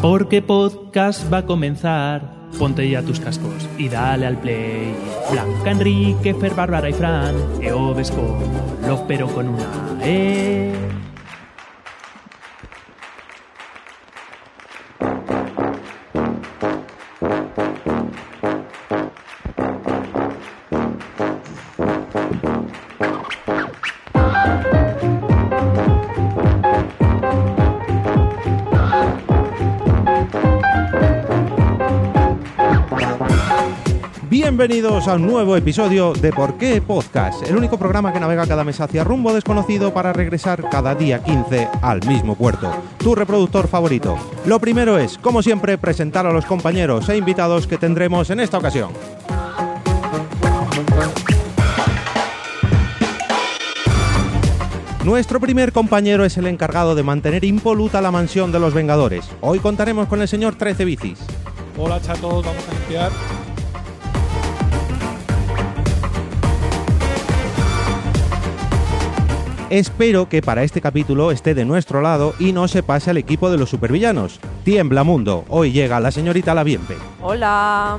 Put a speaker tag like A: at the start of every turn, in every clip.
A: Porque podcast va a comenzar. Ponte ya tus cascos y dale al play. Blanca, Enrique, Fer, Bárbara y Fran. EOBes con Love, pero con una E.
B: Bienvenidos a un nuevo episodio de Por qué Podcast, el único programa que navega cada mes hacia rumbo desconocido para regresar cada día 15 al mismo puerto, tu reproductor favorito. Lo primero es, como siempre, presentar a los compañeros e invitados que tendremos en esta ocasión. Nuestro primer compañero es el encargado de mantener impoluta la mansión de los Vengadores. Hoy contaremos con el señor 13 Bicis.
C: Hola chatos, vamos a limpiar.
B: Espero que para este capítulo esté de nuestro lado y no se pase al equipo de los supervillanos. Tiembla mundo, hoy llega la señorita La Bienpe.
D: Hola.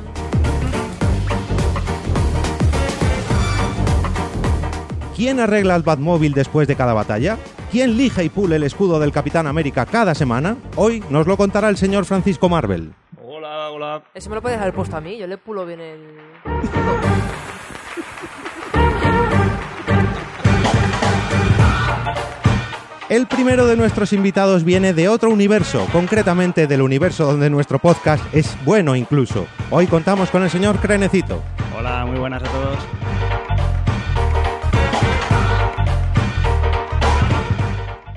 B: ¿Quién arregla el Batmóvil después de cada batalla? ¿Quién lija y pule el escudo del Capitán América cada semana? Hoy nos lo contará el señor Francisco Marvel.
E: Hola, hola.
D: Eso me lo puedes dejar puesto a mí, yo le pulo bien el...
B: El primero de nuestros invitados viene de otro universo, concretamente del universo donde nuestro podcast es bueno incluso. Hoy contamos con el señor Crenecito.
E: Hola, muy buenas a todos.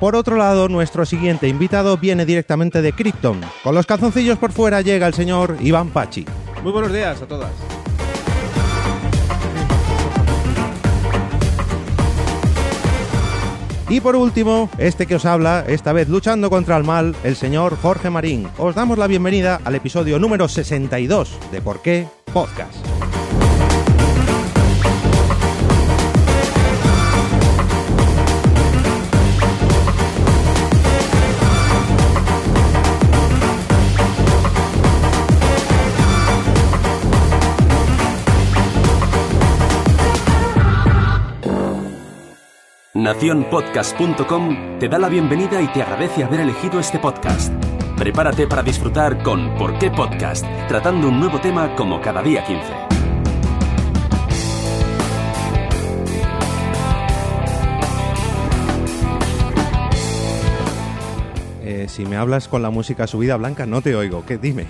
B: Por otro lado, nuestro siguiente invitado viene directamente de Krypton. Con los calzoncillos por fuera llega el señor Iván Pachi.
F: Muy buenos días a todas.
B: Y por último, este que os habla, esta vez luchando contra el mal, el señor Jorge Marín. Os damos la bienvenida al episodio número 62 de Por qué Podcast.
G: Naciónpodcast.com te da la bienvenida y te agradece haber elegido este podcast. Prepárate para disfrutar con ¿Por qué podcast? Tratando un nuevo tema como cada día 15.
B: Eh, si me hablas con la música subida blanca, no te oigo. ¿Qué? Dime.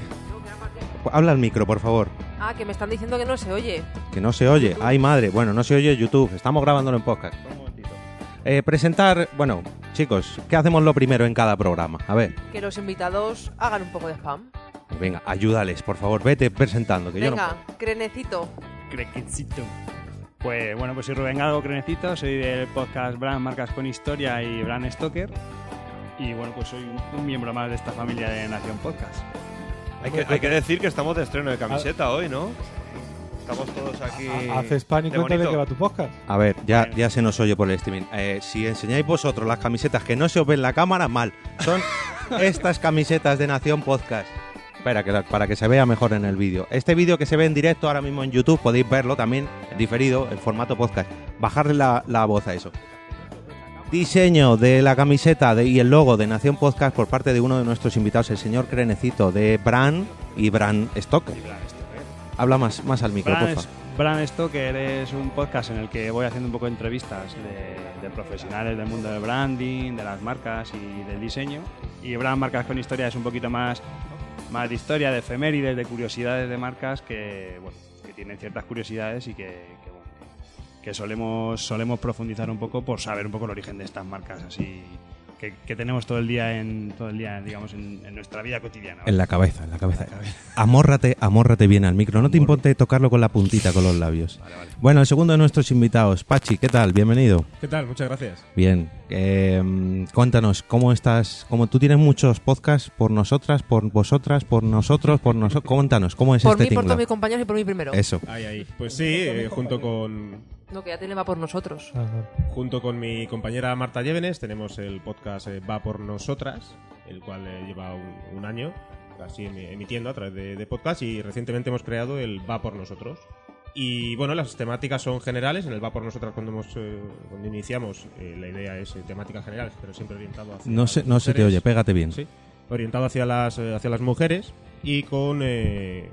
B: Habla al micro, por favor.
D: Ah, que me están diciendo que no se oye.
B: Que no se oye. Ay, madre. Bueno, no se oye YouTube. Estamos grabándolo en podcast. Eh, presentar... Bueno, chicos, ¿qué hacemos lo primero en cada programa? A ver.
D: Que los invitados hagan un poco de spam.
B: Pues Venga, ayúdales, por favor. Vete presentando. Que yo no puedo.
D: Venga, crenecito.
E: Crequecito. Pues bueno, pues soy Rubén Gago Crenecito, soy del podcast Brand Marcas con Historia y Brand Stoker. Y bueno, pues soy un, un miembro más de esta familia de Nación Podcast.
F: Hay que, hay que decir que estamos de estreno de camiseta hoy, ¿no? Estamos todos aquí.
B: Eh,
C: Haz spam y
F: de
C: cuéntale
F: bonito.
C: que va tu podcast.
B: A ver, ya,
E: Bueno.
B: ya se nos oye por el streaming. Eh, si enseñáis vosotros las camisetas que no se os ven la cámara, mal. Son estas camisetas de Nación Podcast. Espera, que la- para que se vea mejor en el vídeo. Este vídeo que se ve en directo ahora mismo en YouTube, podéis verlo también en diferido, en formato podcast. Bajarle la, la voz a eso. Diseño de la camiseta de- y el logo de Nación Podcast por parte de uno de nuestros invitados, el señor Crenecito, de Bran y Bran Stoker. Habla más, más al micro, por
E: Brand,
B: favor.
E: Brand Stoker es un podcast en el que voy haciendo un poco de entrevistas de, de profesionales del mundo del branding, de las marcas y del diseño. Y Brand Marcas con Historia es un poquito más, más de historia, de efemérides, de curiosidades de marcas que, bueno, que tienen ciertas curiosidades y que, que, bueno, que solemos, solemos profundizar un poco por saber un poco el origen de estas marcas así que, que tenemos todo el día en todo el día digamos en, en nuestra vida cotidiana.
B: En la cabeza, en la cabeza. Amórrate, amórrate bien al micro. No te importe tocarlo con la puntita, con los labios. Bueno, el segundo de nuestros invitados, Pachi, ¿qué tal? Bienvenido.
F: ¿Qué tal? Muchas gracias.
B: Bien. Eh, cuéntanos, ¿cómo estás? Como tú tienes muchos podcasts por nosotras, por vosotras, por nosotros, por nosotros. Cuéntanos, ¿cómo es
D: por
B: este
D: mí, por
B: tinglao?
D: todos mis compañeros y por mí primero.
B: Eso.
H: Ahí, ahí. Pues sí, eh, junto con
D: No, que ya tiene va por nosotros.
B: Ah,
H: junto con mi compañera Marta Llévenes tenemos el podcast eh, Va por nosotras, el cual eh, lleva un, un año así emi- emitiendo a través de, de podcast y recientemente hemos creado el Va por nosotros. Y bueno, las temáticas son generales. En el Va por nosotras cuando, hemos, eh, cuando iniciamos eh, la idea es eh, temáticas generales, pero siempre orientado hacia
B: No se, no
H: las
B: se te
H: mujeres.
B: oye, pégate bien.
H: Sí. Orientado hacia las, eh, hacia las mujeres y con. eh,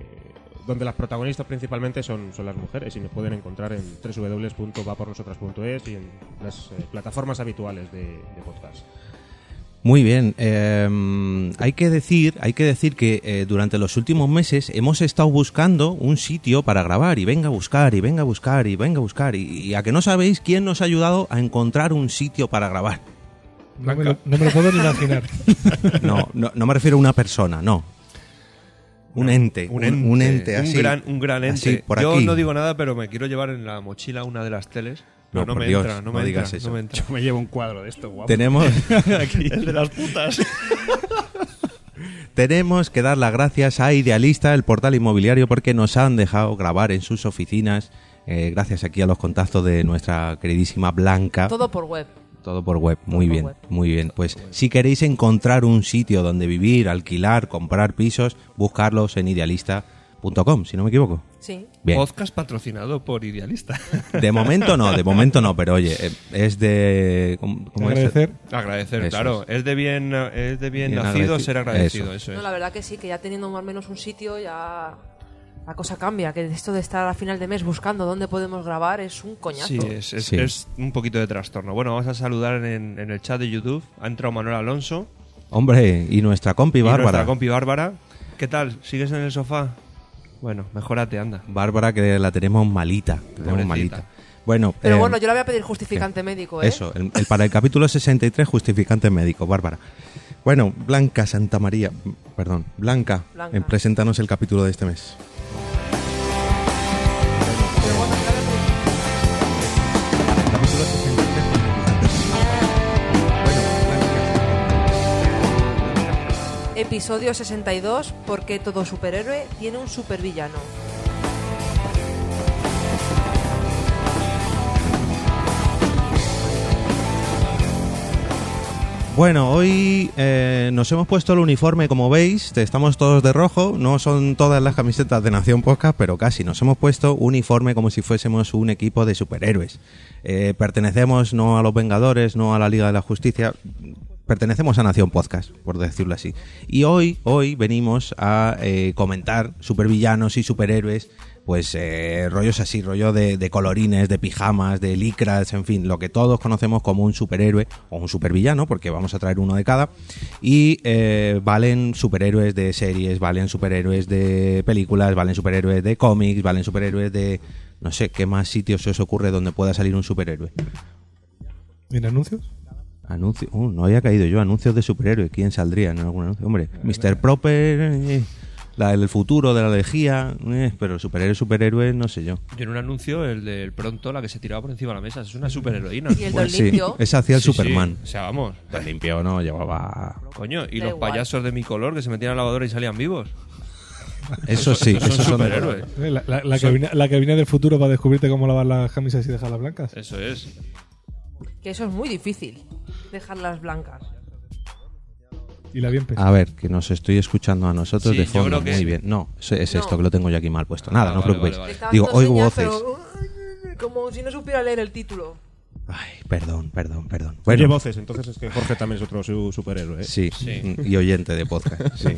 H: donde las protagonistas principalmente son, son las mujeres y nos pueden encontrar en www.vapornosotras.es y en las eh, plataformas habituales de, de podcast.
B: Muy bien. eh, hay que decir, hay que decir que eh, durante los últimos meses hemos estado buscando un sitio para grabar y venga a buscar y venga a buscar y venga a buscar y, y a que no sabéis quién nos ha ayudado a encontrar un sitio para grabar.
I: No me, lo, no me lo puedo ni imaginar.
B: No, no, no me refiero a una persona, no. Un ente, un, un ente, así.
F: Un gran, un gran ente.
B: Así, por
F: Yo
B: aquí.
F: no digo nada, pero me quiero llevar en la mochila una de las teles.
B: No,
F: No, no
B: por
F: me
B: Dios,
F: entra, no
B: no
F: me entra,
B: digas eso.
F: no me entra.
E: Me llevo un cuadro de esto, guapo.
B: Tenemos,
F: El de las putas.
B: tenemos que dar las gracias a Idealista, el portal inmobiliario, porque nos han dejado grabar en sus oficinas. eh, gracias aquí a los contactos de nuestra queridísima Blanca.
D: Todo por web.
B: Todo por web, muy
D: por
B: bien,
D: web.
B: muy bien. Pues si queréis encontrar un sitio donde vivir, alquilar, comprar pisos, buscarlos en idealista.com, si no me equivoco.
D: Sí.
B: Bien.
F: Podcast patrocinado por Idealista.
B: De momento no, de momento no, pero oye, eh, es de... ¿cómo- cómo es?
I: Agradecer.
F: Agradecer,
B: Eso
F: claro. Es. de bien, es de bien,
B: Bien
F: nacido
B: agradeci-
F: ser agradecido, eso,
D: No,
F: es.
D: la verdad que sí, que ya teniendo más o menos un sitio, ya la cosa cambia. Que esto de estar a final de mes buscando dónde podemos grabar es un coñazo.
F: Sí, es, es-
B: Sí.
F: es un poquito de trastorno. Bueno, vamos a saludar en, en el chat de YouTube. Ha entrado Manuel Alonso.
B: Hombre, y nuestra compi
F: y
B: Bárbara.
F: nuestra compi Bárbara. ¿Qué tal? ¿Sigues en el sofá? Bueno, mejorate, anda.
B: Bárbara que la tenemos malita, la tenemos
F: Pobrecita.
B: malita. Bueno,
D: Pero
B: eh,
D: bueno, yo le voy a pedir justificante médico, ¿eh?
B: eso, el- el- para el capítulo 63, justificante médico, Bárbara. Bueno, Blanca Santa María, perdón, Blanca,
D: Blanca.
B: eh, preséntanos el capítulo de este mes.
D: Pero bueno, yo le voy a pedir- Episodio 62, ¿por qué todo superhéroe tiene un supervillano?
B: Bueno, hoy eh, nos hemos puesto el uniforme, como veis, te- estamos todos de rojo, no son todas las camisetas de Nación Podcast, pero casi nos hemos puesto uniforme como si fuésemos un equipo de superhéroes. Eh, pertenecemos no a los Vengadores, no a la Liga de la Justicia, pertenecemos a Nación Podcast, por decirlo así. Y hoy, hoy venimos a eh, comentar supervillanos y superhéroes, pues eh, rollos así, rollo de, de colorines, de pijamas, de licras, en fin, lo que todos conocemos como un superhéroe o un supervillano, porque vamos a traer uno de cada. Y eh, valen superhéroes de series, valen superhéroes de películas, valen superhéroes de cómics, valen superhéroes de... No sé, ¿qué más sitio se os ocurre donde pueda salir un superhéroe?
I: ¿En anuncios?
B: Anuncio, uh, no había caído yo. Anuncios de superhéroes. ¿Quién saldría en algún anuncio? Hombre, Mr. Proper, eh, la del futuro, de la lejía. eh, pero superhéroe, superhéroe, no sé yo.
F: Y en un anuncio, el del pronto, la que se tiraba por encima de la mesa. Es una superheroína.
D: Y el
B: Pues
D: Don
B: sí,
D: Limpio,
B: esa hacía el
F: Sí, sí.
B: Superman.
F: O sea, vamos.
B: Tan limpio, ¿no? Llevaba.
F: Coño, y
D: Da
F: los
D: igual.
F: payasos de mi color que se metían a la lavadora y salían vivos.
B: Eso sí,
F: Esos
B: esos
F: son
B: son.
F: superhéroes.
I: Eh, La, la- la cabina, la cabina del futuro para descubrirte cómo lavar las camisas y dejarlas blancas.
F: Eso es.
D: que eso es muy difícil, dejarlas blancas.
I: Y la bien pe-
B: A ver, que nos estoy escuchando a nosotros
F: Sí,
B: de
F: yo
B: fondo.
F: creo que
B: Muy
F: es-
B: bien. No, es, es
D: No.
B: esto que lo tengo yo aquí mal puesto. Nada,
F: Ah,
B: no os
F: vale,
B: preocupéis.
F: vale,
D: Estaba
B: Digo,
D: haciendo
B: oigo
D: señas,
B: voces.
D: pero, uh, como si no supiera leer el título.
B: Ay, perdón, perdón, perdón.
H: Oye,
B: Bueno,
H: voces, entonces es que Jorge también es otro su- superhéroe. ¿eh?
B: sí,
F: Sí.
B: y oyente de podcast. Sí.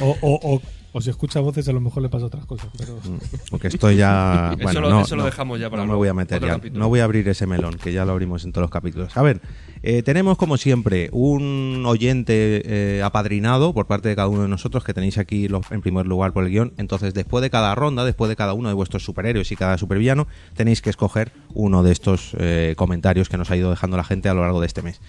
I: O, o, o, o si escucha voces, a lo mejor le pasa otras cosas. Pero...
B: Mm, Porque estoy ya.
F: Eso
B: bueno,
F: lo-
B: no,
F: eso lo
B: no,
F: dejamos ya para
B: No me
F: luego,
B: voy a meter
F: otro
B: ya.
F: capítulo.
B: No voy a abrir ese melón, que ya lo abrimos en todos los capítulos. A ver, eh, tenemos como siempre un oyente eh, apadrinado por parte de cada uno de nosotros, que tenéis aquí los- en primer lugar por el guión. Entonces, después de cada ronda, después de cada uno de vuestros superhéroes y cada supervillano, tenéis que escoger uno de estos eh, comentarios que nos ha ido dejando la gente a lo largo de este mes.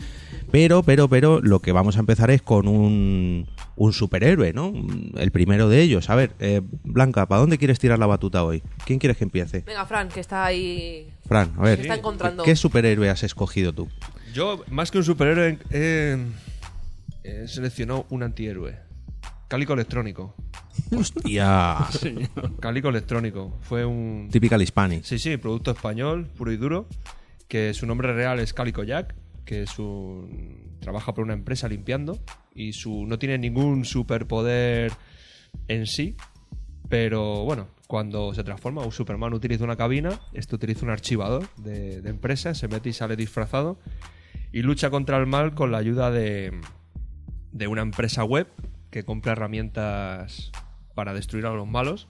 B: Pero, pero, pero, lo que vamos a empezar es con un, un superhéroe, ¿no? El primero de ellos. A ver, eh, Blanca, ¿para dónde quieres tirar la batuta hoy? ¿Quién quieres que empiece?
D: Venga, Fran, que está ahí.
B: Fran, a ver,
D: Se está encontrando.
B: ¿qué superhéroe has escogido tú?
F: Yo, más que un superhéroe, eh, he seleccionado un antihéroe. Cálico electrónico.
B: Hostia,
F: Cálico electrónico. Fue un.
B: typical Hispanic.
F: Sí, sí, producto español, puro y duro. Que su nombre real es Cálico Jack. que es un trabaja por una empresa limpiando y su no tiene ningún superpoder en sí, pero bueno, cuando se transforma, un Superman utiliza una cabina, este utiliza un archivador de, de empresa, se mete y sale disfrazado y lucha contra el mal con la ayuda de, de una empresa web que compra herramientas para destruir a los malos.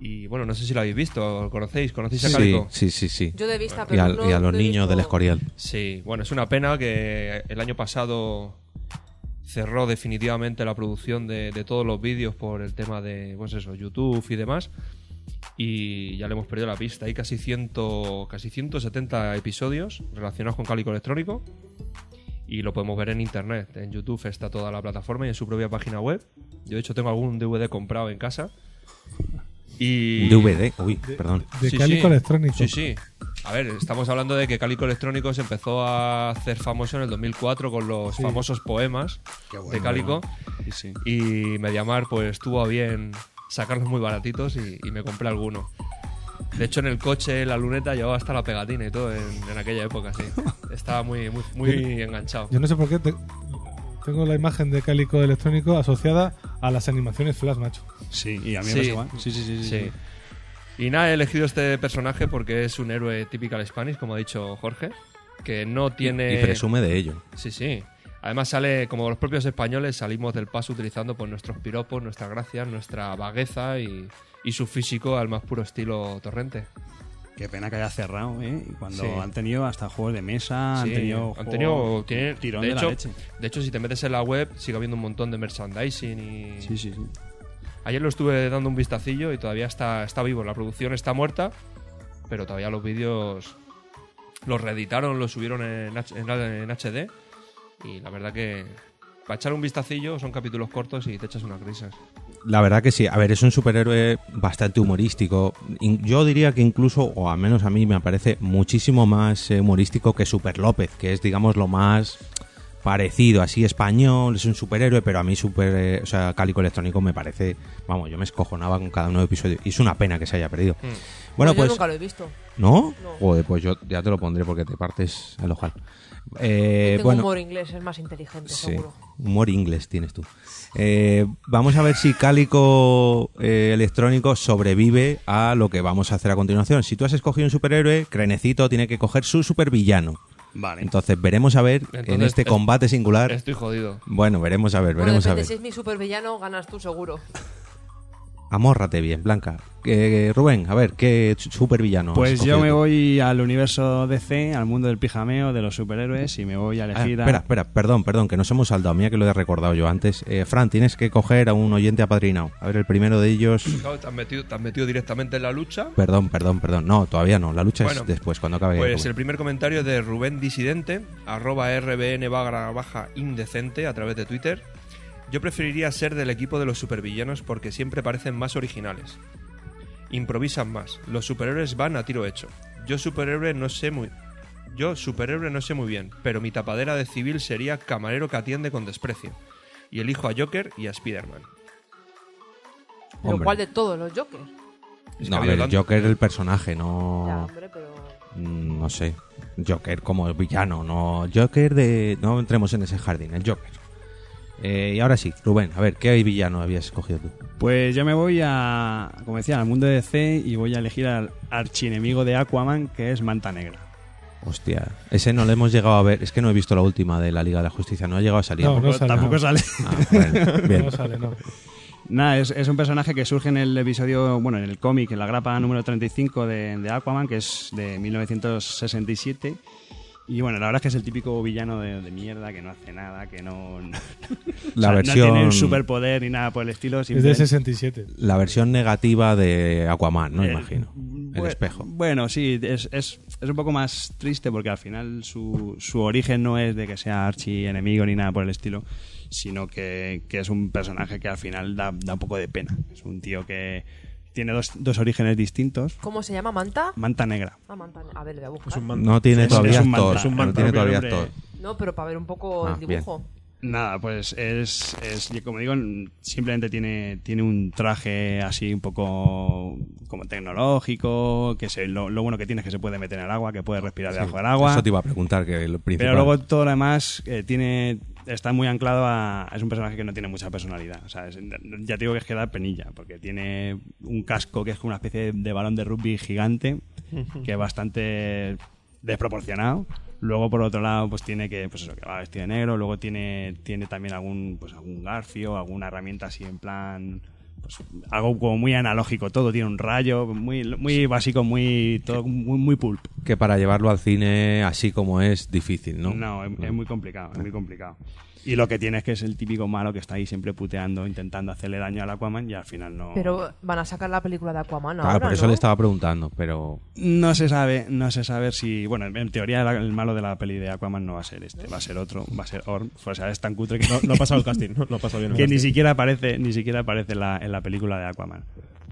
F: Y bueno, no sé si lo habéis visto, ¿lo ¿conocéis? ¿Conocéis a
B: Sí,
F: Calico?
B: sí, sí, sí.
D: Yo de vista,
B: Y,
D: pero
B: al-
D: no-
B: y a
D: no
B: los
D: he
B: niños
D: visto-
B: del Escorial.
F: Sí, bueno, es una pena que el año pasado cerró definitivamente la producción de, de todos los vídeos por el tema de, pues eso, YouTube y demás. Y ya le hemos perdido la pista. Hay casi, 100, casi 170 episodios relacionados con Cálico Electrónico. Y lo podemos ver en internet. En YouTube está toda la plataforma y en su propia página web. Yo, de hecho, tengo algún DVD comprado en casa. Y...
B: DVD, uy, perdón.
I: De Cálico Electrónico.
F: Sí, sí. A ver, estamos hablando de que Cálico Electrónico se empezó a hacer famoso en el 2004 con los famosos poemas de Cálico.
E: Sí, sí.
F: Y Mediamar, pues, tuvo a bien sacarlos muy baratitos y, y me compré alguno. De hecho, en el coche, la luneta llevaba hasta la pegatina y todo en, en aquella época, sí. Estaba muy, muy, muy enganchado.
I: Yo no sé por qué te- tengo la imagen de Cálico Electrónico asociada a las animaciones Flash, macho.
E: Sí, y a mí
F: Sí.
E: me pasa igual. Sí, sí, sí. sí,
F: Sí.
E: sí.
F: Y nada, he elegido este personaje porque es un héroe típico Spanish, como ha dicho Jorge, que no tiene...
B: Y presume de ello.
F: Sí, sí. Además sale, como los propios españoles, salimos del paso utilizando pues, nuestros piropos, nuestras gracias, nuestra vagueza y, y su físico al más puro estilo torrente.
E: Qué pena que haya cerrado, ¿eh? Y Cuando
F: Sí.
E: han tenido hasta juegos de mesa,
F: Sí,
E: han tenido.
F: han
E: juegos-
F: tenido- tiene-
E: tirón
F: de
E: de, la
F: hecho,
E: leche.
F: De hecho, si te metes en la web, sigue habiendo un montón de merchandising y...
E: Sí, sí, sí.
F: Ayer lo estuve dando un vistacillo y todavía está, está vivo. La producción está muerta, pero todavía los vídeos los reeditaron, los subieron en, H- en- en HD. Y la verdad que para echar un vistacillo son capítulos cortos y te echas unas risas.
B: La verdad que sí. A ver, es un superhéroe bastante humorístico. In- Yo diría que incluso, o al menos a mí me parece muchísimo más eh, humorístico que Super López, que es, digamos, lo más parecido, así español, es un superhéroe, pero a mí super, eh, o sea, Cálico Electrónico me parece, vamos, yo me escojonaba con cada uno de episodios y es una pena que se haya perdido. Bueno,
D: Yo
B: pues
D: nunca lo he visto.
B: ¿no?
D: No.
B: Joder, pues yo ya te lo pondré porque te partes el ojal. Eh,
D: Tengo
B: bueno,
D: humor inglés, es más inteligente,
B: Sí,
D: seguro.
B: humor inglés tienes tú. Eh, vamos a ver si Cálico eh, Electrónico sobrevive a lo que vamos a hacer a continuación. Si tú has escogido un superhéroe, Crenecito tiene que coger su supervillano.
E: Vale.
B: Entonces veremos a ver en
F: Entonces,
B: este
F: es-
B: combate singular.
F: Estoy jodido.
B: Bueno, veremos a ver,
D: Bueno,
B: veremos a
D: depende,
B: ver.
D: si es mi supervillano, ganas tú, seguro.
B: Amórrate bien, Blanca. Eh, Rubén, a ver, ¿qué ch- supervillano? has
E: Pues yo
B: escogido
E: me
B: tú?
E: voy al universo DC, al mundo del pijameo, de los superhéroes, y me voy a
B: Ah,
E: elegir a-
B: espera, espera, perdón, perdón, que nos hemos saltado. Mira que lo he recordado yo antes. Eh, Fran, tienes que coger a un oyente apadrinado. A ver, el primero de ellos.
F: Claro, te has metido, te has metido directamente en la lucha.
B: Perdón, perdón, perdón. No, todavía no. La lucha
F: Bueno,
B: es después, cuando acabe.
F: Pues
B: de
F: el
B: comer.
F: primer comentario es de Rubén Disidente, arroba rbn barra baja indecente a través de Twitter. Yo preferiría ser del equipo de los supervillanos porque siempre parecen más originales. Improvisan más. Los superhéroes van a tiro hecho. Yo superhéroe no sé muy... Yo superhéroe no sé muy bien, pero mi tapadera de civil sería camarero que atiende con desprecio. Y elijo a Joker y a Spider-Man.
D: Pero
B: Hombre.
D: ¿cuál de todos los Jokers?
F: Es que
B: No,
F: ha
B: a
F: habido
B: ver,
F: tanto.
B: Joker el personaje,
D: Ya,
B: no.
D: hombre, pero...
B: mm, No sé. Joker como villano, no. Joker de. No entremos en ese jardín, el Joker. Eh, y ahora sí, Rubén, a ver, ¿qué villano habías escogido tú?
E: Pues yo me voy a, como decía, al mundo de DC y voy a elegir al archienemigo de Aquaman, que es Manta Negra.
B: Hostia, ese no le hemos llegado a ver. Es que no he visto la última de la Liga de la Justicia, no ha llegado a salir.
I: No, no
E: Pero
I: sale.
E: tampoco
I: no.
E: sale.
B: Ah, bueno, bien.
I: No sale, no.
E: Nada, es, es un personaje que surge en el episodio, bueno, en el cómic, en la grapa número 35 de, de Aquaman, que es de 1967. Y bueno, la verdad es que es el típico villano de, de mierda que no hace nada, que no. no-
B: La
E: o sea,
B: versión.
E: No tiene un superpoder ni nada por el estilo.
I: Es del
E: simplemente-
I: 67.
B: La versión negativa de Aquaman, ¿no?
E: Eh,
B: Imagino. El
E: bue-
B: espejo.
E: Bueno, sí, es, es- es un poco más triste porque al final su, su origen no es de que sea archi enemigo ni nada por el estilo, sino que, que es un personaje que al final da, da un poco de pena. Es un tío que tiene dos, dos orígenes distintos.
D: ¿Cómo se llama? ¿Manta?
E: Manta negra.
D: Ah, manta. A ver, le voy a buscar.
I: Es un manta.
B: No tiene
E: Es-
B: todavía
E: es un manta,
B: actor.
E: es un
B: No
E: manta.
B: tiene
E: Propio
B: todavía
E: nombre.
B: actor.
D: No, pero para ver un poco
B: Ah,
D: el dibujo.
E: Nada, pues es, es y como digo, n- simplemente tiene, tiene un traje así un poco como tecnológico, que se, lo, lo bueno que tiene es que se puede meter en el agua, que puede respirar debajo del agua.
B: Eso te iba a preguntar, que el principal.
E: Pero luego todo lo demás eh, tiene está muy anclado a... Es un personaje que no tiene mucha personalidad. O sea, es- ya te digo que es que da penilla, porque tiene un casco que es como una especie de, de balón de rugby gigante, que es bastante desproporcionado. Luego, por otro lado, pues tiene que, pues eso, que va vestido de negro. Luego tiene, tiene también algún, pues algún garfio, alguna herramienta así en plan... pues, algo como muy analógico todo, tiene un rayo, muy, muy básico, muy, todo muy, muy pulp.
B: Que para llevarlo al cine así como es, difícil, ¿no?
E: es, es muy complicado, es muy complicado. Y lo que tiene es que es el típico malo que está ahí siempre puteando, intentando hacerle daño al Aquaman y al final no.
D: Pero van a sacar la película de Aquaman
B: Claro,
D: ahora,
B: por eso
D: ¿no?
B: le estaba preguntando, pero.
E: No se sabe, no se sabe si. Bueno, en- en teoría el, el malo de la peli de Aquaman no va a ser este, va a ser otro, va a ser Orm. O sea, es tan cutre que,
H: No, no ha pasado el casting, no, no ha pasado bien el
E: que ni
H: casting.
E: siquiera aparece, ni siquiera aparece en la, en la película de Aquaman.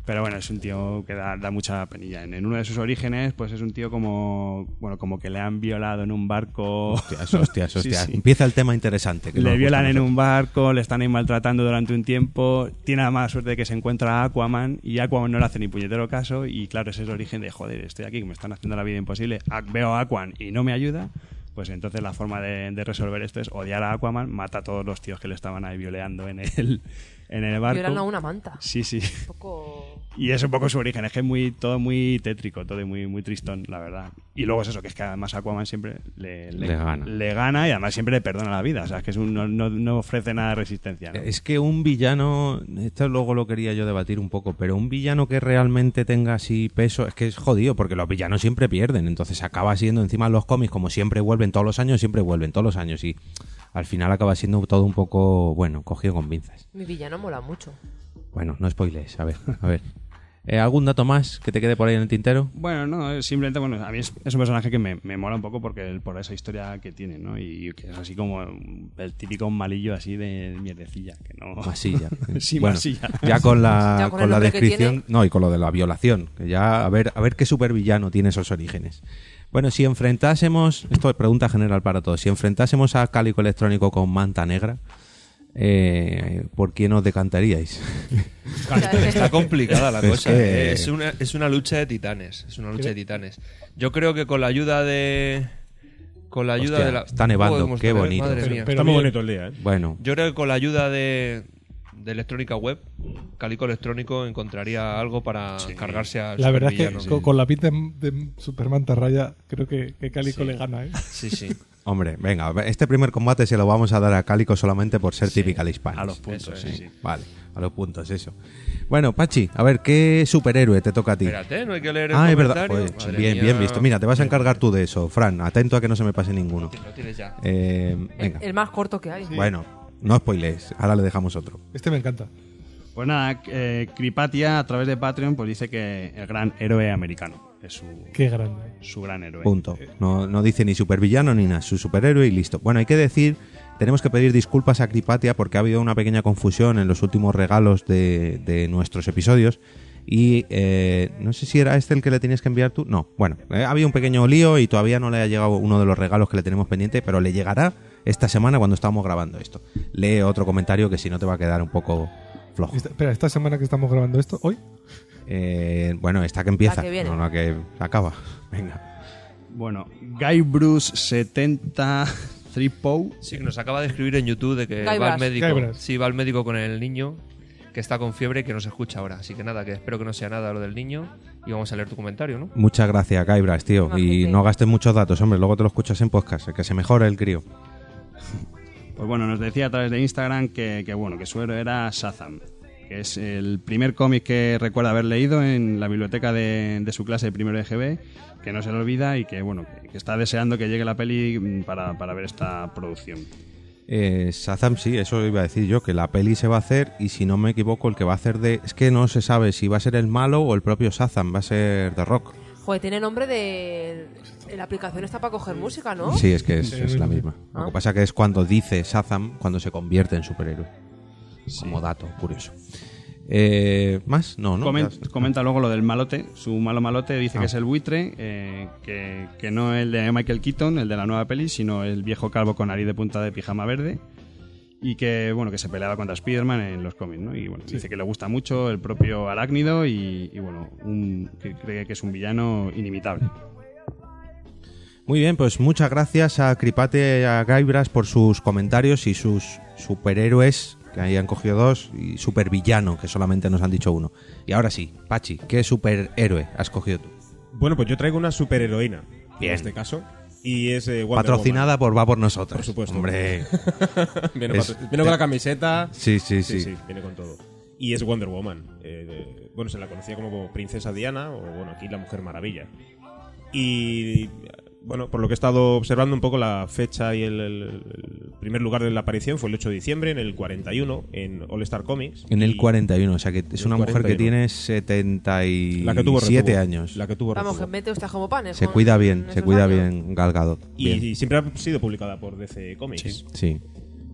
E: Pero bueno, es un tío que da, da mucha penilla. En, en uno de sus orígenes, pues es un tío como. Bueno, como que le han violado en un barco.
B: Hostias, hostias,
E: Sí,
B: hostias.
E: sí.
B: Empieza el tema interesante. Que pues,
E: Le
B: nos
E: violan
B: gusta
E: en
B: a nosotros.
E: un barco, le están ahí maltratando durante un tiempo. Tiene la mala suerte de que se encuentra a Aquaman y Aquaman no le hace ni puñetero caso. Y claro, ese es el origen de joder, estoy aquí, que me están haciendo la vida imposible. a- Veo a Aquaman y no me ayuda. Pues entonces la forma de, de resolver esto es odiar a Aquaman, mata a todos los tíos que le estaban ahí violeando en el, en el barco.
D: Violan a una manta.
E: Sí, sí.
D: Un poco...
E: Y es un poco su origen, es que es muy, todo muy tétrico, todo muy, muy tristón, la verdad. Y luego es eso, que es que además Aquaman siempre le,
B: Le gana.
E: le gana y además siempre le perdona la vida, o sea, es que es un- no, no- no ofrece nada de resistencia. ¿no?
B: Es que un villano, esto luego lo quería yo debatir un poco, pero un villano que realmente tenga así peso, es que es jodido, porque los villanos siempre pierden, entonces acaba siendo encima los cómics, como siempre vuelven todos los años, siempre vuelven todos los años, y al final acaba siendo todo un poco, bueno, cogido con pinzas.
D: Mi villano mola mucho.
B: Bueno, no spoilees, a ver, a ver. Eh, ¿Algún dato más que te quede por ahí en el tintero?
E: Bueno, no, es simplemente, bueno, a mí es, es un personaje que me, me mola un poco porque el- por esa historia que tiene, ¿no? Y que es así como el típico malillo así de mierdecilla, que no...
B: Masilla.
E: Oh. Sí,
B: Bueno,
E: masilla.
B: Ya con la,
D: Ya con
B: con
D: el
B: la
D: nombre que
B: descripción.
D: tiene.
B: No, y con lo de la violación. Que ya, a ver, a ver qué supervillano tiene esos orígenes. Bueno, si enfrentásemos. Esto es pregunta general para todos. Si enfrentásemos a Cálico Electrónico con Manta Negra, eh, ¿por quién os decantaríais?
F: Está complicada la
B: Es
F: cosa. ¿eh?
B: que-
F: Es, una, es una lucha de titanes. Es una lucha de titanes. Yo creo que con la ayuda de. Con la ayuda
B: Hostia,
F: de la.
B: está nevando,
F: Joder, cómo
B: qué
F: está-
B: bonito.
F: madre
B: Pero-
F: mía.
H: Está
I: Pero
H: muy
I: bien.
H: bonito el día, ¿eh?
B: Bueno,
F: Yo creo que con la ayuda de, de electrónica web, Calico Electrónico encontraría algo para cargarse a
I: La verdad es que con, con la pinta de, de Superman raya creo que, que Calico le gana, ¿eh?
F: Sí, sí.
B: hombre, venga, este primer combate se lo vamos a dar a Cálico solamente por ser típica hispana.
E: A los puntos, sí, sí.
B: Vale, a los puntos, eso. Bueno, Pachi, a ver, ¿qué superhéroe te toca a ti?
F: Espérate, Eh, no hay que leer el
B: Ah, es verdad.
F: comentario.
B: Joder,
F: Madre
B: bien,
F: mía.
B: bien visto. Mira, te vas a encargar tú de eso, Fran. Atento a que no se me pase ninguno.
F: Lo tienes ya.
B: Eh,
D: El,
B: venga.
D: el más corto que hay.
B: Bueno, no spoilees. Ahora le dejamos otro.
I: Este me encanta.
E: Pues nada, eh, Cripatia a través de Patreon pues dice que el gran héroe americano es su,
I: Qué grande.
E: su gran héroe.
B: Punto. No, no dice ni supervillano ni nada. Su superhéroe y listo. Bueno, hay que decir, tenemos que pedir disculpas a Cripatia porque ha habido una pequeña confusión en los últimos regalos de, de nuestros episodios. Y eh, no sé si era este el que le tenías que enviar tú. No, bueno, eh, ha habido un pequeño lío y todavía no le ha llegado uno de los regalos que le tenemos pendiente, pero le llegará esta semana cuando estamos grabando esto. Lee otro comentario que si no te va a quedar un poco flojo.
I: Esta- espera, esta semana que estamos grabando esto, hoy,
B: Eh, bueno, esta que empieza,
D: La que viene.
B: no la que acaba. Venga.
E: Bueno, Guy Bruce 70 Tripo.
F: Sí, que nos acaba de escribir en YouTube de que
D: Guybrush.
F: va al médico.
I: Guybrush.
F: Sí, va al médico con el niño que está con fiebre y que nos escucha ahora. Así que nada, que espero que no sea nada lo del niño y vamos a leer tu comentario, ¿no?
B: Muchas gracias, Caibras, tío. Y
D: Imagínate.
B: no gastes muchos datos, hombre. Luego te lo escuchas en podcast. Que se mejore el crío.
E: Pues bueno, nos decía a través de Instagram que, que bueno, que su héroe era Shazam, que es el primer cómic que recuerda haber leído en la biblioteca de, de su clase de primero de GB, que no se le olvida y que bueno, que, que está deseando que llegue la peli mm, para, para ver esta producción.
B: Eh, Shazam, sí, eso iba a decir yo, que la peli se va a hacer y si no me equivoco, el que va a hacer de... Es que no se sabe si va a ser el malo o el propio Shazam, va a ser de Rock.
D: Joder, tiene nombre de... La aplicación está para coger música, ¿no?
B: Sí, es que es,
I: Sí,
B: es la
I: sí.
B: misma. Lo que
D: ¿Oh? Ah.
B: pasa que es cuando dice Shazam, cuando se convierte en superhéroe. Como dato curioso. Eh, ¿Más? No, no. ya
E: Comen-
B: está.
E: comenta luego lo del malote, su malo malote dice
B: Ah.
E: que es el buitre, eh, que, que no el de Michael Keaton, el de la nueva peli, sino el viejo calvo con nariz de punta de pijama verde. y que bueno que se peleaba contra Spider-Man en los cómics ¿no? y bueno dice que le gusta mucho el propio Arácnido y, y, bueno un- que cree que es un villano inimitable
B: Muy bien, pues muchas gracias a Cripate y a Gaibras por sus comentarios y sus superhéroes, que ahí han cogido dos, y supervillano, que solamente nos han dicho uno. Y ahora sí, Pachi, ¿qué superhéroe has cogido tú?
H: Bueno, pues yo traigo una superheroína
B: Bien.
H: en este caso. Y es eh, Wonder
B: Patrocinada por Va por Nosotros.
H: Por supuesto.
B: Hombre.
H: Woman. viene
B: Es-
H: patro- viene con la camiseta.
B: Sí, sí, sí.
H: Viene con todo. Y es Wonder Woman. Eh, de- bueno, se la conocía como Princesa Diana o, bueno, aquí la Mujer Maravilla. Y bueno, por lo que he estado observando un poco la fecha y el, el- el primer lugar de la aparición fue el 8 de diciembre, en el 41, en All Star Comics.
B: En el
H: Y
B: 41, o sea que es
H: El
B: una mujer que
H: 41.
B: tiene 77
H: La que tuvo retuvo.
B: años.
H: La que tuvo
D: Vamos, que
H: retuvo.
D: mete usted como panes.
B: Se
D: con-
B: cuida bien,
D: con
B: se
D: esos
B: cuida
D: años.
B: bien Galgado.
H: Y, y siempre ha sido publicada por DC Comics.
B: Sí.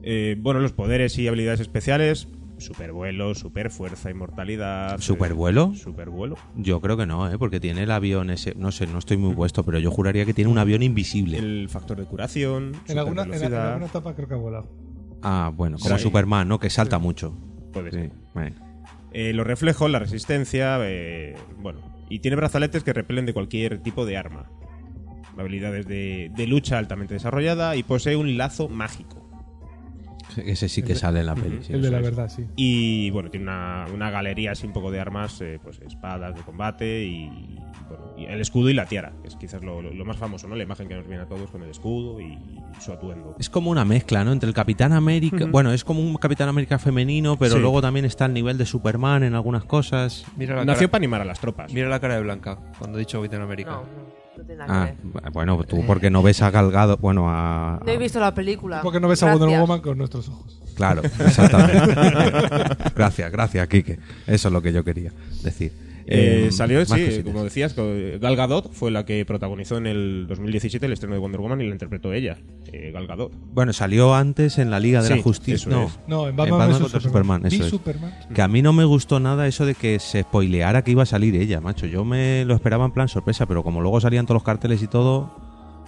H: Eh, bueno, los poderes y habilidades especiales. Supervuelo, superfuerza, inmortalidad.
B: ¿Supervuelo?
H: eh, supervuelo.
B: Yo creo que no, ¿eh? porque tiene el avión ese. No sé, no estoy muy puesto, pero yo juraría que tiene un avión invisible.
H: El factor de curación.
I: En alguna, en, en
H: supervelocidad.
I: alguna etapa creo que ha volado.
B: Ah, bueno, como
H: Sí.
B: Superman, ¿no? Que salta mucho.
H: Puede
B: Sí,
H: ser.
B: bueno.
H: Eh, los reflejos, la resistencia. eh, bueno. Y tiene brazaletes que repelen de cualquier tipo de arma. Habilidades de, de lucha altamente desarrollada y posee un lazo mágico.
B: Ese sí que sale en la peli. sí,
I: el de
B: eso
I: la
B: es.
I: verdad, sí.
H: Y bueno, tiene una, una galería así un poco de armas, eh, pues espadas de combate y, bueno, y el escudo y la tiara, que es quizás lo, lo- lo más famoso, ¿no? La imagen que nos viene a todos con el escudo y, su atuendo.
B: Es como una mezcla, ¿no? Entre el Capitán América. Bueno, es como un Capitán América femenino, pero
H: Sí.
B: luego también está el nivel de Superman en algunas cosas.
F: Mira la,
H: Nació
F: cara,
H: para animar a las tropas.
F: mira la cara de Blanca cuando he dicho Capitán América.
D: No, no, no tiene nada
B: Ah,
D: que ver.
B: bueno, tú porque no ves a Galgado. Bueno, a.
D: No he visto la película.
I: Porque no ves a Wonder
D: Gracias.
I: Woman con nuestros ojos.
B: Claro, exactamente. gracias, gracias, Quique. Eso es lo que yo quería decir.
H: Eh,
B: Eh,
H: salió,
B: más
H: sí,
B: cositas.
H: como decías, co- Gal Gadot fue la que protagonizó en el 2017 el estreno de Wonder Woman y la interpretó ella, eh, Gal Gadot.
B: Bueno, salió antes en la Liga de
H: Sí,
B: la Justicia.
H: eso
B: No,
H: es.
I: No, en
B: En
I: Batman,
B: Batman
I: vs
B: contra
I: Superman.
B: Superman, eso
I: Vi
B: es.
I: Superman.
B: Que a mí no me gustó nada eso de que se spoileara que iba a salir ella, macho. Yo me lo esperaba en plan sorpresa, pero como luego salían todos los carteles y todo,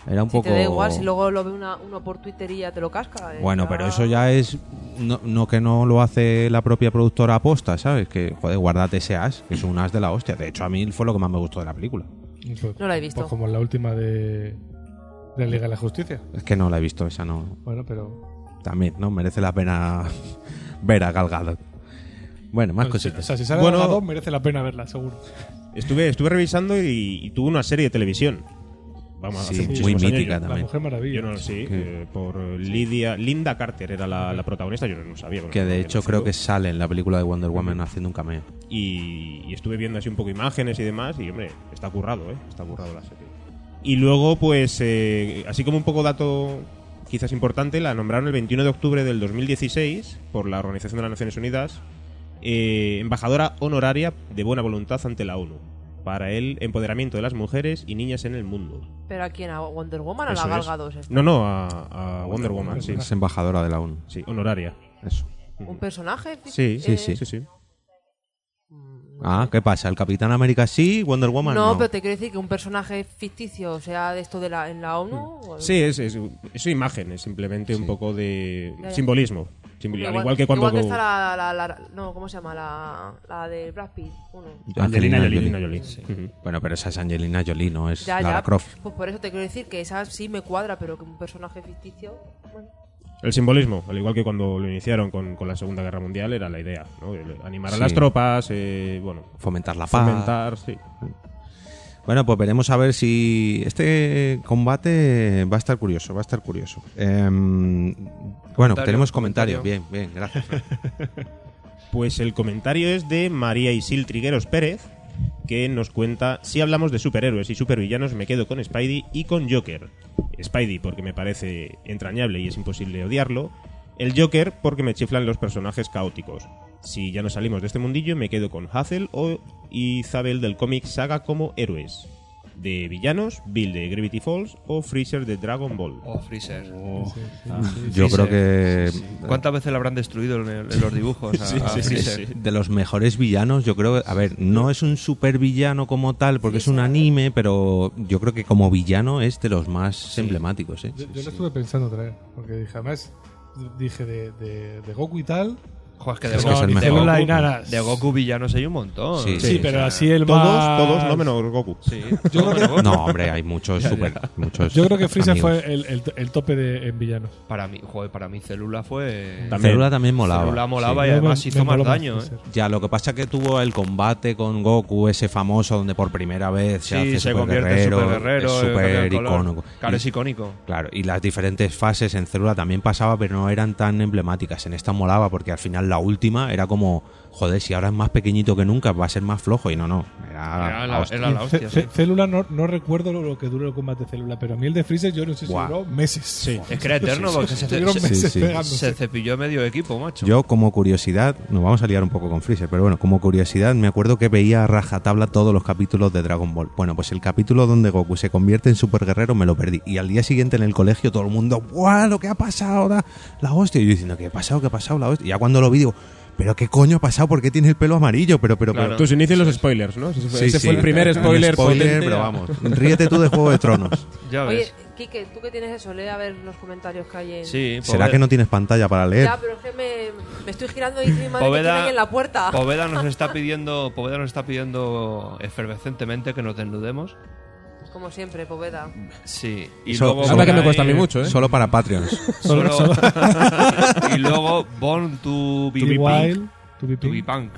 B: era un
D: Si
B: poco.
D: te da igual, si luego lo ve una, uno por Twitter y ya te lo casca. eh,
B: Bueno, pero eso ya es. No, no que no lo hace la propia productora aposta, ¿sabes? Que, joder, guardate ese as, que es un as de la hostia. De hecho, a mí fue lo que más me gustó de la película.
I: Pues-
D: No la he visto.
I: pues como en la última de, de la Liga de la Justicia.
B: Es que no la he visto, esa no.
I: Bueno, pero.
B: También, ¿no? Merece la pena ver a Gal Gadot. Bueno, más
I: no, O
B: cositas.
I: sea, si sale
H: Bueno.
I: la 2, merece la pena verla, seguro.
H: Estuve, estuve revisando y, y tuvo una serie de televisión. Vamos,
B: Sí,
H: hace
B: muy
H: muchísimos años.
B: mítica
H: Yo-
I: La
B: también.
I: Mujer Maravilla.
H: Yo no lo sé,
B: Que-
H: eh, por Lidia, Linda Carter era la, la protagonista, yo no lo sabía. bueno,
B: Que de
H: no
B: hecho
H: lo
B: creo
H: sigo.
B: que sale en la película de Wonder Woman haciendo un cameo.
H: Y, y estuve viendo así un poco imágenes y demás, y hombre, está currado, ¿eh? Está currado la serie. Y luego, pues, eh, así como un poco dato quizás importante, la nombraron el 21 de octubre del 2016 por la Organización de las Naciones Unidas eh, embajadora honoraria de buena voluntad ante la ONU para el empoderamiento de las mujeres y niñas en el mundo.
D: ¿Pero a quién? ¿A Wonder Woman o a
H: Eso
D: la Gal
H: es.
D: Gadot esta?
H: No, no, a, a Wonder Woman, sí.
B: Es embajadora de la ONU.
H: Sí, honoraria.
B: Eso.
D: ¿Un personaje?
H: Sí,
B: Sí,
D: Eh,
B: sí.
H: Sí, sí.
B: Ah, ¿qué pasa? ¿El Capitán América sí? ¿Wonder Woman no?
D: No, pero te quiero decir que un personaje ficticio, o sea, de esto de la, en la ONU. o-
H: Sí, es, es, es su imagen, es simplemente un poco de
D: Ya, ya.
H: simbolismo. Simboli- al igual que cuando.
D: igual está la, la- la- No, ¿cómo se llama? La, la de Brad Pitt. uno.
B: Angelina Jolie.
H: Angelina Jolie. Ujú.
B: Bueno, pero esa es Angelina Jolie, no es
D: Ya,
B: Lara
D: ya.
B: Croft.
D: Pues por eso te quiero decir que esa sí me cuadra, pero que un personaje ficticio. Bueno,
H: El simbolismo, al igual que cuando lo iniciaron con, con la Segunda Guerra Mundial, era la idea, ¿no? El Animar a
B: Sí.
H: las tropas, eh, bueno,
B: Fomentar la paz.
H: fomentar, sí.
B: Bueno, pues veremos a ver si este combate va a estar curioso, va a estar curioso. Em, bueno,
F: Comentario,
B: tenemos
F: comentario.
B: comentarios. Bien, bien, gracias. Fran.
H: Pues el comentario es de María Isil Trigueros Pérez, que nos cuenta: si hablamos de superhéroes y supervillanos, me quedo con Spidey y con Joker. Spidey, porque me parece entrañable y es imposible odiarlo. El Joker, porque me chiflan los personajes caóticos. Si ya no salimos de este mundillo, me quedo con Hazel o Isabel del cómic Saga como héroes. De villanos, Bill de Gravity Falls o Freezer de Dragon Ball.
F: Oh, Freezer.
B: Ah. Yo creo
F: Freezer.
B: que
F: ¿Cuántas veces la habrán destruido en, el- en los dibujos a,
H: Sí,
F: a
H: sí, sí,
F: Freezer?
H: sí.
B: Eh, de los mejores villanos, yo creo, a ver, no es un supervillano como tal porque es un anime, pero yo creo que como villano es de los más emblemáticos, ¿eh?
I: Yo, yo lo estuve pensando otra vez, porque dije, además, dije de, de- de Goku y tal.
F: Joder, es que
B: Es
F: de
B: que es el
F: Goku, de
B: mejor.
F: Goku,
I: Célula y nanas.
F: de Goku villanos hay un montón.
B: Sí,
I: Sí,
B: sí,
I: pero
F: o sea,
I: así el
H: Todos,
I: más.
H: todos, no menos Goku.
F: Sí, yo creo
B: No, hombre, hay muchos super. Muchos
I: Yo creo que Freezer
B: amigos.
I: fue el, el- el tope de, en villanos.
F: Para mí, joder, para mí Célula fue...
B: También. Célula también molaba.
F: Célula molaba
B: sí.
F: y
I: Yo
F: además
I: me-
F: hizo
I: me
F: más
I: moló
F: daño, ¿eh?
I: Freezer.
B: Ya, lo que pasa es que tuvo el combate con Goku, ese famoso donde por primera vez se
F: Sí,
B: hace
F: se
B: super
F: convierte en
B: guerrero,
F: super guerrero.
B: es
F: eh, cambia
B: super
F: el color.
B: icónico.
F: Claro,
B: Y-
F: es icónico.
B: Claro, y las diferentes fases en célula también pasaba, pero no eran tan emblemáticas. En esta molaba porque al final la última era como, joder, si ahora es más pequeñito que nunca, va a ser más flojo. Y no, no. Era,
F: Era
B: a
F: la,
B: hostia.
F: era la
I: Y
F: hostia,
I: Cé-
F: sí.
I: Cé- Célula, no, no recuerdo lo- lo que duró el combate de Célula, pero a mí el de Freezer yo no sé si
B: Buah.
I: duró meses. Sí.
F: Es que era eterno porque se,
I: Estuvieron
F: se-
I: meses
B: sí, sí.
I: pegándose.
F: se cepilló medio equipo, macho.
B: Yo, como curiosidad, nos vamos a liar un poco con Freezer, pero bueno, como curiosidad, me acuerdo que veía a rajatabla todos los capítulos de Dragon Ball. Bueno, pues el capítulo donde Goku se convierte en super guerrero me lo perdí. Y al día siguiente en el colegio todo el mundo, ¡guau! Lo que ha pasado ahora, la hostia. Y yo diciendo, ¿qué ha pasado? ¿Qué ha pasado? La hostia. Y ya cuando lo vi, digo, ¿pero qué coño ha pasado? ¿Por qué tiene el pelo amarillo? Pero, pero,
F: Claro.
B: pero.
H: Tus inicios los spoilers, ¿no? Ese fue,
B: Sí,
H: ese
B: sí.
H: fue el primer
B: Un
H: spoiler.
B: spoiler,
H: potente.
B: pero vamos. Ríete tú de Juego de Tronos.
F: Ya
D: Oye,
F: ves.
D: Quique, tú que tienes eso, lee a ver los comentarios que hay en.
F: Sí,
B: ¿Será
F: Poveda-
B: que no tienes pantalla para leer?
D: Ya, pero es que me, me estoy girando y dice mi madre que
F: Poveda-
D: tiene ahí en la puerta.
F: Poveda nos está pidiendo, Poveda nos está pidiendo efervescentemente que nos desnudemos.
D: Como siempre, Poveda.
F: Sí. Y
B: Eso-
F: luego
B: eso es
F: por
B: lo que me
F: ahí-
H: cuesta a mí mucho, ¿eh?
B: Solo para Patreons.
F: Solo- y luego Born to be,
I: To be
F: Pink.
I: wild, to be
F: To be
I: pink.
F: punk.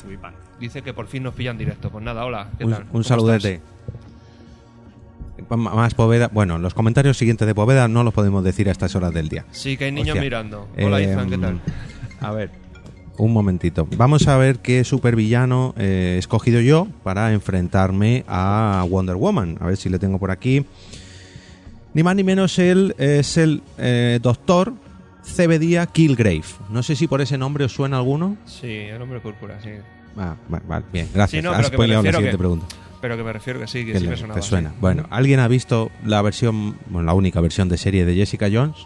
F: Dice que por fin nos pillan directo. Pues nada, hola. ¿Qué
B: un,
F: tal?
B: un
F: ¿Cómo
B: saludete. M- Más Poveda. Bueno, los comentarios siguientes de Poveda no los podemos decir a estas horas del día.
F: estás? Sí, que hay niños
B: Hostia.
F: mirando. Hola,
B: Eh,
F: Izan, ¿qué tal?
B: A ver, un momentito. Vamos a ver qué supervillano eh, he escogido yo para enfrentarme a Wonder Woman. A ver si le tengo por aquí. Ni más ni menos él es el eh, doctor Cebedía Kilgrave. No sé si por ese nombre os suena alguno.
F: Sí, el hombre púrpura, sí.
B: Ah, va- vale, bien, gracias.
F: Sí, no,
B: Has
F: pero que me
B: spoileado la
F: refiero
B: siguiente
F: que-
B: pregunta.
F: Pero que me refiero que sí, que
B: Que
F: sí
B: le-
F: me sonaba.
B: te
F: sí.
B: suena. Bueno, ¿alguien ha visto la versión, bueno, la única versión de serie de Jessica Jones?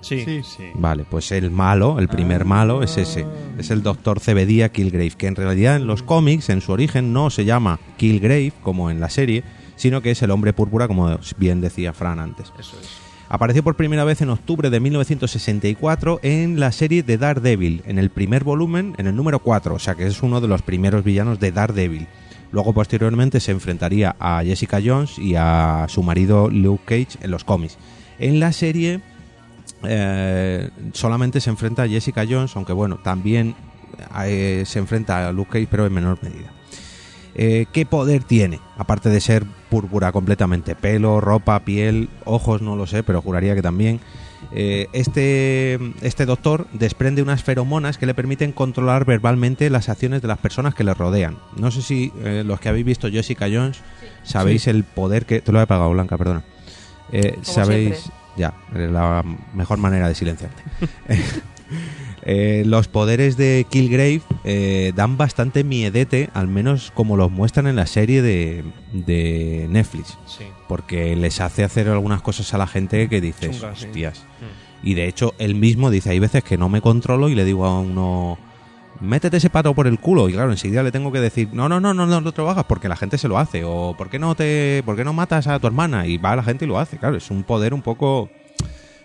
F: Sí.
I: Sí.
E: Sí.
B: Vale, pues el malo, el
F: Ah.
B: primer malo es ese, es el doctor Cebedía Kilgrave, que en realidad en los cómics, en su origen, no se llama Kilgrave como en la serie, sino que es el hombre púrpura, como bien decía Fran antes.
F: Eso es.
B: Apareció por primera vez en octubre de 1964 en la serie de Daredevil, en el primer volumen, en el número 4, o sea que es uno de los primeros villanos de Daredevil. Luego posteriormente se enfrentaría a Jessica Jones y a su marido Luke Cage en los cómics. En la serie eh, solamente se enfrenta a Jessica Jones, aunque bueno, también eh, se enfrenta a Luke Cage, pero en menor medida. Eh, ¿Qué poder tiene? Aparte de ser púrpura completamente, pelo, ropa, piel, ojos, no lo sé, pero juraría que también. Eh, este, este doctor desprende unas feromonas que le permiten controlar verbalmente las acciones de las personas que le rodean. No sé si eh, los que habéis visto Jessica Jones sabéis el poder que... Te lo he apagado, Blanca, perdona. Eh,
D: Como
B: sabéis...
D: siempre.
B: Ya, es la mejor manera de silenciarte. Eh, los poderes de Killgrave eh, dan bastante miedete, al menos como los muestran en la serie de, de Netflix,
F: Sí.
B: porque les hace hacer algunas cosas a la gente que dices,
F: Chunga, sí.
B: hostias.
F: Mm.
B: Y de hecho, él mismo dice, hay veces que no me controlo y le digo a uno, métete ese pato por el culo. Y claro, enseguida le tengo que decir, no, no, no, no, no lo trabajas porque la gente se lo hace. O ¿por qué no te, por qué no matas a tu hermana? Y va la gente y lo hace. Claro, es un poder un poco...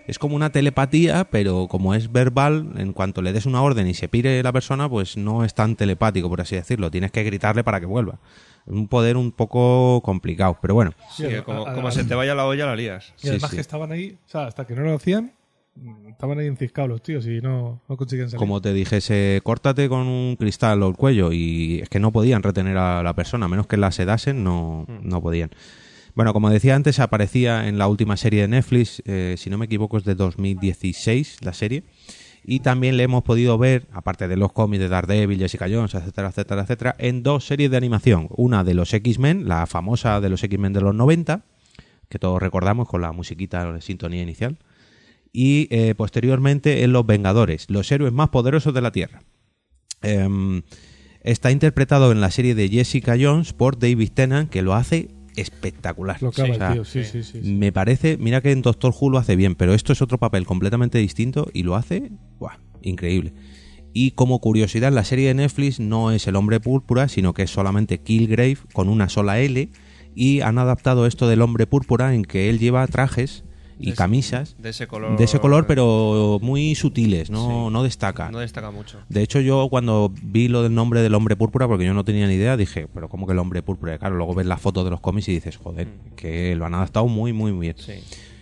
B: Es como una telepatía, pero como es verbal, en cuanto le des una orden y se pire la persona, pues no es tan telepático, por así decirlo. Tienes que gritarle para que vuelva. Un poder un poco complicado, pero bueno.
F: Sí, que como,
I: a- a-
F: como
I: a-
F: se te vaya la olla, la lías.
I: Y además
B: sí.
I: que estaban ahí, o sea, hasta que no lo hacían, mm, estaban ahí enciscados los tíos y no, no conseguían salir.
B: como te dijese, córtate con un cristal o el cuello. Y es que no podían retener a la persona, a menos que la sedasen, no, no podían. Bueno, como decía antes, aparecía en la última serie de Netflix, eh, si no me equivoco es de 2016 la serie. Y también le hemos podido ver, aparte de los cómics de Daredevil, Jessica Jones, etcétera, etcétera, etcétera, en dos series de animación. Una de los X-Men, la famosa de los X-Men de los 90, que todos recordamos con la musiquita de sintonía inicial y eh, posteriormente en Los Vengadores, los héroes más poderosos de la Tierra. Em, está interpretado en la serie de Jessica Jones por David Tennant, que lo hace espectacular.
I: Lo clava
B: O sea,
I: el tío, sí, sí, sí. sí.
B: Me parece, mira que en Doctor Who lo hace bien, pero esto es otro papel completamente distinto y lo hace, ¡buah! Increíble. Y como curiosidad, la serie de Netflix no es el hombre púrpura, sino que es solamente Killgrave con una sola L. Y han adaptado esto del hombre púrpura en que él lleva trajes y
F: De-
B: camisas
F: de ese color.
B: de ese color, pero muy sutiles, no, no destacan.
F: No destaca mucho.
B: De hecho, yo cuando vi lo del nombre del hombre púrpura, porque yo no tenía ni idea, dije, pero ¿cómo que el hombre púrpura? Y Claro, luego ves las fotos de los cómics y dices, joder, que lo han adaptado muy, muy bien.
F: Sí.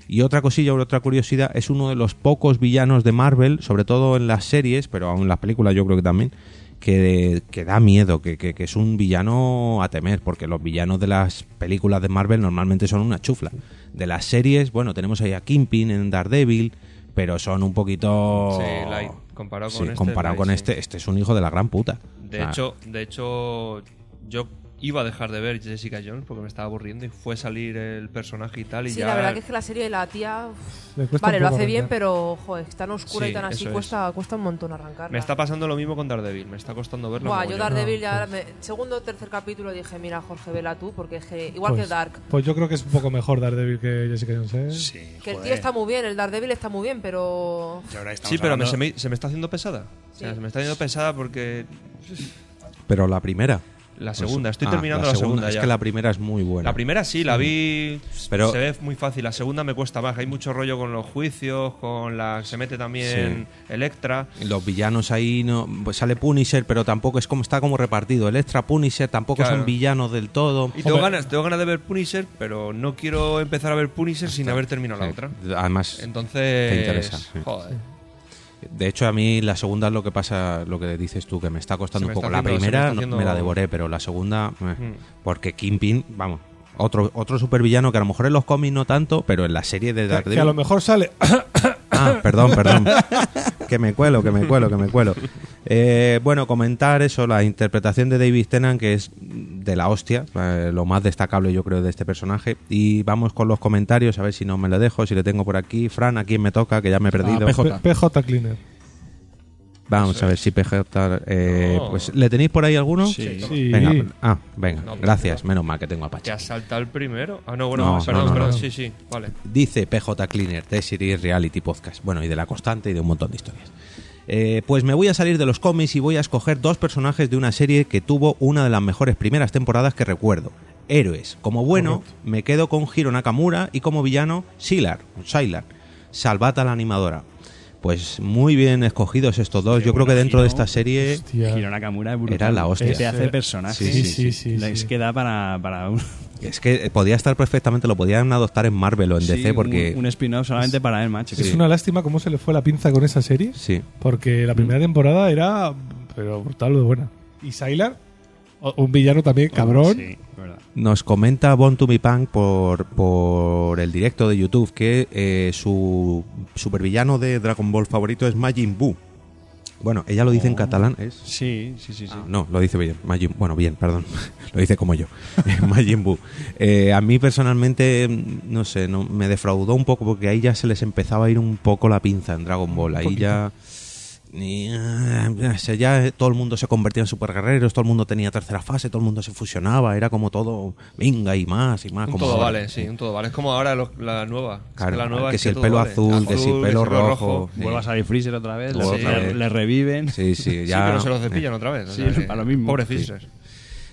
B: Y otra cosilla, otra curiosidad, es uno de los pocos villanos de Marvel, sobre todo en las series, pero aún en las películas yo creo que también, que, que da miedo, que, que- que es un villano a temer, porque los villanos de las películas de Marvel normalmente son una chufla. De las series, bueno, tenemos ahí a Kingpin en Daredevil, pero son un poquito...
F: Sí, light. Comparado con
B: Oh. Sí,
F: este,
B: comparado
F: light,
B: con
F: sí.
B: este, este es un hijo de la gran puta.
F: De
B: O sea,
F: hecho, de hecho, yo iba a dejar de ver Jessica Jones porque me estaba aburriendo y fue a salir el personaje y tal y
D: Sí,
F: ya. eh.
D: la verdad que es que la serie de la tía. uf,
I: Le cuesta
D: Vale,
I: un
D: lo
I: poco
D: hace bien,
I: arrancar.
D: pero joder, es tan oscura y
F: Sí,
D: tan así,
F: eso es.
D: cuesta, cuesta un montón arrancarla.
F: Me está pasando lo mismo con Daredevil, me está costando verlo.
D: Buah, yo
F: mogollón.
D: Daredevil
I: No,
D: ya. me- segundo o tercer capítulo dije, mira, Jorge, vela tú, porque es que. Igual
I: pues,
D: que Dark.
I: Pues yo creo que es un poco mejor Daredevil que Jessica Jones. ¿eh?
E: Sí,
D: Que el tío
E: joder.
D: está muy bien, el Daredevil está muy bien, pero.
E: Y ahora estamos
F: Sí, pero me-
E: hablando-
F: se, me, se me está haciendo pesada. O sea,
D: Sí.
F: se me está haciendo pesada porque
B: Pero la primera.
F: la segunda, estoy
B: Ah,
F: terminando la, segunda,
B: Es
F: ya.
B: que la primera es muy buena.
F: La primera sí, la vi.
B: Pero-
F: se ve muy fácil. La segunda me cuesta más. Hay mucho rollo con los juicios, con la. Se mete también Electra.
B: Los villanos ahí no pues sale Punisher, pero tampoco es como está como repartido. El extra Punisher tampoco
F: Claro.
B: son villanos del todo.
F: Y tengo
I: Hombre.
F: ganas, tengo ganas de ver Punisher, pero no quiero empezar a ver Punisher sin haber terminado la otra.
B: Además,
F: Entonces.
B: Te interesa, sí.
F: Joder.
B: de hecho a mí la segunda es lo que pasa, lo que dices tú, que me está costando
F: Se me
B: un poco.
F: está
B: la
F: haciendo- se me
B: primera
F: está
B: no-
F: haciendo- Mm.
B: me la devoré, pero la segunda eh, porque Kingpin, vamos, otro otro supervillano que a lo mejor en los cómics no tanto, pero en la serie de
I: Que,
B: Daredevil
I: que a lo mejor sale.
B: Ah, perdón, perdón. que me cuelo, que me cuelo, que me cuelo. Eh, bueno, comentar eso, la interpretación de David Tennant, que es de la hostia, eh, lo más destacable yo creo de este personaje. Y vamos con los comentarios, a ver si no me lo dejo, si le tengo por aquí. Fran, ¿a quién me toca? Que ya me he perdido.
I: Ah, P- PJ Cleaner.
B: Vamos a ver si PJ... eh,
F: No.
B: pues, ¿Le tenéis por ahí alguno?
I: Sí.
B: Venga, ah, venga,
F: No,
B: gracias, menos mal que tengo a
F: ¿Te
B: Pacha.
F: has saltado el primero? Ah, no,
B: No,
F: bueno,
B: no,
F: perdón,
B: no,
F: perdón.
B: no.
F: Sí, sí, vale.
B: Dice PJ Cleaner de Series Reality Podcast. Bueno, y de La Constante y de un montón de historias. Eh, pues me voy a salir de los cómics y voy a escoger dos personajes de una serie que tuvo una de las mejores primeras temporadas que recuerdo. Héroes. Como bueno, me quedo con Hiro Nakamura y como villano, Silar, Silar. Salvata la animadora. Pues muy bien escogidos estos dos.
E: Qué
B: Yo creo que
E: bueno,
B: dentro de
E: Hiro.
B: esta serie
I: Hostia.
E: Hiro Nakamura es brutal.
B: Era la hostia.
E: Qué pedazo de personaje.
B: Sí, sí,
I: sí, sí,
E: Les
I: sí.
E: queda para, para un,
B: es que eh, podía estar perfectamente, lo podían adoptar en Marvel o en
E: sí,
B: DC
E: un-
B: porque...
E: un, spin-off solamente para él, macho.
I: Es una lástima cómo se le fue la pinza con esa serie.
B: Sí.
I: Porque la primera temporada era. Pero brutal lo de buena. Y Sylar, o- un villano también, cabrón.
E: Sí, verdad.
B: Nos comenta Bon to Me Punk por, por el directo de YouTube que eh, su supervillano de Dragon Ball favorito es Majin Buu. Bueno, ella lo dice
E: Oh.
B: en catalán, ¿es?
E: Sí, sí, sí. sí.
B: Ah, no, lo dice bien. Majin- bueno, bien, perdón. lo dice como yo. Majin Buu. Eh, a mí personalmente, mm, no sé, no, me defraudó un poco porque ahí ya se les empezaba a ir un poco la pinza en Dragon Ball. Ahí ya.
F: Mm.
B: ni- ah, se- ya eh, todo el mundo se convertía en superguerreros, todo el mundo tenía tercera fase, todo el mundo se fusionaba, era como todo, venga y más y más.
F: Un
B: como
F: todo
B: ahora.
F: vale, sí, un todo vale. Es como ahora los- la nueva. Es
B: Claro,
F: la nueva
B: que
F: es
B: si el
F: todo
B: pelo
F: vale.
B: azul, que si el pelo rojo. Sí.
E: Vuelve a salir Freezer otra vez, le,
B: Otra
E: le-
B: vez.
E: le reviven.
B: Sí, sí, ya.
F: Sí, pero se lo cepillan otra vez. o
E: Sí,
F: sea que-
E: para lo mismo.
F: Pobre
E: Sí.
F: Fischer.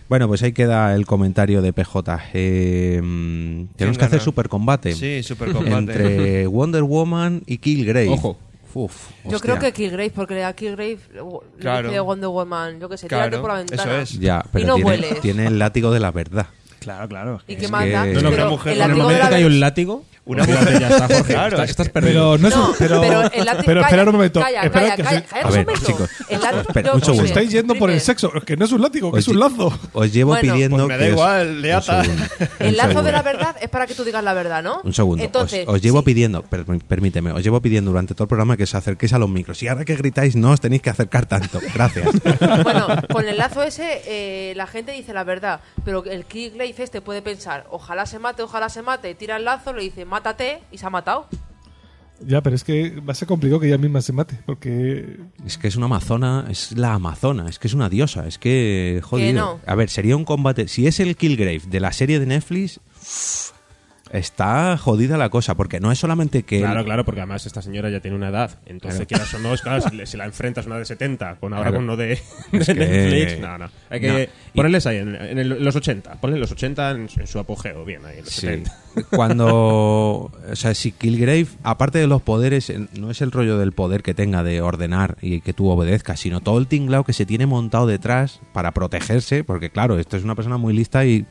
B: Bueno, pues ahí queda el comentario de PJ. Eh, mm, tenemos que
F: gana?
B: hacer supercombate.
F: Sí, supercombate.
B: Entre Wonder Woman y Killgrave.
F: Ojo.
B: Uf,
D: Yo creo
B: hostia.
D: que Killgrave, porque a Killgrave le
F: Claro.
D: dice Wonder Woman, yo que sé, tírate
F: Claro,
D: por la ventana.
F: eso es.
B: Ya, pero
D: no
B: tiene,
D: hueles.
B: tiene el látigo de la verdad.
E: Claro, claro. es
D: ¿Y
E: que-
D: qué más da?
B: que-
F: No, no,
D: Pero
F: una mujer-
D: el
F: en
H: En el
D: látigo de
H: momento
D: la
H: que hay un látigo,
F: Una
H: olvídate,
F: mujer-
H: ya está, Jorge.
F: Claro,
H: Está-
F: es
H: estás
F: que-
H: perdido.
I: Pero no,
D: No,
I: se- pero,
D: pero el látigo-
I: pero esperad
D: calla,
I: un momento.
D: calla,
I: esperad
D: calla,
I: que
D: calla,
I: se-
D: calla
B: A
D: un
B: ver,
D: momento.
B: chicos,
D: El látigo-
B: espera, un
D: Jorge,
B: segundo.
I: Os estáis yendo por el
D: Enrique,
I: sexo. Es que no es un látigo, que
B: Os
I: es un
B: lle-
I: lazo.
B: Os llevo
D: Bueno.
B: pidiendo.
F: Pues me da
B: que os-
F: igual, le
B: un
F: ata.
B: segundo, un
D: El lazo de
B: segundo.
D: la verdad es para que tú digas la verdad, ¿no?
B: Un segundo,
D: Entonces,
B: os, os llevo
D: sí.
B: pidiendo, per- permíteme, os llevo pidiendo durante todo el programa que os acerquéis a los micros. Y ahora que gritáis, no os tenéis que acercar tanto. Gracias.
D: Bueno, con el lazo ese eh, la gente dice la verdad, pero el Killgrave este puede pensar, ojalá se mate, ojalá se mate, tira el lazo, le dice, mátate, y se ha matado.
I: Ya, pero es que va a ser complicado que ella misma se mate. Porque.
B: Es que es una amazona, es la amazona, es que es una diosa, es que jodido.
D: no.
B: A ver, sería un combate. Si es el Killgrave de la serie de Netflix, Está jodida la cosa, porque no es solamente que.
H: Claro,
B: él-
H: claro, porque además esta señora ya tiene una edad. Entonces,
B: Claro.
H: quieras o no, es claro, si, le- si la enfrentas una de 70, con ahora
B: Claro.
H: con uno de,
B: Es
H: de
B: que- eh,
H: Netflix. No, no. Hay que
B: No.
H: ponerles ahí, en, en el- los 80. Ponle los 80 en, su- en su apogeo, bien, ahí, en los
B: Sí.
H: 70.
B: Cuando. O sea, si Kilgrave, aparte de los poderes, eh, no es el rollo del poder que tenga de ordenar y que tú obedezcas, sino todo el tinglao que se tiene montado detrás para protegerse, porque claro, esto es una persona muy lista y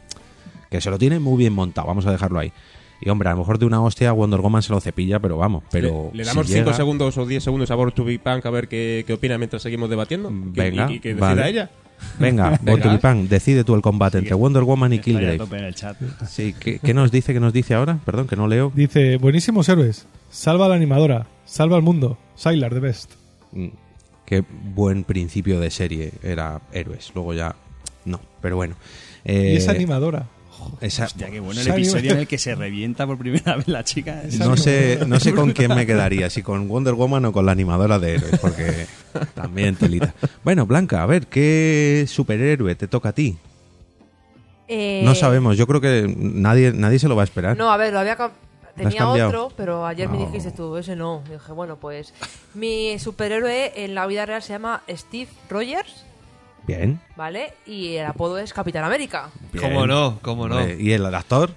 B: que se lo tiene muy bien montado, vamos a dejarlo ahí. Y hombre, a lo mejor de una hostia Wonder Woman se lo cepilla, pero vamos, pero...
H: le, le
B: si
H: damos 5
B: llega-
H: segundos o 10 segundos a Born to be Punk a ver qué, qué opina mientras seguimos debatiendo. Que-
B: Mm, Venga,
H: y, y que decida
B: vale.
H: ella.
B: Venga, Born to be Punk, decide tú el combate entre Wonder Woman y
E: Está ya a
B: Kilgrave.
E: tope en el chat.
B: Sí, ¿qué, qué nos dice? ¿Qué nos dice ahora? Perdón, que no leo.
I: Dice, buenísimos Este, héroes. Salva a la animadora. Salva al mundo. Sylar, the best.
B: Mm, Qué buen principio de serie era Héroes. Luego ya. No, pero bueno. Eh,
I: y es animadora.
B: esa-
E: Hostia, qué bueno el
I: Salió.
E: episodio en el que se revienta por primera vez la chica. Es-
B: no, sé, no sé con quién me quedaría, si con Wonder Woman o con la animadora de Héroes, porque también telita. Bueno, Blanca, a ver, ¿qué superhéroe te toca a ti?
D: Eh,
B: No sabemos, yo creo que nadie, nadie se lo va a esperar.
D: No, a ver, lo había cam- tenía
B: cambiado?
D: otro, pero ayer me
B: No.
D: dijiste tú, ese no. Y dije, bueno, pues mi superhéroe en la vida real se llama Steve Rogers,
B: Bien.
D: ¿vale? Y el apodo es Capitán América.
B: bien.
F: ¿Cómo no? ¿Cómo no?
B: Hombre, ¿Y el actor?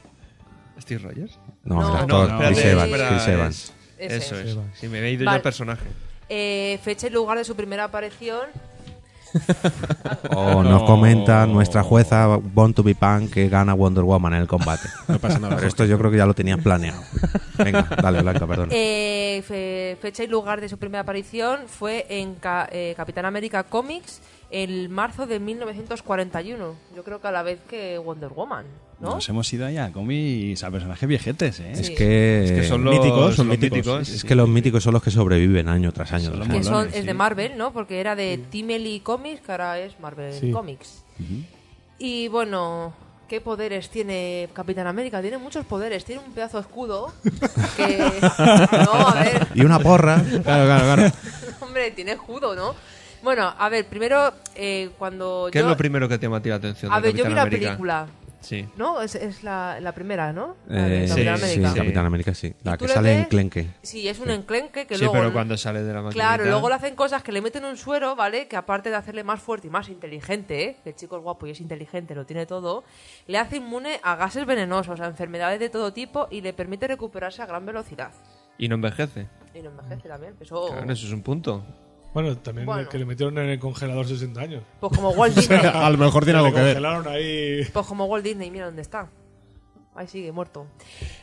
F: ¿Steve Rogers?
B: No,
D: No,
B: el
D: no,
B: actor,
D: espérate,
B: Chris Evans.
D: espera,
B: Chris
F: es-
B: Evans.
D: Ese
F: Eso
D: es.
F: es. Si me he ido
D: Vale.
F: yo al personaje.
D: Eh, fecha y lugar de su primera aparición.
F: Oh.
B: O Oh, nos comenta nuestra jueza Born to be Punk que gana Wonder Woman en el combate. No pasa nada. Pero esto yo creo que ya lo tenías planeado. Venga, dale, Blanca, Ah, perdón.
D: Eh, fe- fecha y lugar de su primera aparición fue en Ca- eh, Capitán América Comics el marzo de 1941. Yo creo que a la vez que Wonder Woman, ¿no?
E: Nos hemos ido allá a cómics a personajes viejetes, ¿eh?
D: Sí.
B: es, que,
F: Es que son los
H: míticos, son
F: los
H: míticos.
F: míticos.
B: es que los míticos son los que sobreviven año tras año.
E: Son
B: tras
E: los
B: año.
D: que son,
E: Molones,
D: es de
E: sí.
D: Marvel, ¿no? Porque era de Timely Comics, que ahora es Marvel
I: Sí.
D: Comics. Y bueno, ¿qué poderes tiene Capitán América? Tiene muchos poderes. Tiene un pedazo de escudo que... No, a ver,
B: Y una porra.
H: Claro, claro, claro.
D: hombre, tiene escudo, ¿no? Bueno, a ver, primero, eh, cuando
F: ¿Qué
D: yo...
F: es lo primero que te mató la atención?
D: a
F: de
D: ver, yo vi
F: Capitán
D: la
F: América?
D: película,
F: Sí.
D: ¿no? Es, es la, la primera, ¿no? La de
B: Eh, sí,
D: Capitán
B: sí,
D: América.
B: Capitán América, sí.
D: Y
B: La
D: tú
B: que
D: le
B: sale en
D: ves-
B: Clenque.
D: Sí, es un enclenque que
F: Sí,
D: luego...
F: pero cuando sale de la máquina.
D: Claro, luego le hacen cosas que le meten un suero, ¿vale? Que aparte de hacerle más fuerte y más inteligente, ¿eh? que el chico es guapo y es inteligente, lo tiene todo, le hace inmune a gases venenosos, a enfermedades de todo tipo y le permite recuperarse a gran velocidad.
F: Y no envejece.
D: Y no envejece también, eso...
F: Claro, eso es un punto.
I: Bueno, también
D: Bueno.
I: que le metieron en el congelador 60 años.
D: Pues como Walt Disney.
H: A lo mejor tiene
I: le
H: algo que ver.
I: congelaron ahí.
D: pues como Walt Disney, mira dónde está. Ahí sigue, muerto.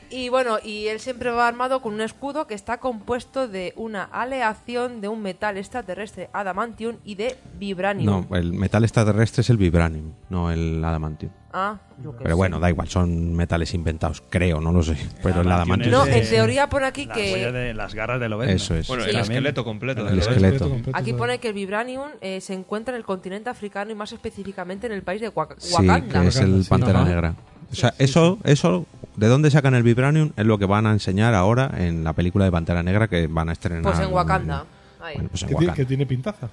D: Y bueno, y él siempre va armado con un escudo que está compuesto de una aleación de un metal extraterrestre, adamantium, y de vibranium.
B: No, el metal extraterrestre es el vibranium, no el adamantium.
D: Ah, yo qué
B: Pero
D: sé.
B: bueno, da igual, son metales inventados, creo, no lo sé. Pero el adamantium.
D: No,
E: es de-
D: en teoría pone aquí
E: Las,
D: que...
E: huellas de, las garras de Lobezno.
B: Eso es.
F: Bueno,
D: Sí.
F: el
D: También.
F: esqueleto completo.
B: El
F: de verdad.
B: esqueleto.
I: completo,
D: Aquí
I: ¿sabes?
D: pone que el vibranium eh, se encuentra en el continente africano y más específicamente en el país de Wak-
B: Sí,
D: Wakanda.
B: que es el
I: Sí.
B: Pantera
I: Ajá.
B: Negra. O sea, eso, eso, ¿de dónde sacan el Vibranium? Es lo que van a enseñar ahora en la película de Pantera Negra que van a estrenar.
D: Pues en Wakanda. Ahí.
B: Ah, Bueno, pues en
I: Que, tiene,
B: Wakanda.
I: que tiene pintaza.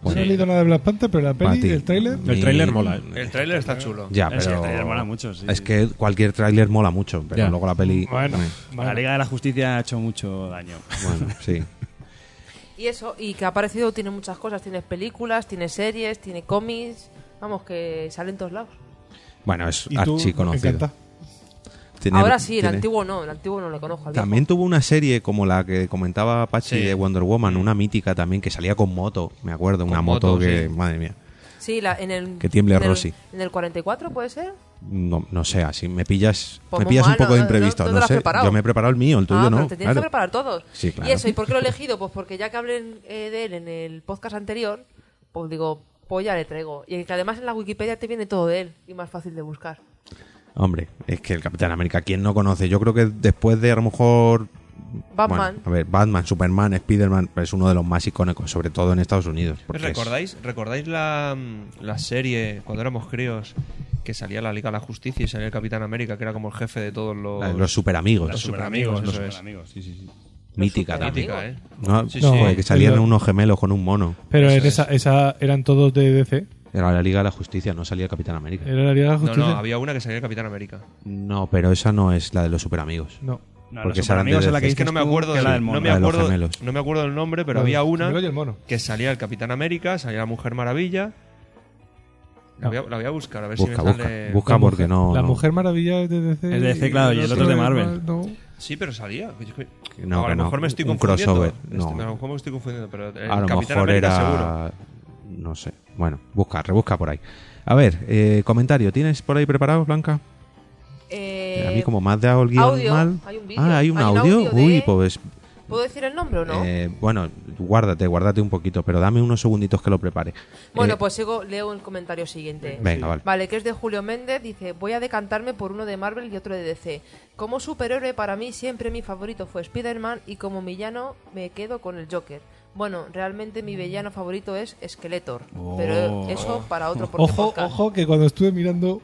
B: Bueno,
I: no he leído nada de Black Panther, pero la
B: para ti.
I: peli, el tráiler...
B: Mi-
H: El tráiler mola, ¿eh?
F: El tráiler está chulo.
B: Ya,
E: Es que el
B: pero.
E: tráiler mola mucho, sí.
B: Es que cualquier tráiler mola mucho, pero
H: Ya.
B: luego la peli.
I: Bueno,
B: eh,
E: La
I: vale.
E: Liga de la Justicia ha hecho mucho daño.
B: bueno, sí.
D: Y eso, y que ha aparecido, tiene muchas cosas. Tiene películas, tiene series, tiene cómics. Vamos, que sale en todos lados.
B: Bueno, es
I: Y tú,
B: archi conocido.
I: encanta.
B: Tiene-
D: Ahora sí, el
B: tiene-
D: antiguo no, el antiguo no lo conozco. al viejo.
B: También tuvo una serie como la que comentaba Pachi
F: Sí. Mm.
B: de Wonder Woman, una mítica también que salía con moto, me acuerdo, una moto,
F: moto,
B: que,
F: sí.
B: madre mía,
D: Sí, la- en el.
B: Que tiemble
D: en el-
B: Rosy.
D: En el 44, ¿puede ser?
B: No, no sé, así me pillas,
D: Pues
B: me
D: muy
B: pillas un
D: mal,
B: poco de
D: ¿no?
B: imprevisto.
D: ¿No te
B: No,
D: lo has
B: sé,
D: preparado?
B: yo me he preparado el mío, el tuyo
D: ah, pero
B: no.
D: te tienes
B: claro.
D: que preparar todos.
B: Sí, claro.
D: Y eso, ¿y por qué lo he elegido? Pues porque ya que hablé eh, de él en el podcast anterior, pues digo, pues ya le traigo. Y que además en la Wikipedia te viene todo de él y más fácil de buscar.
B: Hombre, es que el Capitán América, ¿quién no conoce? Yo creo que después de a lo mejor.
D: Batman.
B: bueno, a ver, Batman, Superman, Spider-Man es uno de los más icónicos, sobre todo en Estados Unidos. porque es-
F: ¿Recordáis, ¿Recordáis la, mm, la serie cuando éramos críos que salía la Liga de la Justicia y salía el Capitán América, que era como el jefe de todos los.
B: la- Los superamigos.
F: Los superamigos,
E: los
F: eso es.
E: superamigos, sí, sí, sí.
B: mítica
D: Los
B: también.
F: Mítica, ¿eh?
B: No,
F: Sí,
B: no,
F: sí.
B: que salían
I: Pero-
B: unos gemelos con un mono.
I: Pero
F: Eso
I: en
F: es.
I: esa, esa eran todos de DC.
B: Era la Liga de la Justicia, no salía Capitán América.
I: ¿Era la Liga de la
F: No,
I: Justicia?
F: no, había una que salía el Capitán América.
B: No, pero esa no es la de los superamigos.
I: No.
E: No,
B: Porque
E: los
B: serán de
E: superamigos es la
B: DC.
E: que
F: Es que
E: dices
F: no me
E: tú,
F: acuerdo
E: que es la
F: del-
E: del
F: no
E: mono.
F: me
B: La de Ah, los
F: acuerdo,
B: gemelos.
F: no me acuerdo del nombre, pero
I: Lo
F: había
I: del
F: una
I: gemelo y el mono.
F: que salía el Capitán América, salía la Mujer Maravilla. La,
I: No.
F: voy a, la voy a buscar, a ver
B: Busca,
F: si me
B: busca.
F: sale.
B: Busca
I: La
B: porque
I: mujer-
B: no.
I: La
B: no.
I: Mujer Maravilla es de DC.
E: Es de DC, claro, y el otro es de Marvel.
I: no.
F: Sí, pero salía. Es que-
B: Que no,
F: a
B: que
F: lo
B: no.
F: mejor me estoy
B: Un
F: confundiendo.
B: crossover,
F: Estoy-
B: no.
F: A lo mejor me estoy confundiendo, pero el
B: A lo
F: Eh, Capitán
B: mejor
F: América
B: era.
F: seguro.
B: No sé. Bueno, busca, rebusca por ahí. A ver, eh, comentario. ¿Tienes por ahí preparado, Blanca?
D: Eh,
B: a mí, como me has dado el guión
D: audio.
B: mal.
D: Hay un vídeo.
B: ah, hay un audio.
D: de-
B: Uy, pues.
D: ¿Puedo decir el nombre o no?
B: eh, bueno, guárdate, guárdate un poquito, pero dame unos segunditos que lo prepare.
D: bueno,
B: Eh,
D: pues sigo, leo el comentario siguiente.
B: Venga, vale.
D: Vale, que es de Julio Méndez, dice, voy a decantarme por uno de Marvel y otro de DC. Como superhéroe para mí siempre mi favorito fue Spider-Man y como villano me quedo con el Joker. Bueno, realmente mi villano favorito es Skeletor, pero eso para otro porque
I: Oh. Ojo,
D: podcast.
I: ojo, que cuando estuve mirando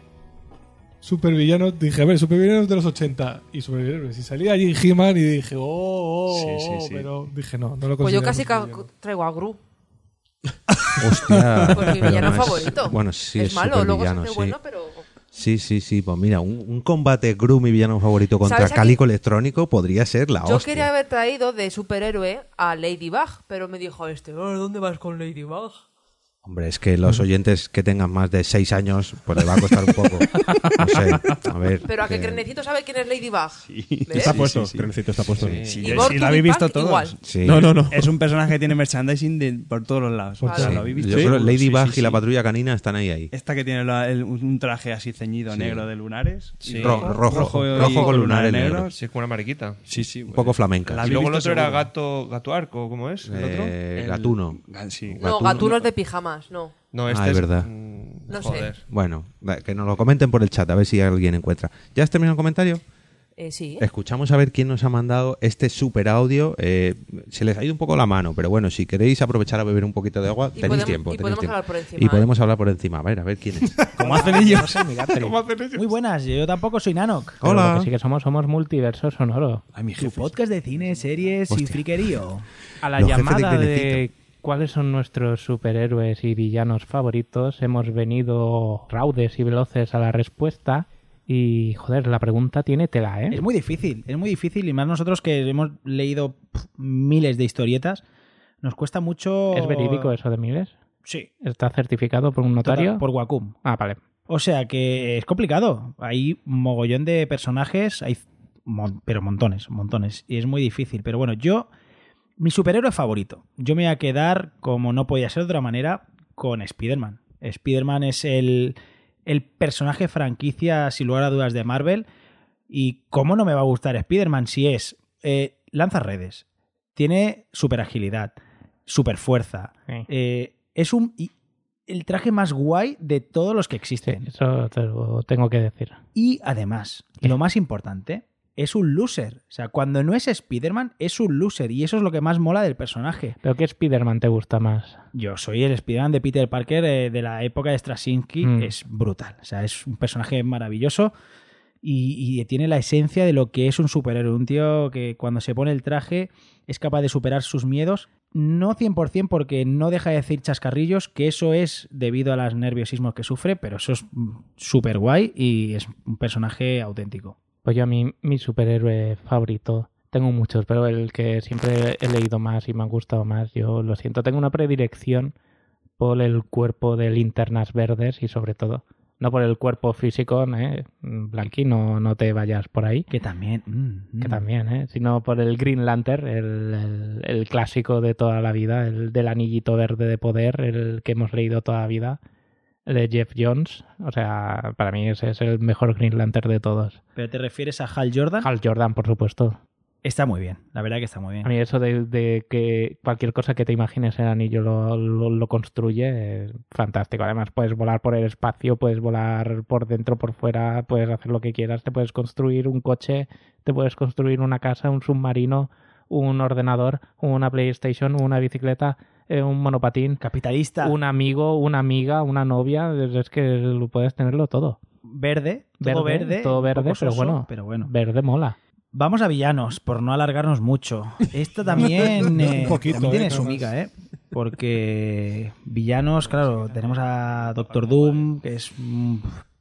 I: Supervillanos, dije, a ver, Supervillanos de los 80 y Supervillanos. Y salía allí He-Man y dije, oh, oh,
E: Sí, sí,
I: oh,
E: sí.
I: pero dije, no, no lo
D: Pues yo
I: considero
D: casi ca-
I: supervillano.
D: traigo a Gru.
B: Hostia.
D: Pues mi
B: pero
D: villano
B: no es-
D: favorito.
B: Bueno, sí, es,
D: malo, luego se
B: supervillano,
D: hace
B: sí.
D: bueno, pero...
B: Sí, sí, sí. Pues mira, un, un combate Gru, mi villano favorito, contra
D: ¿Sabes a
B: Cálico Electrónico podría ser la
D: Yo
B: hostia.
D: quería haber traído de superhéroe a Ladybug, pero me dijo este, "Oh, ¿dónde vas con Ladybug?
B: Hombre, es que los oyentes que tengan más de seis años, pues les va a costar un poco. No sé, a ver.
D: Pero a que
B: eh,
D: Crenecito sabe quién es Ladybug. ¿Ves?
H: Está puesto, Crenecito, está puesto.
E: Sí,
D: Y
E: sí,
D: Born to
E: lo habéis
D: be
E: visto
D: Punk
E: todos.
D: igual.
B: sí.
H: No, no, no.
E: Es un personaje que tiene merchandising de- por todos los lados.
I: Por
E: O sea,
B: Sí.
I: todos.
E: ¿lo habéis visto?
B: Yo creo que Lady
E: Sí,
B: Bug
E: sí,
B: y la
E: sí.
B: patrulla canina están ahí, ahí.
E: Esta que tiene la- el- un traje así ceñido
B: Sí.
E: negro de lunares.
F: Sí.
E: Y
B: Ro- rojo,
E: y
B: rojo con lunares negros.
F: Sí, es como una mariquita.
E: Sí, sí. Un
B: poco flamenca.
F: y luego el otro era gato, gato arco, ¿cómo es? ¿El otro?
B: Eh,
F: El-
B: Gatuno.
E: Sí.
D: No, Gatuno es de pijamas, no.
F: No,
B: Ah,
F: este
B: es
F: es
B: verdad.
F: mm,
D: No sé.
F: joder.
B: Bueno, da- que nos lo comenten por el chat, a ver si alguien encuentra. ¿Ya has terminado el comentario?
D: Eh, sí.
B: Escuchamos a ver quién nos ha mandado este super audio. Eh, se les ha ido un poco la mano, pero bueno, si queréis aprovechar a beber un poquito de agua,
D: Y
B: tenéis
D: podemos-
B: tiempo.
D: y
B: tenéis
D: podemos
B: tiempo.
D: hablar por encima,
B: Y
D: ¿eh?
B: podemos hablar por encima. A ver, a ver quién es.
E: ¿Cómo hacen ellos?
J: Muy buenas, yo tampoco soy Nanok.
B: Hola.
J: Pero lo que sí que somos, somos multiverso sonoro.
E: Ay, mi
J: Tu
E: jefe.
J: podcast de cine, series y friquerío. A la
B: Los jefes de
J: llamada de, ¿eh?
B: Crenecito.
J: cuáles son nuestros superhéroes y villanos favoritos, hemos venido raudes y veloces a la respuesta. Y, joder, la pregunta tiene tela, ¿eh?
K: Es muy difícil, es muy difícil. Y más nosotros que hemos leído pf, miles de historietas, nos cuesta mucho.
J: ¿Es verídico eso de Miles?
K: Sí.
J: ¿Está certificado por un
K: total,
J: notario?
K: por Wacom.
J: Ah, vale.
K: O sea que es complicado. Hay mogollón de personajes, hay mon- pero montones, montones. Y es muy difícil. Pero bueno, yo. Mi superhéroe favorito. Yo me voy a quedar, como no podía ser de otra manera, con Spider-Man. Spider-Man es el, el personaje franquicia, sin lugar a dudas, de Marvel. ¿Y cómo no me va a gustar Spider-Man si es? eh, lanza redes, tiene super agilidad, super fuerza.
J: Sí.
K: eh, es un, y- el traje más guay de todos los que
J: Sí,
K: existen.
J: eso te lo tengo que decir.
K: Y además,
J: ¿Qué?
K: lo más importante, es un loser. O sea, cuando no es Spider-Man, es un loser. Y eso es lo que más mola del personaje.
J: ¿Pero qué Spider-Man te gusta más?
K: Yo soy el Spider-Man de Peter Parker eh, de la época de Straczynski.
J: Mm.
K: Es brutal. O sea, es un personaje maravilloso y, y tiene la esencia de lo que es un superhéroe. Un tío que cuando se pone el traje es capaz de superar sus miedos. No 100% porque no deja de decir chascarrillos, que eso es debido a los nerviosismos que sufre, pero eso es súper guay y es un personaje auténtico.
J: Pues yo a mí, mi superhéroe favorito, tengo muchos, pero el que siempre he leído más y me ha gustado más, yo lo siento, tengo una predilección por el cuerpo de linternas verdes y sobre todo, no por el cuerpo físico, ¿eh? Blanqui, no, no te vayas por ahí,
K: Que también... mm,
J: que
K: mm.
J: también, ¿eh? sino por el Green Lantern, el, el- el clásico de toda la vida, el del anillito verde de poder, el que hemos leído toda la vida, el de Jeff Jones, o sea, para mí ese es el mejor Green Lantern de todos.
K: ¿Pero te refieres a Hal Jordan?
J: Hal Jordan, por supuesto.
K: Está muy bien, la verdad que está muy bien.
J: A mí eso de, de que cualquier cosa que te imagines el anillo lo, lo- lo construye es fantástico. Además, puedes volar por el espacio, puedes volar por dentro, por fuera, puedes hacer lo que quieras, te puedes construir un coche, te puedes construir una casa, un submarino, un ordenador, una PlayStation, una bicicleta, eh, un monopatín,
K: Capitalista
J: un amigo, una amiga, una novia. Es que lo puedes tenerlo todo.
K: verde, todo
J: Verde,
K: verde,
J: todo
K: un
J: verde,
K: poco
J: pero
K: soso,
J: bueno.
K: pero bueno.
J: Verde mola.
K: Vamos a villanos, por no alargarnos mucho. Esta también, eh,
I: Un poquito,
K: también tiene
I: eh,
K: su
I: nada más.
K: miga, ¿eh? Porque villanos, claro, tenemos a Doctor Doom, que es... mm,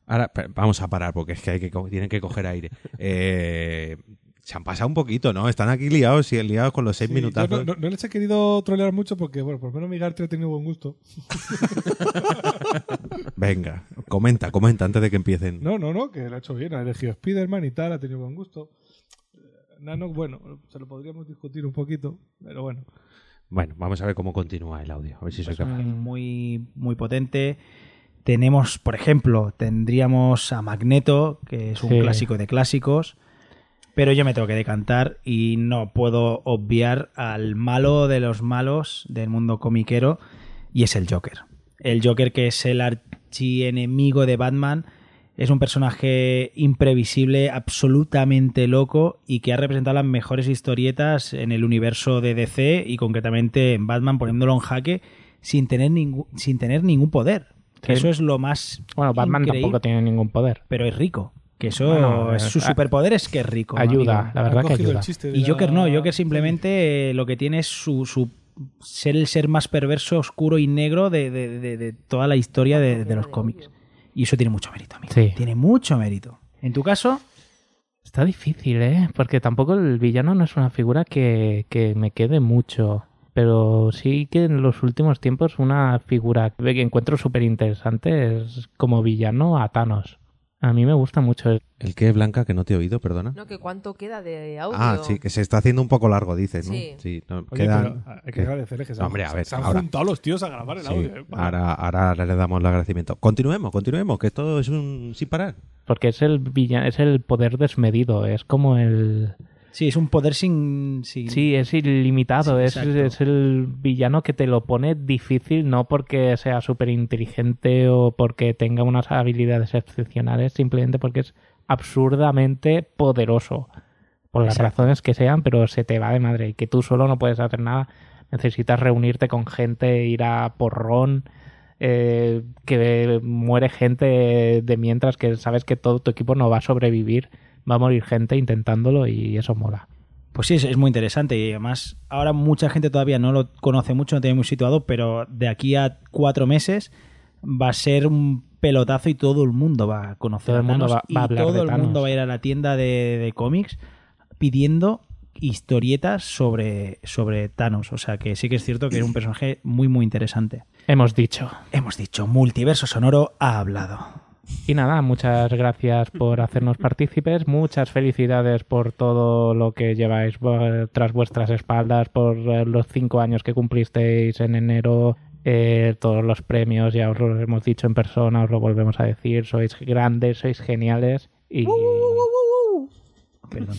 B: Ahora pe- vamos a parar porque es que, hay que co- tienen que coger aire. Eh, se han pasado un poquito, ¿no? Están aquí liados y liados con los seis
I: Sí,
B: minutazos.
I: yo no, no- no les he querido trolear mucho porque, bueno, por lo menos mi Gartry ha tenido buen gusto.
B: Venga, comenta, comenta antes de que empiecen.
I: no, no, no, que lo ha hecho bien. Ha elegido Spider-Man y tal, ha tenido buen gusto. Eh, Nano, bueno, se lo podríamos discutir un poquito, pero bueno.
B: Bueno, vamos a ver cómo continúa el audio. A ver
I: Pues
B: si soy capaz.
K: personaje pues, mm, muy, muy potente. Tenemos, por ejemplo, tendríamos a Magneto, que es un
J: Sí.
K: clásico de clásicos. Pero yo me tengo que decantar y no puedo obviar al malo de los malos del mundo comiquero, y es el Joker. El Joker, que es el archienemigo de Batman, es un personaje imprevisible, absolutamente loco y que ha representado las mejores historietas en el universo de DC y concretamente en Batman poniéndolo en jaque sin tener, ningú- sin tener ningún poder. Que
J: Sí.
K: eso es lo más.
J: Bueno, Batman
K: increíble,
J: tampoco tiene ningún poder.
K: Pero es rico. Que eso
J: Bueno, eh,
K: es su
J: a-
K: superpoder es que es rico.
J: ayuda,
K: amigo.
J: la verdad Ha que cogido el ayuda. chiste de
K: Y
J: la-
K: Joker no, Joker simplemente eh, lo que tiene es su, su ser el ser más perverso, oscuro y negro de, de- de- de toda la historia de, de los cómics. Y eso tiene mucho mérito, amigo.
J: Sí.
K: Tiene mucho mérito. En tu caso,
J: Está difícil, ¿eh? Porque tampoco el villano no es una figura que, que me quede mucho. Pero sí que en los últimos tiempos una figura que encuentro súper interesante es como villano a Thanos. A mí me gusta mucho. el-
B: ¿El qué, Blanca? Que no te he oído, perdona.
D: No, que cuánto queda de audio.
B: Ah, sí, que se está haciendo un poco largo, dices, ¿no?
D: Sí.
B: no,
I: Oye,
B: quedan-
I: pero ah, hay que agradecerles que se
B: No,
I: han-
B: hombre, a ver,
I: se han
B: ahora,
I: juntado los tíos a grabar el
B: sí,
I: audio. ¿eh?
B: ahora, ahora le damos el agradecimiento. Continuemos, continuemos, que esto es un sin parar.
J: Porque es el, villa- es el poder desmedido, es como el...
K: sí, es un poder sin. sin-
J: Sí, es ilimitado,
K: Sí,
J: es,
K: exacto.
J: es el villano que te lo pone difícil, no porque sea súper inteligente o porque tenga unas habilidades excepcionales, simplemente porque es absurdamente poderoso, por las
K: Exacto.
J: razones que sean, pero se te va de madre y que tú solo no puedes hacer nada, necesitas reunirte con gente, ir a porrón. eh, que muere gente de mientras que sabes que todo tu equipo no va a sobrevivir, va a morir gente intentándolo y eso mola.
K: Pues sí, es, es muy interesante y además ahora mucha gente todavía no lo conoce mucho, no tiene muy situado, pero de aquí a cuatro meses va a ser un pelotazo y todo el mundo va a conocer
J: Todo el
K: a
J: mundo
K: Thanos
J: va- va a
K: y
J: hablar
K: todo
J: de
K: el
J: Thanos.
K: mundo va a ir a la tienda de, de cómics pidiendo historietas sobre, sobre Thanos. O sea que sí que es cierto que es un personaje muy muy interesante.
J: Hemos dicho.
K: Hemos dicho, multiverso sonoro ha hablado.
J: Y nada, muchas gracias por hacernos partícipes, muchas felicidades por todo lo que lleváis eh, tras vuestras espaldas, por eh, los cinco años que cumplisteis en enero, eh, todos los premios, ya os lo hemos dicho en persona, os lo volvemos a decir, sois grandes, sois geniales y
K: ¡Uh! Perdón.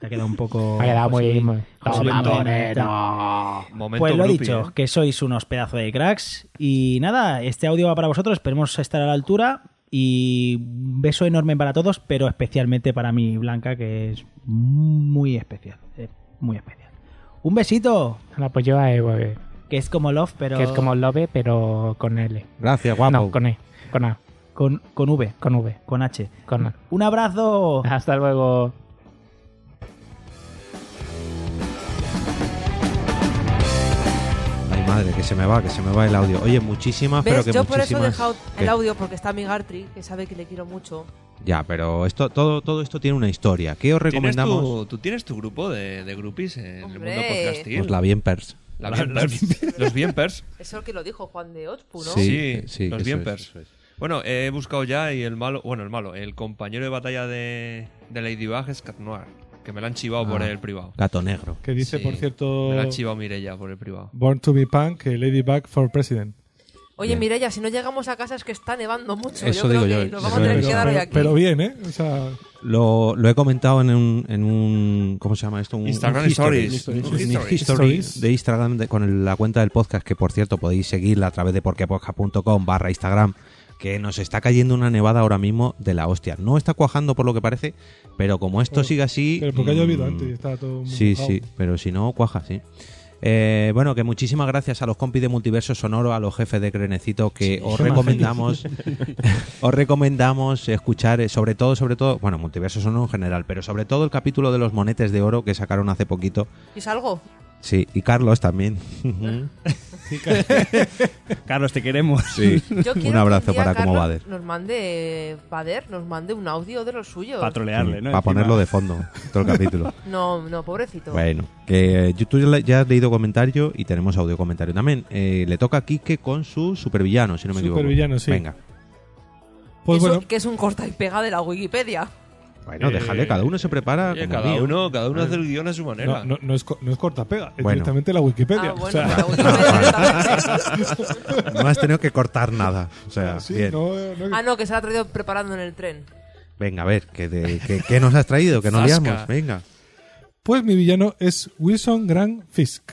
K: Te ha quedado un poco.
J: ha quedado muy...
K: José Luis-
J: muy-
K: José Luis
J: Toma,
K: Moreno.
J: Moreno.
K: pues lo he dicho, que sois unos pedazos de cracks. Y nada, este audio va para vosotros, esperemos estar a la altura. Y un beso enorme para todos, pero especialmente para mi Blanca, que es muy especial. es muy especial. Un besito,
J: Bueno, pues yo a Evo, eh,
K: que es como Love, pero
J: que es como Love, pero con L.
B: Gracias, guapo.
J: No, con E, con A,
K: con, con V,
J: con V,
K: con H.
J: con A.
K: Un abrazo.
J: Hasta luego.
B: Ay, madre, que se me va, que se me va el audio. Oye, muchísimas, pero
D: ¿Ves?
B: que
D: Yo por
B: muchísimas.
D: eso he dejado el
B: ¿Qué?
D: audio porque está mi Gartry, que sabe que le quiero mucho.
B: Ya, pero esto, todo, todo esto tiene una historia. ¿Qué os
F: ¿Tienes
B: recomendamos?
F: tu, tú tienes tu grupo de, de groupies en el mundo
D: Hombre.
F: podcastil.
B: Pues la Bienpers.
F: La Bienpers. los Bienpers.
D: Eso es lo que lo dijo Juan de Otspu, ¿no?
B: Sí,
F: Sí,
B: sí, eso
F: los
B: es,
F: Bienpers.
B: eso es.
F: Bueno, he buscado ya y el malo, bueno, el malo, el compañero de batalla de, de Ladybug es Cat Noir, que me lo han chivado por
B: Ah.
F: el privado.
B: Gato negro.
I: Que dice,
F: Sí,
I: por cierto,
F: Me lo han chivado Mirella por el privado.
I: Born to be Punk, que Ladybug for President.
D: Oye,
B: Bien.
D: Mireya, si no llegamos a casa es que está nevando mucho.
B: Eso
D: yo creo
B: digo yo,
D: que nos
B: eso
D: vamos a tener
B: digo
D: que
B: yo.
D: quedar hoy
I: pero,
D: aquí.
I: pero bien, ¿eh? O sea,
B: Lo, lo he comentado en un, en un. ¿Cómo se llama esto? Un,
F: Instagram
B: un history.
F: Stories.
B: Un
F: Stories.
B: history
I: Stories.
B: de Instagram de- con el- la cuenta del podcast, que por cierto podéis seguirla a través de porquepodcast.com barra Instagram, que nos está cayendo una nevada ahora mismo de la hostia. No está cuajando por lo que parece, pero como esto
I: Bueno,
B: sigue así.
I: pero porque ha llovido
B: mm,
I: antes y estaba todo muy
B: Sí,
I: mojado.
B: sí, pero si no, cuaja, sí. Eh, bueno, que muchísimas gracias a los compis de Multiverso Sonoro, a los jefes de Crenecito, que os recomendamos, os recomendamos escuchar, eh, sobre todo, sobre todo, bueno, Multiverso Sonoro en general, pero sobre todo el capítulo de los monetes de oro que sacaron hace poquito,
D: ¿Y salgo?
B: Sí, y Carlos también.
E: Carlos, te queremos.
B: Sí.
D: Yo quiero
B: un
D: que
B: abrazo
D: día
B: para como
D: Carlos
B: Bader.
D: Nos mande Bader, nos mande un audio de los suyos.
E: Para trolearle, ¿no?
B: Para
E: Encima.
B: ponerlo de fondo, todo el capítulo.
D: No, no, pobrecito.
B: Bueno, que eh, yo- tú ya le- ya has leído comentario y tenemos audio comentario también. Eh, le toca a Quique con su supervillano, si no me equivoco.
I: Supervillano, sí.
B: Venga.
I: Pues
D: Eso
I: bueno,
D: que es un corta y pega de la Wikipedia.
B: Bueno, déjale, cada uno se prepara.
F: Eh, oye,
B: como
F: cada
B: mío.
F: uno- cada uno hace el guión a su
I: no,
F: manera.
I: no, no es, co- no es corta pega, es
B: Bueno.
I: directamente la Wikipedia.
D: Ah, bueno,
I: o sea, Ah,
D: la Wikipedia también.
B: No has tenido que cortar nada. O sea,
I: sí,
B: bien.
I: no, eh, no-
D: Ah, no, que se la ha traído preparando en el tren.
B: Venga, a ver, ¿qué, de- qué- qué nos has traído? Que nos
F: Zasca.
B: liamos. Venga.
I: Pues mi villano es Wilson Grand Fisk.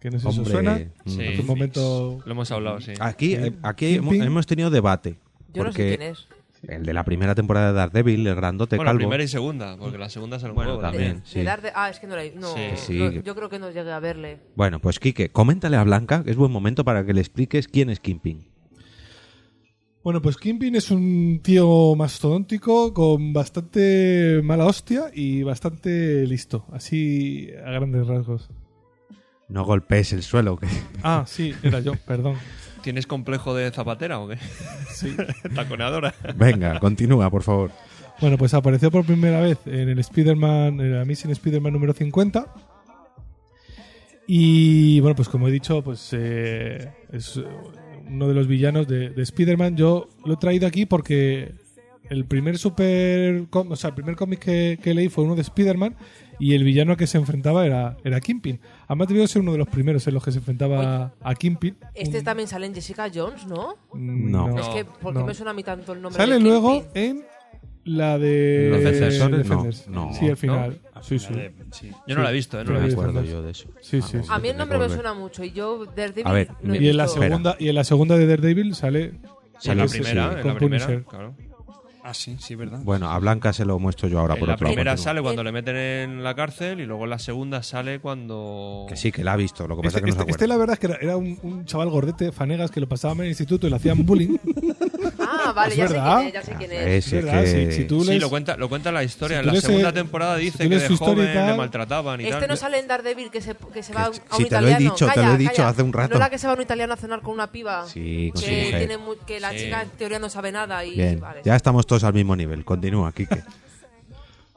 I: Que no sé si os
B: Hombre.
I: suena.
B: Mm.
F: Sí,
I: hace un momento-
F: Lo hemos hablado, sí.
B: Aquí, eh, aquí
I: Kingpin.
B: hemos, hemos tenido debate.
D: Yo no sé
B: porque
D: quién es.
B: El de la primera temporada de Daredevil, el grandote
F: bueno,
B: calvo.
F: primera y segunda, porque la segunda es el
B: Bueno,
F: juego.
D: De-
B: también.
D: de
B: sí.
D: dar de- ah, es que no la he- no,
F: Sí.
B: Sí.
D: no, Yo creo que no llegué a verle.
B: Bueno, pues Quique, coméntale a Blanca, que es buen momento para que le expliques quién es Kingpin.
I: Bueno, pues Kingpin es un tío mastodóntico con bastante mala hostia y bastante listo. Así a grandes rasgos.
B: No golpees el suelo. Que...
I: Ah, sí, era yo, perdón.
F: ¿Tienes complejo de zapatera o qué?
I: Sí.
F: Taconadora.
B: Venga, continúa, por favor.
I: Bueno, pues apareció por primera vez en el Spider-Man, en el Amazing Spider-Man número 50. Y bueno, pues como he dicho, pues eh, es eh, uno de los villanos de, de Spider-Man. Yo lo he traído aquí porque el primer super, com- o sea, el primer cómic que, que leí fue uno de Spider-Man y el villano al que se enfrentaba era, era Kingpin. Además, debió ser uno de los primeros en los que se enfrentaba a Kingpin.
D: Este
I: Un-
D: también sale en Jessica Jones, ¿no?
B: No.
D: es que, ¿por qué
I: Mm. no.
D: me suena a mí tanto el nombre
I: Sale
D: de
I: luego
D: Kingpin?
I: en la de
B: Los Defensores, no,
I: Defenders.
B: no,
I: sí, al final. Sí, sí.
F: Yo no la he visto, ¿eh? No
I: Sí.
F: la he
B: Me
F: visto.
B: acuerdo yo de eso.
I: Sí, sí, sí.
D: A mí el nombre me
B: Volver.
D: suena mucho y yo Daredevil
B: A ver,
D: no he
I: Y en la
D: visto.
B: Espera.
I: segunda y en la segunda de Daredevil sale
F: Sí, en la
I: Sí, sí,
F: primera,
I: sí,
F: en
I: con
F: la primera,
I: Punisher.
F: claro. Ah, sí, sí, verdad.
B: Bueno, a Blanca se lo muestro yo ahora
F: en
B: por
F: la
B: otro lado,
F: primera
B: continúa.
F: sale cuando le meten en la cárcel y luego en la segunda sale cuando...
B: Que sí, que la ha visto, lo que pasa
I: Este,
B: es que no se acuerda.
I: este- este, la verdad es que era, era un, un chaval gordete, fanegas, que lo pasaban en el instituto y le hacían bullying.
D: Ah, vale,
I: Es
D: ya
I: verdad.
D: sé quién es, ya sé quién es.
B: Es, es
I: ¿Verdad?
B: Ah, que-
I: Si, si tú
F: Sí,
I: lees-
F: lo cuenta, lo cuenta la
I: si
F: historia. en
I: tú
F: la
I: lees
F: segunda
I: el-
F: temporada dice
I: si tú
F: que
I: lees su
F: de
I: historia y
F: joven
I: tal-
F: le maltrataban y
D: Este
F: tal.
D: no sale en Daredevil que se, que se va a un,
B: si
D: a un
B: te lo he
D: italiano.
B: dicho, te lo he
D: Calla,
B: dicho
D: calla.
B: hace un rato.
D: No la que se va a un italiano a cenar con una piba.
B: Sí, con su
D: que,
B: mujer.
D: tiene mu- que la
F: Sí.
D: chica en teoría no sabe nada y
B: Bien,
D: vale.
B: ya estamos todos al mismo nivel. Continúa, Quique.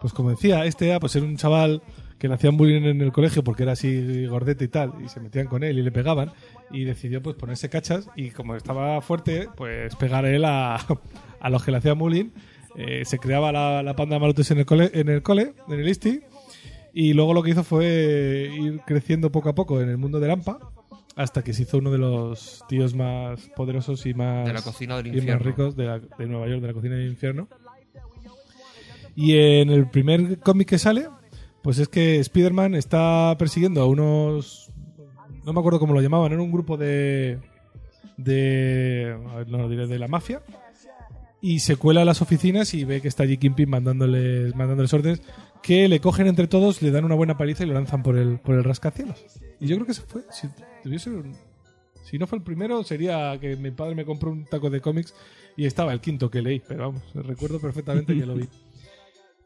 I: Pues como decía, este era, pues era un chaval que le hacían bullying en el colegio porque era así gordete y tal, y se metían con él y le pegaban, y decidió pues ponerse cachas, y como estaba fuerte, pues pegar él a, a los que le hacían bullying, Eh, se creaba la, la panda de malotes en el cole, en el, cole, en el ISTI, y luego lo que hizo fue ir creciendo poco a poco en el mundo del AMPA, hasta que se hizo uno de los tíos más poderosos y más
F: De la cocina del
I: y más
F: infierno.
I: ricos de, la- de Nueva York, de la cocina del infierno. Y en el primer cómic que sale, pues es que Spider-Man está persiguiendo a unos. No me acuerdo cómo lo llamaban, era un grupo de. de. a ver, no lo diré, de la mafia. Y se cuela a las oficinas y ve que está allí Kingpin mandándoles, mandándoles órdenes. Que le cogen entre todos, le dan una buena paliza y lo lanzan por el, por el rascacielos. Y yo creo que se fue. Si, tuviese un- si no fue el primero, sería que mi padre me compró un taco de cómics y estaba el quinto que leí. Pero vamos, recuerdo perfectamente que lo vi.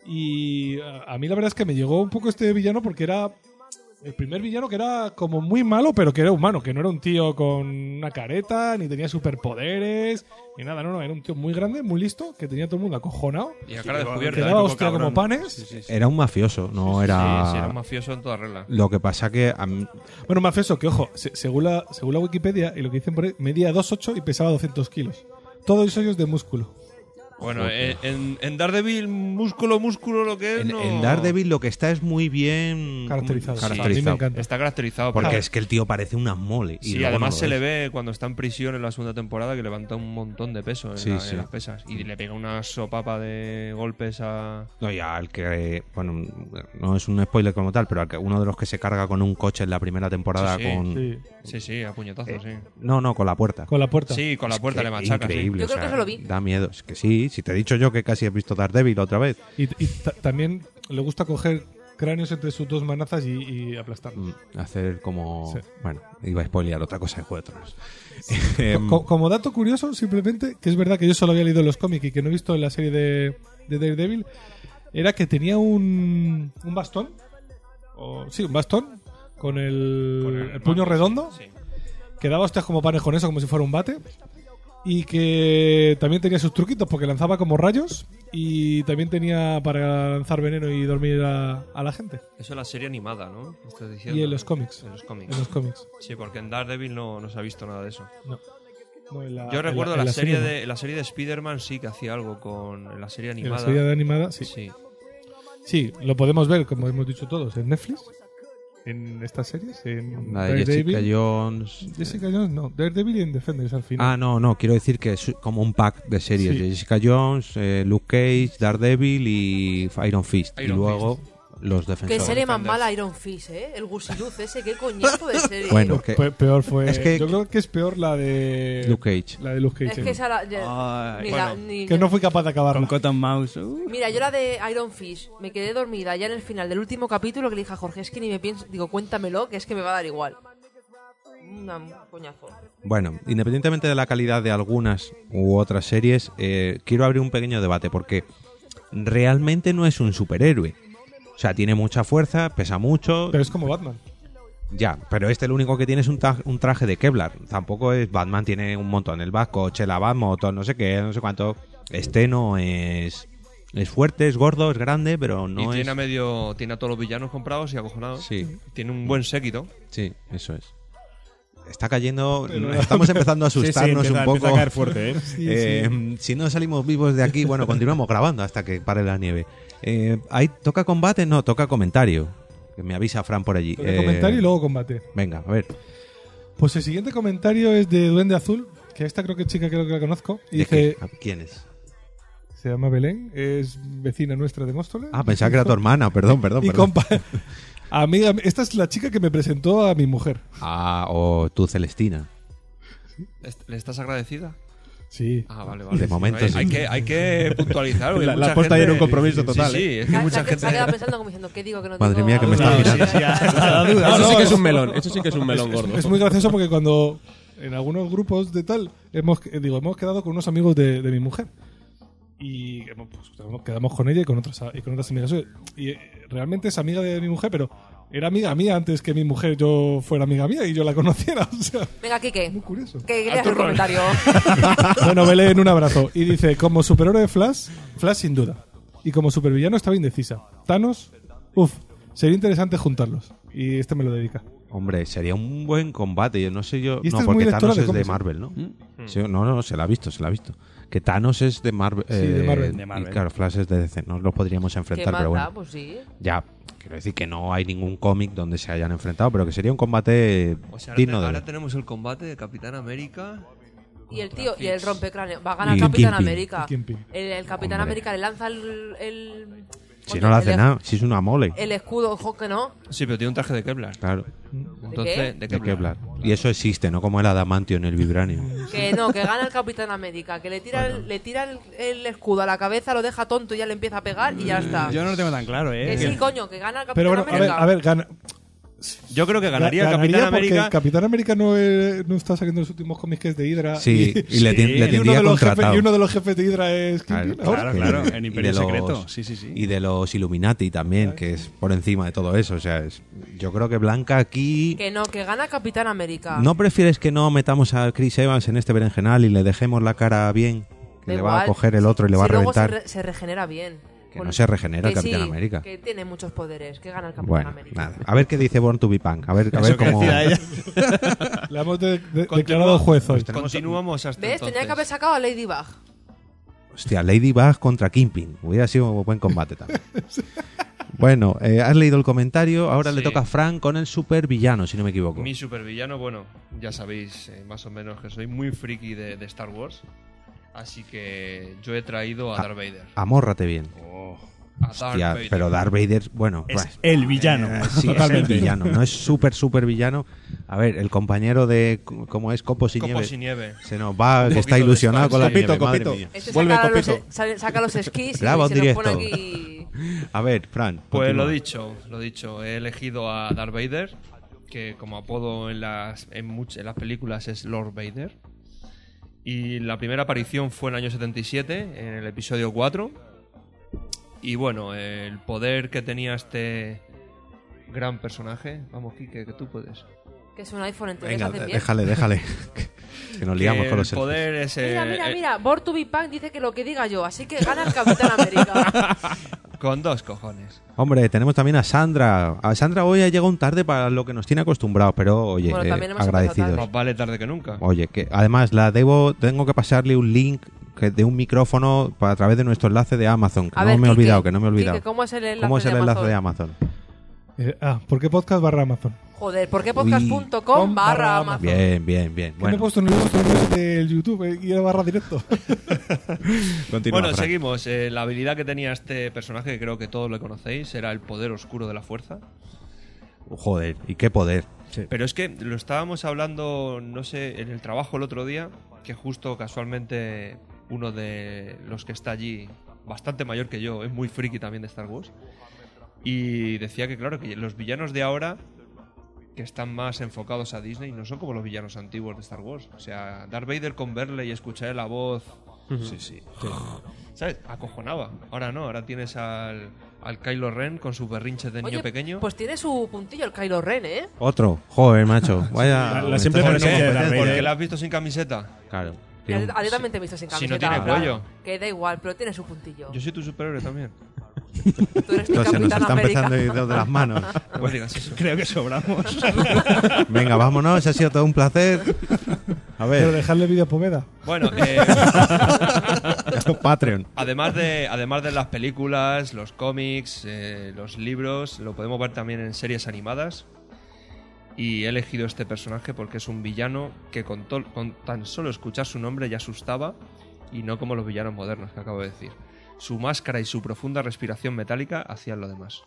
I: Y ah, a a mí la verdad es que me llegó un poco este villano porque era el primer villano que era como muy malo, pero que era humano, que no era un tío con una careta, ni tenía superpoderes, ni nada, no, no, era un tío muy grande, muy listo, que tenía todo el mundo acojonado,
F: Y a cara
I: que
F: descubierta.
I: daba
F: ¿eh?
I: hostia
F: cabrón.
I: como panes.
F: Sí, sí, sí.
B: Era un mafioso, Eh, no era...
F: Sí, sí, era un mafioso en toda regla.
B: Lo que pasa que a mí-
I: Bueno, más eso, que ojo, se- según, la, según la Wikipedia y lo que dicen por ahí, medía 2,8 y pesaba 200 kilos. Todos ellos de músculo.
F: Bueno, eh, en, en Daredevil, músculo, músculo, lo que es.
B: en,
F: no-
B: en Daredevil lo que está es muy bien...
I: Caracterizado.
F: Sí,
I: A mí me
B: caracterizado.
I: encanta.
F: Está caracterizado
B: porque
F: pero-
B: es que el tío parece una mole. Y
F: Sí,
B: luego
F: además
B: no lo
F: se
B: es.
F: le ve cuando está en prisión en la segunda temporada que levanta un montón de peso en,
B: Sí,
F: la- en
B: sí.
F: las pesas y le pega una sopapa de golpes a.
B: No, ya, al que. Bueno, no es un spoiler como tal, pero al que uno de los que se carga con un coche en la primera temporada
F: Sí, sí.
B: con.
I: Sí,
F: Sí, sí, a puñetazos,
B: No, no, con la puerta.
I: con la puerta.
F: sí. Sí, con la puerta
B: Que
F: le machaca. sí.
B: Increíble.
D: Yo
B: o
D: creo que
B: sea,
D: eso lo vi.
B: Da miedo. Es que sí, si te he dicho yo que casi has visto Daredevil otra vez.
I: Y, y ta- también le gusta coger cráneos entre sus dos manazas y, y aplastarlos.
B: Mm, Hacer como.
I: Sí.
B: Bueno, iba a spoilear otra cosa de Juego de Tronos.
F: Em,
B: Em,
I: Co- co- como dato curioso, simplemente, que es verdad que yo solo había leído en los cómics y que no he visto en la serie de, de Daredevil, era que tenía un, un bastón, o, sí, un bastón, con el, el puño redondo, que daba hostias como panes con eso, como si fuera un bate. Y que también tenía sus truquitos porque lanzaba como rayos y también tenía para lanzar veneno y dormir a, a la gente.
F: Eso es la serie animada, ¿no? Me estás diciendo.
I: Y en los cómics.
F: En los cómics.
I: En los cómics.
F: Sí, porque en Daredevil no, no se ha visto nada de eso.
I: No. No, en la-
F: Yo
I: en
F: recuerdo
I: en
F: la, serie
I: no.
F: de, la serie de Spider-Man sí que hacía algo con en la serie
I: En
F: animada.
I: la serie de animada, sí.
F: Sí.
I: Sí, lo podemos ver, como hemos dicho todos, en Netflix, en estas series, en
B: La de Jessica
I: Daredevil.
B: Jones.
I: Jessica Jones, no, Daredevil y en Defenders al final.
B: Ah, no, no, quiero decir que es como un pack de series.
I: Sí.
B: de Jessica Jones, eh, Luke Cage, Daredevil y Iron Fist.
F: Iron
B: y luego los
D: Que
B: defensores.
D: serie más mala Iron Fist, ¿eh? El gusiluz ese, qué coñazo de serie.
B: Ah, Bueno, que-
I: Pe- peor fue.
B: Es que-
I: yo creo que es peor la de.
B: Luke Cage.
I: La de Luke
D: es
I: Cage.
D: que esa la- ya-
E: Ay,
D: ni
E: bueno,
D: la- ni-
I: que no fui capaz de acabarla.
E: Con Cotton Mouse. uh.
D: Mira, yo la de Iron Fish me quedé dormida ya en el final del último capítulo que le dije a Jorge, es que ni me pienso, digo, cuéntamelo, que es que me va a dar igual. Una- un coñazo.
B: Bueno, independientemente de la calidad de algunas u otras series, eh, quiero abrir un pequeño debate porque realmente no es un superhéroe. O sea, tiene mucha fuerza, pesa mucho.
I: Pero es como Batman.
B: Ya, pero este lo único que tiene es un, ta- un traje de Kevlar. Tampoco es Batman, tiene un montón. El vasco, Chela Batman, no sé qué, no sé cuánto. Este no es. Es fuerte, es gordo, es grande, pero
F: y
B: no
F: tiene
B: es.
F: a medio. Tiene a todos los villanos comprados y acojonados.
B: Sí,
F: Tiene un buen séquito.
B: sí, eso es. Está cayendo.
I: Pero-
B: Estamos empezando a asustarnos
H: empieza-
B: un poco.
H: empieza a caer fuerte, ¿eh?
I: Sí,
B: Eh,
I: sí.
B: Si no salimos vivos de aquí, bueno, continuamos grabando hasta que pare la nieve. Eh, ¿ahí ¿Toca combate? No, toca comentario. Que me avisa Fran por allí.
I: Pero
B: Eh,
I: comentario y luego combate.
B: Venga, a ver.
I: Pues el siguiente comentario es de Duende Azul, que esta creo que chica creo que la conozco. Y
B: ¿de qué?
I: dice,
B: ¿A- ¿Quién es?
I: se llama Belén, es vecina nuestra de Móstoles.
B: Ah, pensaba que era tu hermana, perdón, perdón.
I: y
B: perdón.
I: compa. Amiga, esta es la chica que me presentó a mi mujer.
B: Ah, o tu Celestina.
F: Est- ¿Le estás agradecida?
I: Sí.
F: Ah, vale, vale.
B: De momento
F: hay,
B: sí.
F: hay que, hay que puntualizar. porque
H: La- la
F: mucha
H: apuesta
F: gente-
H: era un compromiso
F: Sí,
H: total,
F: Sí,
H: ¿eh?
F: es
D: Se
F: que
D: ha- se
F: mucha
D: ha- se ha
F: gente.
D: quedado pensando como diciendo, ¿qué digo? Que no
B: Madre
D: digo?
B: mía,
H: Ah,
B: que me está
D: Algo así.
B: mirando.
H: Eso sí que es un melón, eso sí que es un melón gordo.
I: Es muy gracioso porque cuando en algunos grupos de tal hemos eh, digo hemos quedado con unos amigos de, de mi mujer y hemos- pues, hemos- quedamos con ella y con otras y con otras amigas suyas. y eh, realmente es amiga de mi mujer pero era amiga mía antes que mi mujer yo fuera amiga mía y yo la conociera o sea
D: Venga, Kike,
I: muy curioso
D: que leas el comentario.
I: bueno Belén un abrazo y dice como superhéroe de Flash Flash sin duda y como supervillano estaba indecisa Thanos uff sería interesante juntarlos y este me lo dedica
B: Hombre, sería un buen combate. Yo no sé yo.
I: Y esta
B: no,
I: es muy
B: porque
I: lectora
B: Thanos
I: de
B: es de
I: cómics, ¿eh?
B: Marvel, ¿no?
F: Mm.
B: Sí, no, no, se la ha visto, se la ha visto. Que Thanos es de Marvel. eh,
I: Sí, de Marvel.
E: De
B: Y
E: Marvel.
B: claro, Flash es de DC. No los podríamos
D: ¿Qué
B: enfrentar,
D: más
B: pero bueno.
D: da? Pues sí.
B: Ya, quiero decir que no hay ningún cómic donde se hayan enfrentado, pero que sería un combate
F: O sea, Pues ahora,
B: digno
F: te-
B: de
F: ahora
B: ver.
F: tenemos el combate de Capitán América.
D: Y el tío, y el
F: Fix.
D: rompecráneo. Va a ganar
B: Y
D: Capitán
B: Kingpin.
D: América.
I: Y Kingpin.
D: El, el Capitán
B: Hombre.
D: América le lanza el. el-
B: Si no lo hace
D: el-
B: nada, si es una mole.
D: El escudo, ojo que no.
F: Sí, pero tiene un traje de Kevlar.
B: Claro,
F: Entonces, de
B: de Kevlar.
F: Kevlar.
B: Y eso existe, ¿no? Como el adamantio en el vibranio.
D: Que no, que gana el Capitán América, que le tira, el, le tira el, el escudo a la cabeza, lo deja tonto y ya le empieza a pegar y ya
I: Mm,
D: está.
E: Yo no lo tengo tan claro, ¿eh?
D: que sí, coño, que gana el Capitán
I: pero bueno a ver,
D: América.
I: a ver gana,
E: Yo creo que ganaría, el
I: Ganaría
E: Capitán
I: porque
E: América.
I: Capitán América no, eh, no está saliendo en los últimos cómics que es de Hydra.
B: Sí, y le,
E: Sí.
B: tien- le
I: uno
B: tendría
I: de los jefes-
B: contratado.
I: y uno de los jefes de Hydra es Kingpin.
B: Claro,
I: ahora.
E: Claro,
B: que-
E: claro,
B: y
E: el
B: de
E: Imperio
B: los-
E: Secreto. Sí, sí, sí.
B: Y de los Illuminati también, que es por encima de todo eso. O sea, es- yo creo que Blanca aquí.
D: Que no, que gana Capitán América.
B: ¿No prefieres que no metamos a Chris Evans en este berenjenal y le dejemos la cara bien? Que
D: Da
B: le va a
D: igual.
B: coger el otro y le
D: Si
B: va a
D: luego
B: reventar.
D: Se, re- se regenera bien.
B: Que no se regenera el
D: que
B: Capitán
D: sí,
B: América.
D: Que tiene muchos poderes, que gana el Capitán
B: Bueno,
D: América.
B: nada. A ver qué dice Born to be Punk. A ver, a ver cómo.
I: La hemos de- de- declarado juez hoy.
F: Continuamos hasta
D: ¿Ves? Tenía
F: entonces.
D: que haber sacado a Ladybug.
B: Hostia, Ladybug contra Kingpin. Hubiera sido un buen combate también. Bueno, eh, has leído el comentario. Ahora le
F: Sí.
B: toca a Frank con el supervillano, si no me equivoco.
F: Mi supervillano, bueno, ya sabéis eh, más o menos que soy muy friki de, de Star Wars. Así que yo he traído a Darth Vader.
B: Amórrate bien.
F: Oh. A Darth
B: Hostia,
F: Vader.
B: pero Darth Vader, bueno, bah,
L: Es el villano.
B: sí, es el villano, no es súper, súper villano. A ver, el compañero de, ¿cómo es? Copos y
F: Copos
B: Nieves.
F: y nieve.
B: Se nos va, que
F: poquito
B: está ilusionado con la
F: despacio.
B: nieve,
F: Copito,
B: madre
H: copito.
B: mía.
D: Este
H: Vuelve,
D: saca, los,
H: Copito.
D: sale- saca los skis
B: Graba
D: y
B: un
D: se nos pone
B: directo.
D: aquí.
B: A ver, Fran.
F: Pues
B: continúa.
F: lo dicho, lo dicho. He elegido a Darth Vader, que como apodo en las, en much- en las películas es Lord Vader. Y la primera aparición fue en el año 77, en el episodio 4. Y bueno, el poder que tenía este Gran personaje. Vamos, Kike, que tú puedes.
D: Que es un iPhone entonces
B: Venga,
D: Pues hace bien.
B: déjale, déjale. que nos liamos
F: Que
B: con
F: el
B: los selfies.
F: poder es eh,
D: Mira, mira,
F: eh,
D: mira, Born to be Punk dice que lo que diga yo, así que gana el Capitán América.
F: Con dos cojones.
B: Hombre, tenemos también a Sandra. A Sandra hoy ha llegado un tarde para lo que nos tiene acostumbrados, pero oye,
D: Bueno,
B: eh,
D: también hemos empezado
B: agradecidos.
F: Más vale tarde que nunca.
B: Oye, que además la debo, tengo que pasarle un link que- de un micrófono pa- a través de nuestro enlace de Amazon. Que
D: A
B: no
D: ver,
B: me he
D: Quique,
B: olvidado, que no me he olvidado.
D: Quique, ¿cómo es el enlace
B: ¿Cómo es
D: de
B: el enlace
D: Amazon?
B: de Amazon?
I: Eh, ah, ¿por qué podcast barra Amazon?
D: Joder, ¿por qué
I: com
D: podcast.com barra
I: barra
D: Amazon?
B: Bien, bien, bien.
I: Que Me he
B: Bueno,
I: puesto en el gusto del YouTube eh, y era barra directo.
B: continúa, Fran.
F: bueno, seguimos. Eh, la habilidad que tenía este personaje, que creo que todos lo conocéis, era el poder oscuro de la fuerza.
B: Joder, y qué poder.
F: Pero es que lo estábamos hablando, no sé, en el trabajo el otro día, que justo casualmente uno de los que está allí, bastante mayor que yo, es muy friki también de Star Wars, y decía que claro, que los villanos de ahora, que están más enfocados a Disney, no son como los villanos antiguos de Star Wars. O sea, Darth Vader con verle y escuchar la voz... Sí, sí. ¿Sabes? Acojonaba. Ahora no, ahora tienes al, al Kylo Ren con su berrinche de niño
D: Oye,
F: pequeño.
D: Pues tiene su puntillo el Kylo Ren, ¿eh?
B: Otro, joder, macho. Vaya.
H: La- la
B: me
H: simple
B: estás
H: presencia
B: haciendo
H: de Darth
B: competencia. ¿eh?
F: Porque la has visto sin camiseta.
B: Claro.
D: A
B: Tiene un-
D: ti- a ti también te he visto sin
F: Si
D: camiseta. Ah,
F: no tiene
D: Fran,
F: cuello.
D: Que da igual, pero tiene su puntillo.
F: Yo soy tu superhéroe también.
D: Tú eres tu
B: Esto se nos
D: Capitán
B: está
D: América.
B: empezando a ir de las manos.
F: No me digas eso.
E: Creo que sobramos.
B: Venga, vámonos, ha sido todo un placer. A
I: Pero
B: ver,
I: dejarle vídeo a Pomeda.
F: Bueno, eh,
B: Patreon.
F: además, de, además de las películas, los cómics, eh, los libros, lo podemos ver también en series animadas. Y he elegido este personaje porque es un villano que con, tol- con tan solo escuchar su nombre ya asustaba, y no como los villanos modernos que acabo de decir. Su máscara y su profunda respiración metálica hacían lo demás.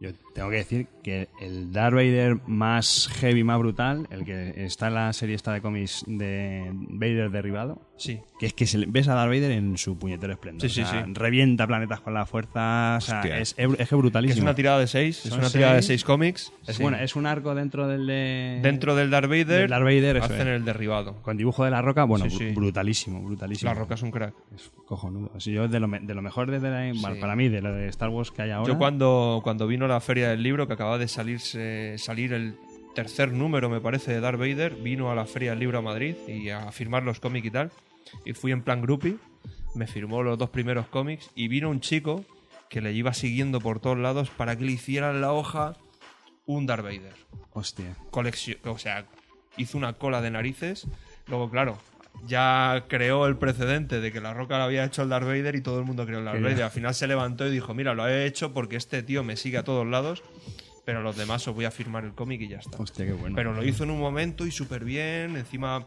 E: Yo tengo que decir que el Darth Vader más heavy, más brutal, el que está en la serie esta de cómics de Vader derribado,
F: Sí,
E: que es que se le- ves a Darth Vader en su puñetero esplendor.
F: Sí, sí,
E: O sea,
F: sí.
E: Revienta planetas con la fuerza, o sea,
B: Hostia.
E: es, es, es que
F: que
E: brutalísimo.
F: es una tirada de seis, es
E: Son
F: una tirada de
E: seis.
F: seis cómics.
E: Es
F: Sí.
E: bueno, es un arco dentro del de...
F: Dentro del Darth Vader,
E: del Darth Vader, eso
F: hacen
E: es.
F: el derribado.
E: Con dibujo de la roca, bueno,
F: Sí, sí.
E: bru- brutalísimo, brutalísimo.
F: La Roca es un crack.
E: Es cojonudo. O sea, yo de lo, me- de lo mejor desde la- bueno, para mí, de lo de Star Wars que hay ahora.
F: Yo cuando, cuando vino la feria del libro, que acababa de salirse, salir el tercer número, me parece, de Darth Vader, vino a la feria del libro a Madrid y a firmar los cómics y tal. Y fui en plan groupie, me firmó los dos primeros cómics y vino un chico que le iba siguiendo por todos lados para que le hicieran la hoja un Darth Vader.
E: Hostia.
F: colección, o sea, hizo una cola de narices. Luego, claro, ya creó el precedente de que la Roca lo había hecho el Darth Vader y todo el mundo creó el Darth
E: Qué
F: Vader. Al final se levantó y dijo, mira, lo he hecho porque este tío me sigue a todos lados, pero los demás os voy a firmar el cómic y ya está.
E: Hostia, qué bueno.
F: Pero lo hizo en un momento y súper bien, encima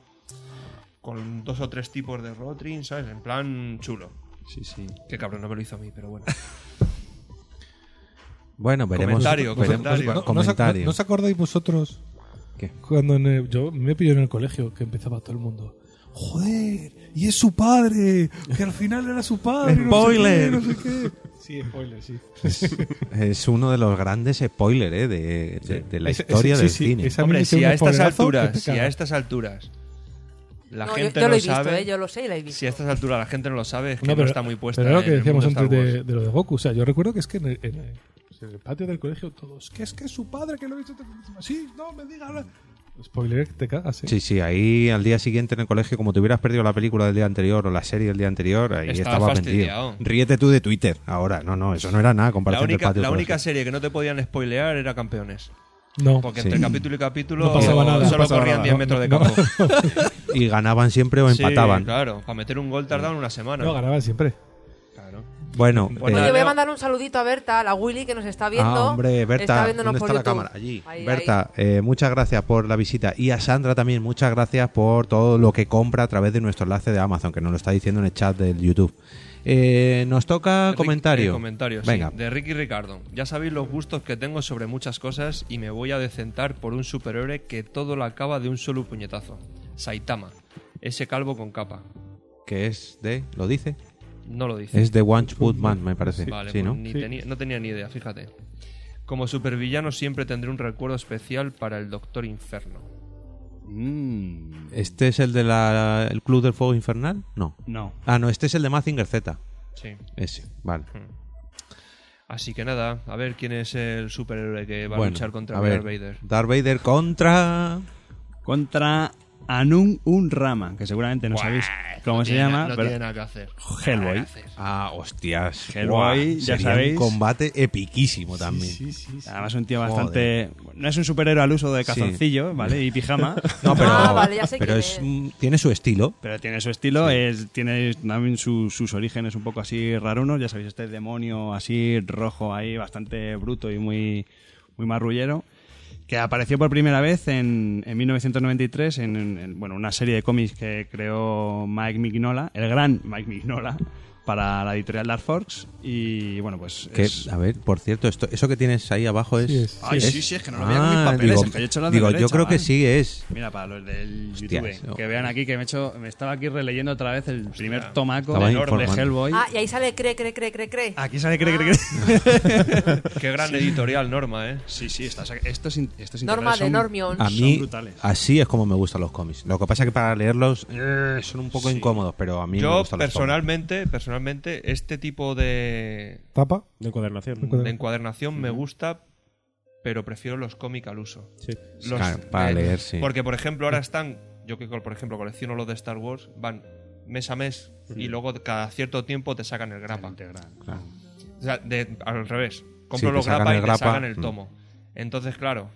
F: con dos o tres tipos de rotring, ¿sabes? En plan chulo.
E: Sí, sí.
F: Qué cabrón, no me lo hizo a mí, pero bueno.
B: Bueno, veremos.
F: Comentario,
B: veremos-
F: comentario.
B: bueno,
I: ¿No, no os ac-
B: comentario.
I: ¿No os acordáis vosotros?
B: ¿Qué?
I: Cuando en el- yo me pilló en el colegio que empezaba todo el mundo. Joder, y es su padre, que al final era su padre. no sé qué,
B: Spoiler.
I: No sé qué, Sí, spoiler, sí.
B: Es uno de los grandes spoilers eh, de, de- de la
I: Ese- ese-
B: historia
I: sí,
B: del
I: sí,
B: cine.
I: esa
F: Hombre,
I: mini tiene
F: si
I: un
F: a estas
I: spoilerazo,
F: alturas,
I: qué
F: si
I: pecado.
F: a estas alturas la
D: No, yo-
F: gente
D: yo,
F: no
D: lo he visto,
F: sabe,
D: ¿eh? yo lo sé y la he visto.
F: Si a estas alturas la gente no lo sabe, es que no,
I: No, pero-
F: está muy puesta.
I: Pero era lo que
F: en el
I: decíamos
F: mundo
I: antes
F: Star Wars.
I: de, de lo de Goku. O sea, yo recuerdo que es que en el, en el- en el patio del colegio todos, que es que es su padre que lo he visto. Sí, no, me diga. ahora". Spoiler, te cagas, ¿eh?
B: Sí, sí, ahí al día siguiente en el colegio, como te hubieras perdido la película del día anterior o la serie del día anterior, ahí
F: Estaba
B: estaba
F: fastidiado.
B: vendido. Ríete tú de Twitter ahora. No, no, eso no era nada
F: La
B: comparación del
F: única,
B: patio
F: la
B: del
F: única
B: colegio.
F: serie que no te podían spoilear era Campeones.
I: No.
F: Porque
B: Sí.
F: entre capítulo y capítulo
I: No pasaba nada.
F: solo
I: No pasaba
F: corrían
I: nada.
F: 10
I: No,
F: metros de
I: no.
F: campo.
B: Y ganaban siempre o
F: Sí,
B: empataban.
F: claro. Para meter un gol tardaban una semana.
I: No, ganaban siempre.
F: Claro.
B: Bueno,
F: Pues
B: eh,
F: nada,
D: Oye, voy a
F: Leo.
D: mandar un saludito a Berta, a la Willy que nos está viendo.
B: Ah, hombre,
D: está
B: Berta,
D: viéndonos
B: ¿dónde
D: por
B: está la
D: YouTube.
B: cámara? Allí.
D: Ahí,
B: Berta, eh, muchas gracias por la visita. Y a Sandra también, muchas gracias por todo lo que compra a través de nuestro enlace de Amazon, que nos lo está diciendo en el chat del YouTube. Eh, nos toca
F: Rick-
B: comentario.
F: eh, comentario, sí,
B: Venga,
F: de Ricky Ricardo. Ya sabéis los gustos que tengo sobre muchas cosas y me voy a decentar por un superhéroe que todo lo acaba de un solo puñetazo. Saitama. Ese calvo con capa.
B: que es de. ¿Lo dice?
F: No lo dice.
B: Es de One Punch Man, me parece.
F: Vale,
B: Sí,
F: pues
B: ¿no?
F: ni tenía- no tenía ni idea, fíjate. Como supervillano siempre tendré un recuerdo especial para el Doctor Inferno.
E: Mm,
B: ¿Este es el del Club del Fuego Infernal? No.
E: no.
B: Ah, no, este es el de Mazinger Z.
F: Sí.
B: Ese, vale.
F: Así que nada, a ver quién es el superhéroe que va a
B: Bueno,
F: luchar contra
B: a ver,
F: Darth Vader.
B: Darth Vader contra.
E: Contra Anun Unrama, que seguramente no
F: Buah,
E: sabéis cómo
F: no
E: se
F: tiene
E: llama.
F: na- no
E: pero-
F: tiene nada que hacer.
E: Hellboy.
B: Ah, hostias.
E: Hellboy,
B: Guau,
E: ya
B: sería
E: sabéis.
B: Un combate epiquísimo también.
E: Además, un tío bastante. No es un superhéroe al uso de
B: Sí.
E: calzoncillo, ¿vale? Y pijama.
B: No, pero,
D: Ah, vale, ya sé
B: pero
D: quién
B: es,
D: es.
B: un- tiene su estilo.
E: Pero tiene su estilo, es, tiene también su- sus orígenes un poco así rarunos. Ya sabéis, este demonio así rojo ahí, bastante bruto y muy, muy marrullero. Que apareció por primera vez en, en 1993 en, en, bueno, una serie de cómics que creó Mike Mignola, el gran Mike Mignola, para la editorial Dark Forks. Y bueno, pues.
B: Que,
E: es-
B: a ver, por cierto, esto, eso que tienes ahí abajo es.
E: Sí es, sí Ay, es. sí, sí, es que no lo veía con mis
B: Ah,
E: papeles,
B: digo,
E: es que yo he hecho las de
B: digo,
E: derecha,
B: yo creo que
E: ¿vale?
B: sí es.
E: Mira, para los del
B: Hostias,
E: YouTube,
B: no.
E: que vean aquí que me he hecho, me estaba aquí releyendo otra vez el primer tomaco
B: Estaba
E: de de
B: informando.
E: Hellboy.
D: Ah, y ahí sale cree, cree, cree, cree, cree.
E: Aquí sale cree, cree, cree.
F: Qué gran editorial, Norma, ¿eh?
E: Sí, sí, está, estos, in- estos
D: Norma
E: integrales
D: de
E: son-
D: Normion.
B: A
E: Son
B: mí,
E: brutales.
B: así es como me gustan los cómics. Lo que pasa es que para leerlos eh, son un poco incómodos, pero a mí me
F: Yo
B: gustan los cómics.
F: personalmente, personalmente, este tipo de,
I: ¿Tapa?
H: De encuadernación.
F: de encuadernación me gusta, pero prefiero los cómics al uso.
H: Sí.
F: Los-
B: Claro, para
F: eh,
B: leer, sí.
F: Porque, por ejemplo, ahora están, yo que por ejemplo colecciono los de Star Wars, van mes a mes y luego cada cierto tiempo te sacan el grapa.
B: Claro.
F: O sea, de- al revés. Compro
B: te
F: los
B: sacan
F: grapa y
B: el grapa,
F: te sacan el
B: mm.
F: tomo. Entonces, claro.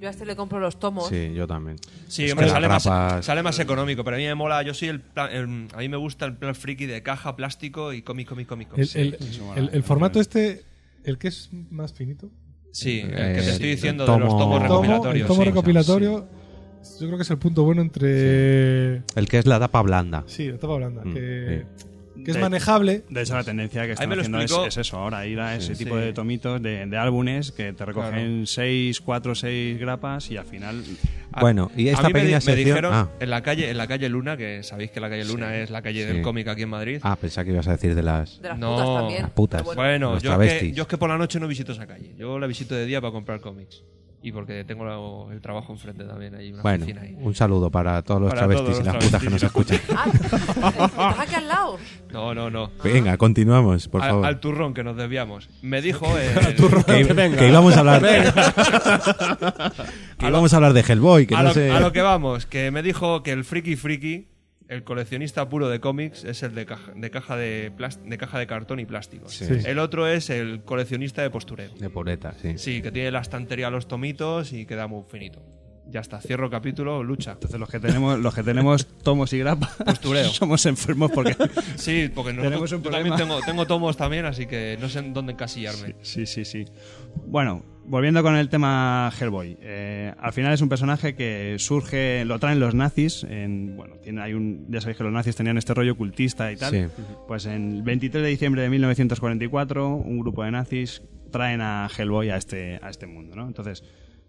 D: Yo a este le compro los tomos.
B: Sí, yo también.
F: Sí,
B: Es
F: hombre,
B: que
F: sale
B: las
F: más, e-
B: grapas-
F: sale más económico, pero a mí me mola, yo soy el, plan- el- a mí me gusta el plan friki de caja, plástico y cómic, cómic, cómic.
I: El,
F: sí,
I: el-
F: eso mola.
I: el- el formato este, el que es más finito.
F: Sí, el que
B: Eh,
F: te estoy diciendo
B: tomo-
F: de los tomos
I: El tomo-
F: recopilatorios.
I: el tomo
F: sí.
I: recopilatorio, yo creo que es el punto bueno
F: Eh,
I: entre.
B: El que es la tapa blanda.
I: Sí, la tapa blanda.
B: Mm,
I: que, que es
E: De-
I: manejable.
E: De hecho, la tendencia que están
F: me lo
E: haciendo es,
F: explicó-
E: es eso, ahora ir a ese
F: Sí.
E: tipo de tomitos, de, de álbumes que te recogen 6, 4, 6 grapas y al final...
F: A-
B: Bueno, y
F: a
B: esta
F: mí me di-
B: pequeña
F: me,
B: sección.
F: dijeron
B: ah,
F: en la calle, en la calle Luna, que sabéis que la calle Luna es la calle
B: Sí.
F: del cómic aquí en Madrid.
B: ah, pensaba que ibas a decir de las.
D: De las
F: No.
D: putas también.
B: Las putas.
D: Pero bueno.
F: Bueno,
B: Los
F: yo es, que,
B: travestis.
F: yo es que por la noche no visito esa calle. Yo la visito de día para comprar cómics. Y porque tengo la- el trabajo enfrente también, hay una
B: Bueno,
F: oficina ahí.
B: un saludo para todos los
F: Para
B: travestis
F: todos
B: y
F: los
B: las putas que nos
F: travestis
B: escuchan.
F: y
D: Ah, ¿Estás aquí al lado?
F: No, no, no.
B: Venga, continuamos, por
F: al,
B: favor.
F: al turrón que nos desviamos. Me dijo el-
B: que, que íbamos a hablar que íbamos a hablar de Hellboy, que
F: a,
B: no
F: lo,
B: sé.
F: a lo que vamos, que me dijo que el friki friki, el coleccionista puro de cómics, es el de caja de, caja de, plas- de caja de cartón y plástico.
B: Sí.
F: El otro es el coleccionista de postureo.
B: De pureta, sí.
F: Sí, que tiene la estantería los tomitos y queda muy finito. Ya está, cierro capítulo, lucha.
E: Entonces los que tenemos, los que tenemos tomos y grapas
F: Postureo.
E: somos enfermos porque
F: Sí, porque nosotros-
E: Tenemos un
F: yo también
E: problema.
F: tengo, tengo tomos también, así que no sé en dónde encasillarme.
E: Sí, sí, sí. Bueno, volviendo con el tema Hellboy. eh, al final es un personaje que surge, lo traen los nazis. En, bueno, tiene, hay un, ya sabéis que los nazis tenían este rollo cultista y tal.
B: Sí.
E: Pues en el 23 de diciembre de 1944, un grupo de nazis traen a Hellboy a este, a este mundo, ¿no? Entonces,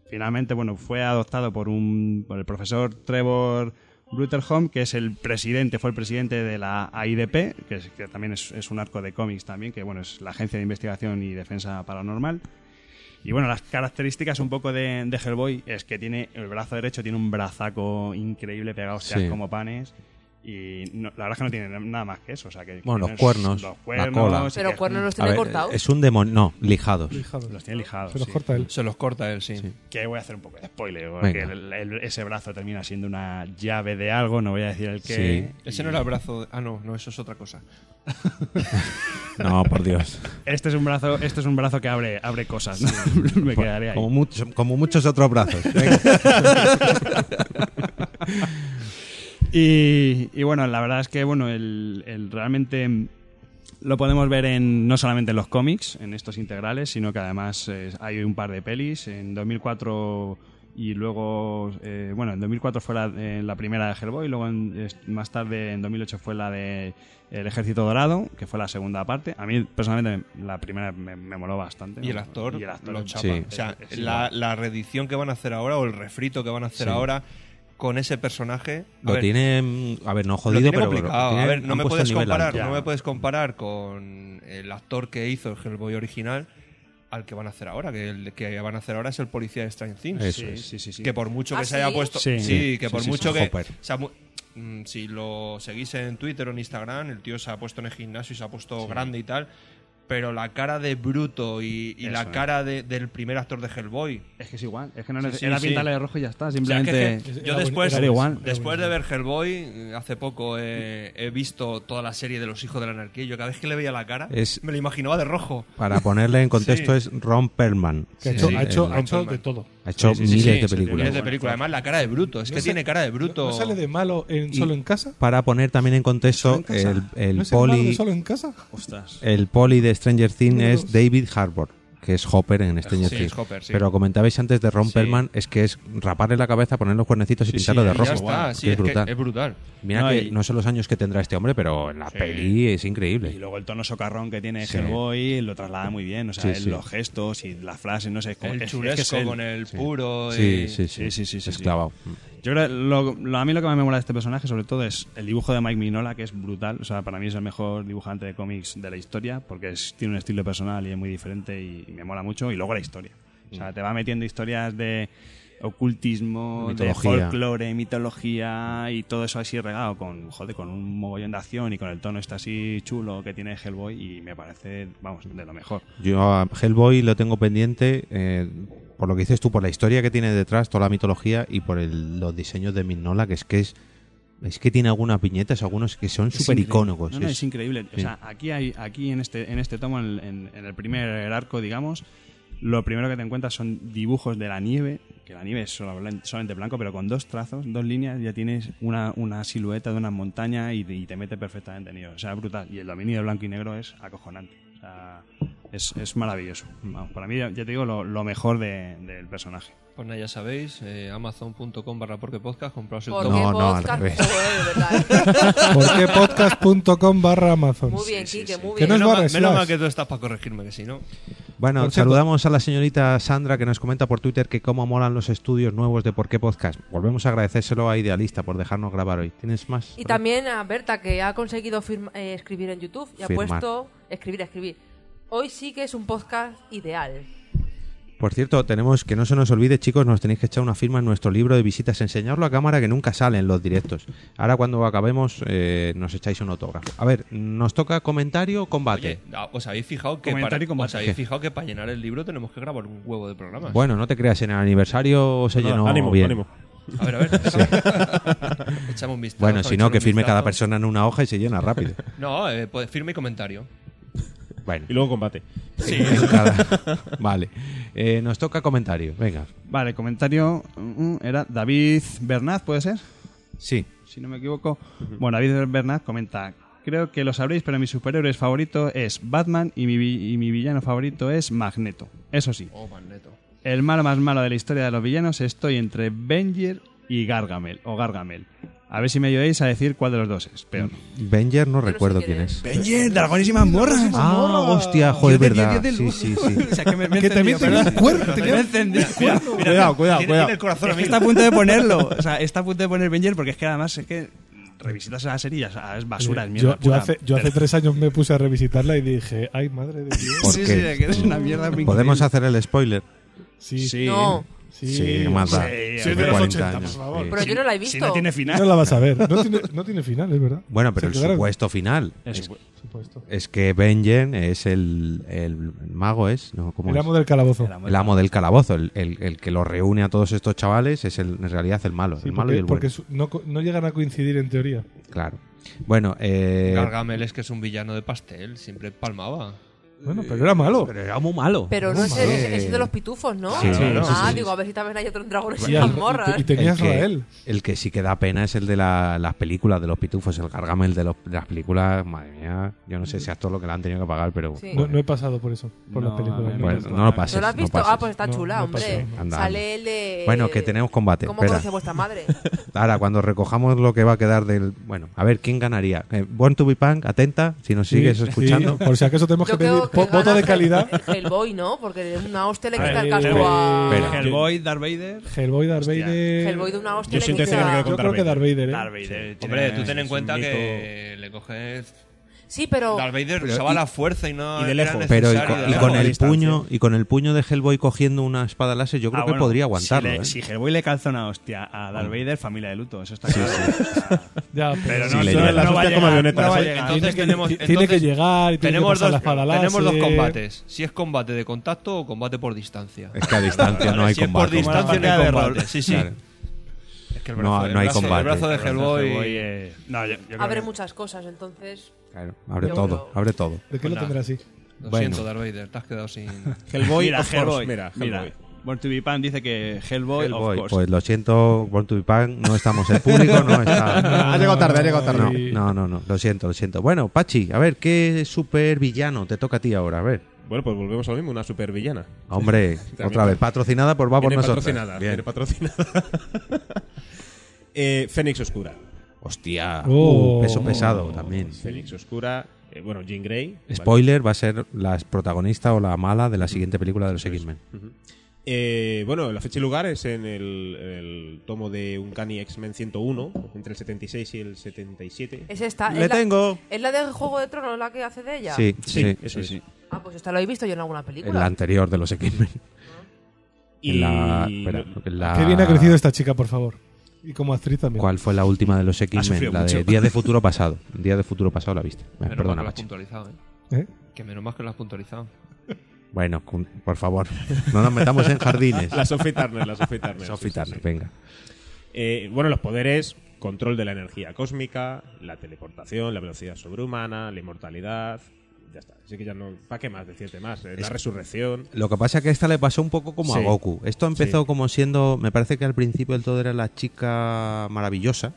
E: finalmente, bueno, fue adoptado por, un, por el profesor Trevor Brutterholm, que es el presidente, fue el presidente de la AIDP, que, es- que también es, es un arco de cómics también, que bueno, es la Agencia de Investigación y Defensa Paranormal. Y bueno, las características un poco de, de Hellboy es que tiene el brazo derecho, tiene un brazaco increíble pegado, hostias,
B: Sí.
E: como panes. Y no- la verdad es que no tiene nada más que eso. O sea, que, que
B: Bueno, los
E: tienes
B: cuernos,
E: los
B: la
E: cuernos,
B: cola.
E: sí
D: Pero
E: que-
D: cuernos los
B: A
D: tiene
B: ver,
D: cortados.
B: es un demonio, no, lijados.
I: Lijados.
E: Los tiene lijados.
I: Se los
E: sí.
I: corta él.
F: Se los corta él, sí.
E: Que voy a hacer un poco de spoiler, porque
B: Venga.
E: el- el- ese brazo termina siendo una llave de algo, no voy a decir el
B: Sí.
E: que.
F: Ese no era el brazo. de- Ah, no, no, eso es otra cosa.
B: No, por Dios.
E: Este es un brazo, este es un brazo que abre, abre cosas, ¿no? Me quedaré ahí.
B: Pues, Como, muchos- como muchos otros brazos. Venga.
E: Y, y bueno, la verdad es que bueno, el, el realmente mm, lo podemos ver en, no solamente en los cómics, en estos integrales, sino que además eh, hay un par de pelis. En 2004 y luego, eh, bueno, en 2004 fue la, eh, la primera de Hellboy, luego en- es- más tarde en 2008 fue la de El Ejército Dorado, que fue la segunda parte. A mí personalmente la primera me, me moló bastante.
F: Y el actor,
E: Y el actor
F: lo
E: es-
F: chapa.
B: Sí.
F: O sea,
E: es
F: la,
E: igual.
F: la reedición que van a hacer ahora o el refrito que van a hacer
B: Sí.
F: ahora con ese personaje. a
B: Lo
F: ver,
B: tiene. mm, A ver, no jodido,
E: tiene
B: pero.
E: complicado.
B: pero lo
F: Ah,
B: tiene-
F: a ver, no
B: han
F: me,
B: puesto
F: puedes
B: el nivel
F: comparar,
B: alto.
F: no me puedes comparar con el actor que hizo el Hellboy original al que van a hacer ahora, que el que van a hacer ahora es el policía de Strange Things.
B: Eso
E: Sí,
B: es.
E: sí, sí, sí.
F: Que por mucho
D: ¿Ah,
F: que se haya
D: sí?
F: puesto...
E: Sí.
F: Sí,
E: Sí,
F: que
E: sí,
F: por
E: sí,
F: mucho
B: sí.
F: que...
B: Hopper.
F: se ha mu- mm, si lo seguís en Twitter o en Instagram, el tío se ha puesto en el gimnasio y se ha puesto grande y tal. Pero la cara de Bruto y, y la
E: Eso es.
F: cara de- del primer actor de Hellboy.
E: Es que es igual. Es que no neces- era pintarle de rojo y ya está,
F: O sea, que es
E: simplemente-
F: que
E: Era
F: yo
E: boni-
F: después,
E: era igual.
F: después de ver Hellboy, eh, hace poco eh, he visto toda la serie de los hijos de la anarquía. y Yo cada vez que le veía la cara,
B: Es-
F: me lo imaginaba de rojo.
B: Para ponerle en contexto,
F: Sí.
B: es Ron Perlman.
F: Que ha hecho- ha hecho- ha hecho
I: de todo.
B: Ha hecho
F: Sí, sí, sí,
B: miles
F: sí,
B: de
F: sí,
B: películas.
F: miles de películas. Además, la cara de Bruto. Es que tiene cara de Bruto.
I: ¿No sale de malo en
F: Y-
I: solo en casa?
B: Para poner también en contexto, el, el
I: ¿No es el malo de
B: poli,
I: solo en casa?
E: Ostras.
B: el poli de Stranger Things
I: Número
B: es David Harbour, que es Hopper en Stranger
F: Sí, es
B: Things.
F: Hopper, sí.
B: Pero lo comentabais antes de Ron Perlman, es que es raparle la cabeza, poner los cuernecitos y
F: Sí,
B: pintarlo
F: sí,
B: de
F: y
B: rojo.
F: ya está, sí,
B: que
F: es que es brutal.
B: Mira
E: No,
B: que
E: y-
B: no sé los años que tendrá este hombre, pero en la
E: Sí.
B: peli es increíble.
E: Y luego el tono socarrón que tiene
B: Sí.
E: Hellboy lo traslada muy bien. O sea,
B: Sí,
E: él-
B: sí.
E: los gestos y las frases, no sé. es como-
F: El
E: es- es que
F: chulesco
E: es él.
F: con el puro.
B: Sí,
F: y-
B: sí, sí.
E: Sí, sí, sí, sí, sí.
B: Esclavado.
E: Yo creo que lo- lo- a mí lo que más me mola de este personaje, sobre todo, es el dibujo de Mike Minola, que es brutal. O sea, para mí es el mejor dibujante de cómics de la historia, porque es- tiene un estilo personal y es muy diferente y, y me mola mucho. Y luego la historia. O sea, te va metiendo historias de ocultismo,
B: Mitología.
E: de folclore, mitología y todo eso así regado con, joder, con un mogollón de acción y con el tono este así chulo que tiene Hellboy y me parece, vamos, de lo mejor.
B: Yo a Hellboy lo tengo pendiente eh, por lo que dices tú, por la historia que tiene detrás, toda la mitología y por el- los diseños de Mignola, que es que es es que tiene algunas viñetas, algunos que son
E: Es
B: súper
E: increíble.
B: icónicos.
E: No, no, es increíble. O
B: sí.
E: sea, aquí, hay, aquí en, este, en este tomo, en, el- en- en el primer arco, digamos, lo primero que te encuentras son dibujos de la nieve, que la nieve es solo blan- solamente blanco, pero con dos trazos, dos líneas, ya tienes una, una silueta de una montaña y, te- y te mete perfectamente en ello. O sea, brutal. Y el dominio de blanco y negro es acojonante. O sea, es, es maravilloso. Vamos, para mí, ya, ya te digo, lo, lo mejor de- del personaje.
F: Pues nada, ya sabéis, eh, amazon.com barra porque podcast, compraos el
D: ¿Por
F: tomo.
D: qué No, no, al podcast? revés. verdad.
I: Porquepodcast.com barra Amazon.
D: Muy bien, Quique, muy
I: Que
D: bien.
I: no es
F: menos,
I: barra
F: mal, menos
I: slash.
F: mal que tú estás para corregirme, que si no.
B: Bueno,
I: Por cierto-
B: saludamos a la señorita Sandra que nos comenta por Twitter que cómo molan los estudios nuevos de Por qué Podcast. Volvemos a agradecérselo a Idealista por dejarnos grabar hoy. ¿Tienes más?
D: Y también a Berta, que ha conseguido firma- eh, escribir en YouTube y ha
B: Firmar.
D: puesto escribir, escribir. Hoy sí que es un podcast ideal.
B: Por cierto, tenemos que no se nos olvide, chicos, nos tenéis que echar una firma en nuestro libro de visitas, enseñarlo a cámara que nunca sale en los directos. Ahora cuando acabemos eh, nos echáis un autógrafo. A ver, nos toca comentario o combate.
F: Oye, ah, ¿os habéis fijado que
E: Comentario
F: para,
E: y combate.
F: os habéis
B: ¿Qué?
F: fijado que para llenar el libro tenemos que grabar un huevo de programas?
B: bueno, no te creas, en el aniversario se
H: Nada,
B: llenó
H: ánimo,
B: bien.
H: ánimo.
F: A ver, a ver.
B: Sí.
F: Echamos un vistazo.
B: Bueno, si no,
F: echar
B: que
F: un
B: firme cada
F: vistazo.
B: persona en una hoja y se llena rápido.
F: No, eh, pues firme y comentario.
B: Bueno,
H: Y luego combate.
F: Sí.
B: cada- vale. Eh, nos toca comentario, venga.
E: Vale, comentario mm, mm, era David Bernaz, ¿puede ser?
B: Sí,
E: si no me equivoco. Bueno, David Bernat comenta, creo que lo sabréis, pero mi superhéroe favorito es Batman y mi, vi- y mi villano favorito es Magneto. Eso sí,
F: Oh, magneto.
E: el malo más malo de la historia de los villanos estoy entre Benjir y Gargamel, o Gargamel. A ver si me ayudáis a decir cuál de los dos es. Pero
B: Benger no
D: sé
B: recuerdo
D: quién
B: quién
D: es.
B: es.
E: Benjir, de las morras.
B: Ah, hostia, joder,
F: Diez de
B: verdad.
F: diez del
B: Sí,
F: uno.
B: sí, sí.
E: O sea, que me, me
I: Que te
E: encendió,
I: meten
E: perdón.
I: el cuerno, te
E: Me
I: quedan-
E: encendió. Mira, mira,
H: Cuidado, cuidado,
F: Tiene-
H: cuidado.
F: tiene el corazón
E: Es
F: a
E: que
F: mil.
E: está a punto de ponerlo. O sea, está a punto de poner Benjir porque es que además es que revisitas la serie y ya sabes, es basura, es mierda.
I: Yo, yo
E: pura.
I: hace, yo hace tres años me puse a revisitarla y dije, ay, madre de Dios.
B: ¿Por
E: Sí,
B: qué?
E: sí, de que eres una mierda. muy
B: Podemos
E: increíble.
B: hacer el spoiler.
I: Sí, sí.
D: No,
B: Sí, más da.
E: sí,
B: Tiene
E: sí, de los
B: 40
I: 80, por favor.
B: sí.
D: pero yo no la he visto.
E: Si no tiene final.
I: No la vas a ver. No tiene, no tiene final, es verdad.
B: Bueno, pero el
I: Se quedaron-
B: supuesto final es,
I: supuesto.
B: es que Benjen es el, el mago, ¿es? No, ¿cómo
I: El
B: es?
I: amo del calabozo.
B: El amo del calabozo, el, el- el que lo reúne a todos estos chavales es el, en realidad el malo,
I: Sí,
B: el malo
I: porque
B: y el bueno.
I: porque su- no, co- no llegan a coincidir en teoría.
B: Claro. Bueno, eh,
F: Gargamel es que es un villano de pastel, siempre palmaba.
I: Bueno, pero era malo.
B: pero era muy malo.
D: Pero no es, el,
B: Madre.
D: es el de los pitufos, ¿no?
B: Oh, Sí, sí,
F: sí,
D: ah,
F: sí,
D: digo, a ver si también hay otro dragón en
I: Y,
D: esa
I: al-
D: mazmorra,
I: y te- y
D: ¿eh?
I: tenías
B: el que,
I: a él.
B: el que sí que da pena es el de la- las películas de los pitufos, el Gargamel de, los- de las películas. Madre mía, yo no sé si a todo lo que le han tenido que pagar, pero.
D: Sí.
I: No, no he pasado por eso, por
E: No,
I: las películas.
E: a ver,
I: no.
B: Bueno, no lo pases.
D: ¿No lo has
B: no
D: visto?
B: pases.
D: ah, pues está
I: No,
D: chula,
I: no
D: hombre.
I: pasó.
B: Anda,
D: Sale el de...
B: Bueno, que tenemos combate,
D: ¿Cómo
B: espera.
D: conoce vuestra madre?
B: Ahora, cuando recojamos lo que va a quedar del. Bueno, a ver, ¿quién ganaría? Eh, Born to be Punk, atenta, si nos
I: Sí,
B: sigues
I: sí,
B: escuchando.
I: por si acaso tenemos que
D: Yo
I: pedir
D: creo que
I: po- voto
D: gana
I: de
D: Hel-
I: calidad.
D: Hellboy, ¿no? Porque de una hostia le quita el
I: Eh,
D: casco a...
B: espera.
E: Hellboy, Darth Vader.
I: Hellboy, Darth
E: Hostia.
I: Vader.
D: Hellboy de una hostia
H: Yo
D: le
H: siento que
D: quita-
H: me quedo
I: Yo
H: con
I: creo que Darth Vader, ¿eh?
E: Darth Vader. tiene-
F: Hombre, tú ten en
H: es
F: cuenta
H: un
F: que le coges
D: Sí, pero.
F: Darth Vader usaba la fuerza y no era
B: Pero y
F: necesario.
B: con, y
F: darle
B: con
F: la
B: el
F: distancia.
B: puño y con el puño de Hellboy cogiendo una espada láser, yo creo
E: Ah,
B: que
E: bueno,
B: podría
E: si
B: aguantarlo.
E: le-
B: ¿eh?
E: Si, Hellboy le calza una hostia a Darth Vader, familia de luto, eso está
B: Sí,
E: claro.
B: sí.
E: O sea,
I: Ya, pero-
E: pero
I: Sí,
E: no,
I: le
E: no-
I: llegan
E: no
I: las
E: va a
I: hostias como
E: llegar,
I: avionetas,
B: ¿eh?
E: no va a
I: oye,
E: llegar.
F: Entonces tenemos,
I: tiene
F: entonces
I: que llegar y tiene que
F: tenemos
I: pasar
F: dos,
I: la espada
F: tenemos dos
I: láser.
F: combates. Si es combate de contacto o combate por distancia.
B: Es que a distancia no hay
F: si es
B: combate.
F: por distancia no
E: Como la
F: hay
E: partida de
F: combate.
E: rol.
F: Sí, sí.
B: Claro.
F: Es que el
B: No,
F: brazo,
B: no hay
F: el brazo,
B: combate.
F: El brazo de
B: El brazo
F: Hellboy.
E: eh, no, yo, yo creo
D: Abre
E: que-
D: muchas cosas, entonces.
B: Claro, abre
D: Yo
B: todo,
D: creo-
B: abre todo.
I: ¿De qué
F: Pues
I: lo
F: nada.
I: tendrá así?
F: Lo
B: Bueno.
F: siento, Darth Vader, te has quedado sin.
H: Hellboy,
E: mira,
H: of course,
E: Hellboy.
H: mira,
E: mira.
H: Hellboy.
E: Born to be Pan dice que Hellboy, of
B: Hellboy,
E: course.
B: pues lo siento, Born to be Punk, no estamos el público, no está.
H: Ha llegado tarde, ha llegado tarde.
B: No, no, no, no, lo siento, lo siento. Bueno, Pachi, a ver, ¿qué supervillano te toca a ti ahora? A ver.
H: Bueno, pues volvemos a lo mismo, una supervillana.
B: Hombre,
H: También
B: otra vez, patrocinada por Vamos
H: Viene
B: Nosotros.
H: patrocinada,
B: Bien.
H: viene patrocinada. Eh, Fénix Oscura.
B: Hostia,
I: Oh.
B: peso pesado también.
H: Fénix Oscura, eh, bueno, Jean Grey. ¿vale?
B: Spoiler, va a ser la protagonista o la mala de la siguiente película de los X-Men.
H: Eh, bueno, la fecha y lugar es en el, en el tomo de Uncanny X-Men 101, entre el 76 y el 77.
D: Es esta.
B: Le
D: es la-
B: tengo.
D: ¿Es la de Juego de Tronos la que hace de ella?
B: Sí,
H: Sí,
B: sí,
H: eso es.
D: Ah, pues esta lo he visto yo en alguna
B: en
D: película.
B: la anterior de los X-Men. En la, espera, en la-
I: Qué bien ha crecido esta chica, por favor. Y como actriz también.
B: ¿Cuál fue la última de los X-Men?
E: sufrido
B: La de
E: mucho.
B: Día de Futuro Pasado. Día de Futuro Pasado la viste. Bueno,
F: Menos
B: Perdona,
F: mal
B: Pachi.
F: que lo has puntualizado, ¿eh?
I: ¿Eh?
F: Que menos mal que lo has puntualizado.
B: Bueno, cum- por favor, no nos metamos en jardines.
H: La Sophie Turner, la Sophie Turner.
B: Sophie
H: sí, sí, sí.
B: Turner, venga.
H: Eh, bueno, los poderes, control de la energía cósmica, la teleportación, la velocidad sobrehumana, la inmortalidad. Ya está. Así que ya no. ¿Para qué más decirte más? eh, la resurrección.
B: Lo que pasa es que a esta le pasó un poco como a
H: Sí.
B: Goku. Esto empezó como siendo, me parece que al principio del todo era la chica maravillosa,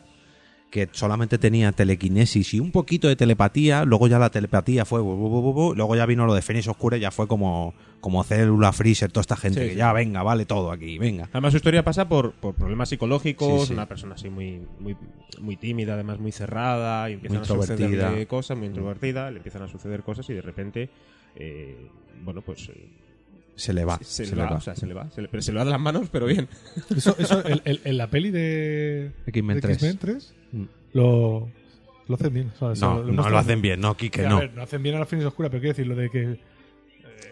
B: que solamente tenía telequinesis y un poquito de telepatía, luego ya la telepatía fue, bu, bu, bu, bu, bu, luego ya vino lo de Fénix Oscura, y ya fue como, como célula freezer, toda esta gente,
H: Sí, Ah,
B: que
H: sí.
B: ya venga, vale todo aquí, venga.
H: Además, su historia pasa por, por problemas psicológicos,
B: Sí, sí.
H: una persona así muy, muy, muy tímida, además muy cerrada, y empiezan
B: Muy
H: a sucederle
B: introvertida. Mm.
H: cosas, muy introvertida, le empiezan a suceder cosas y de repente, eh, bueno, pues eh,
B: Se le va.
H: se, le va, o sea, se le va, se le- pero se le va de las manos, pero bien.
I: Eso, eso el- el- en la peli de
B: X-Men
I: de
B: 3.
I: Eh, tres,
B: Mm.
I: lo, lo hacen bien. o sea, se
B: No, no
I: muestran
B: lo hacen bien, no, Quique,
I: Sí, a
B: no.
I: ver, no hacen bien a las fines oscuras, pero quiero decir lo de que eh,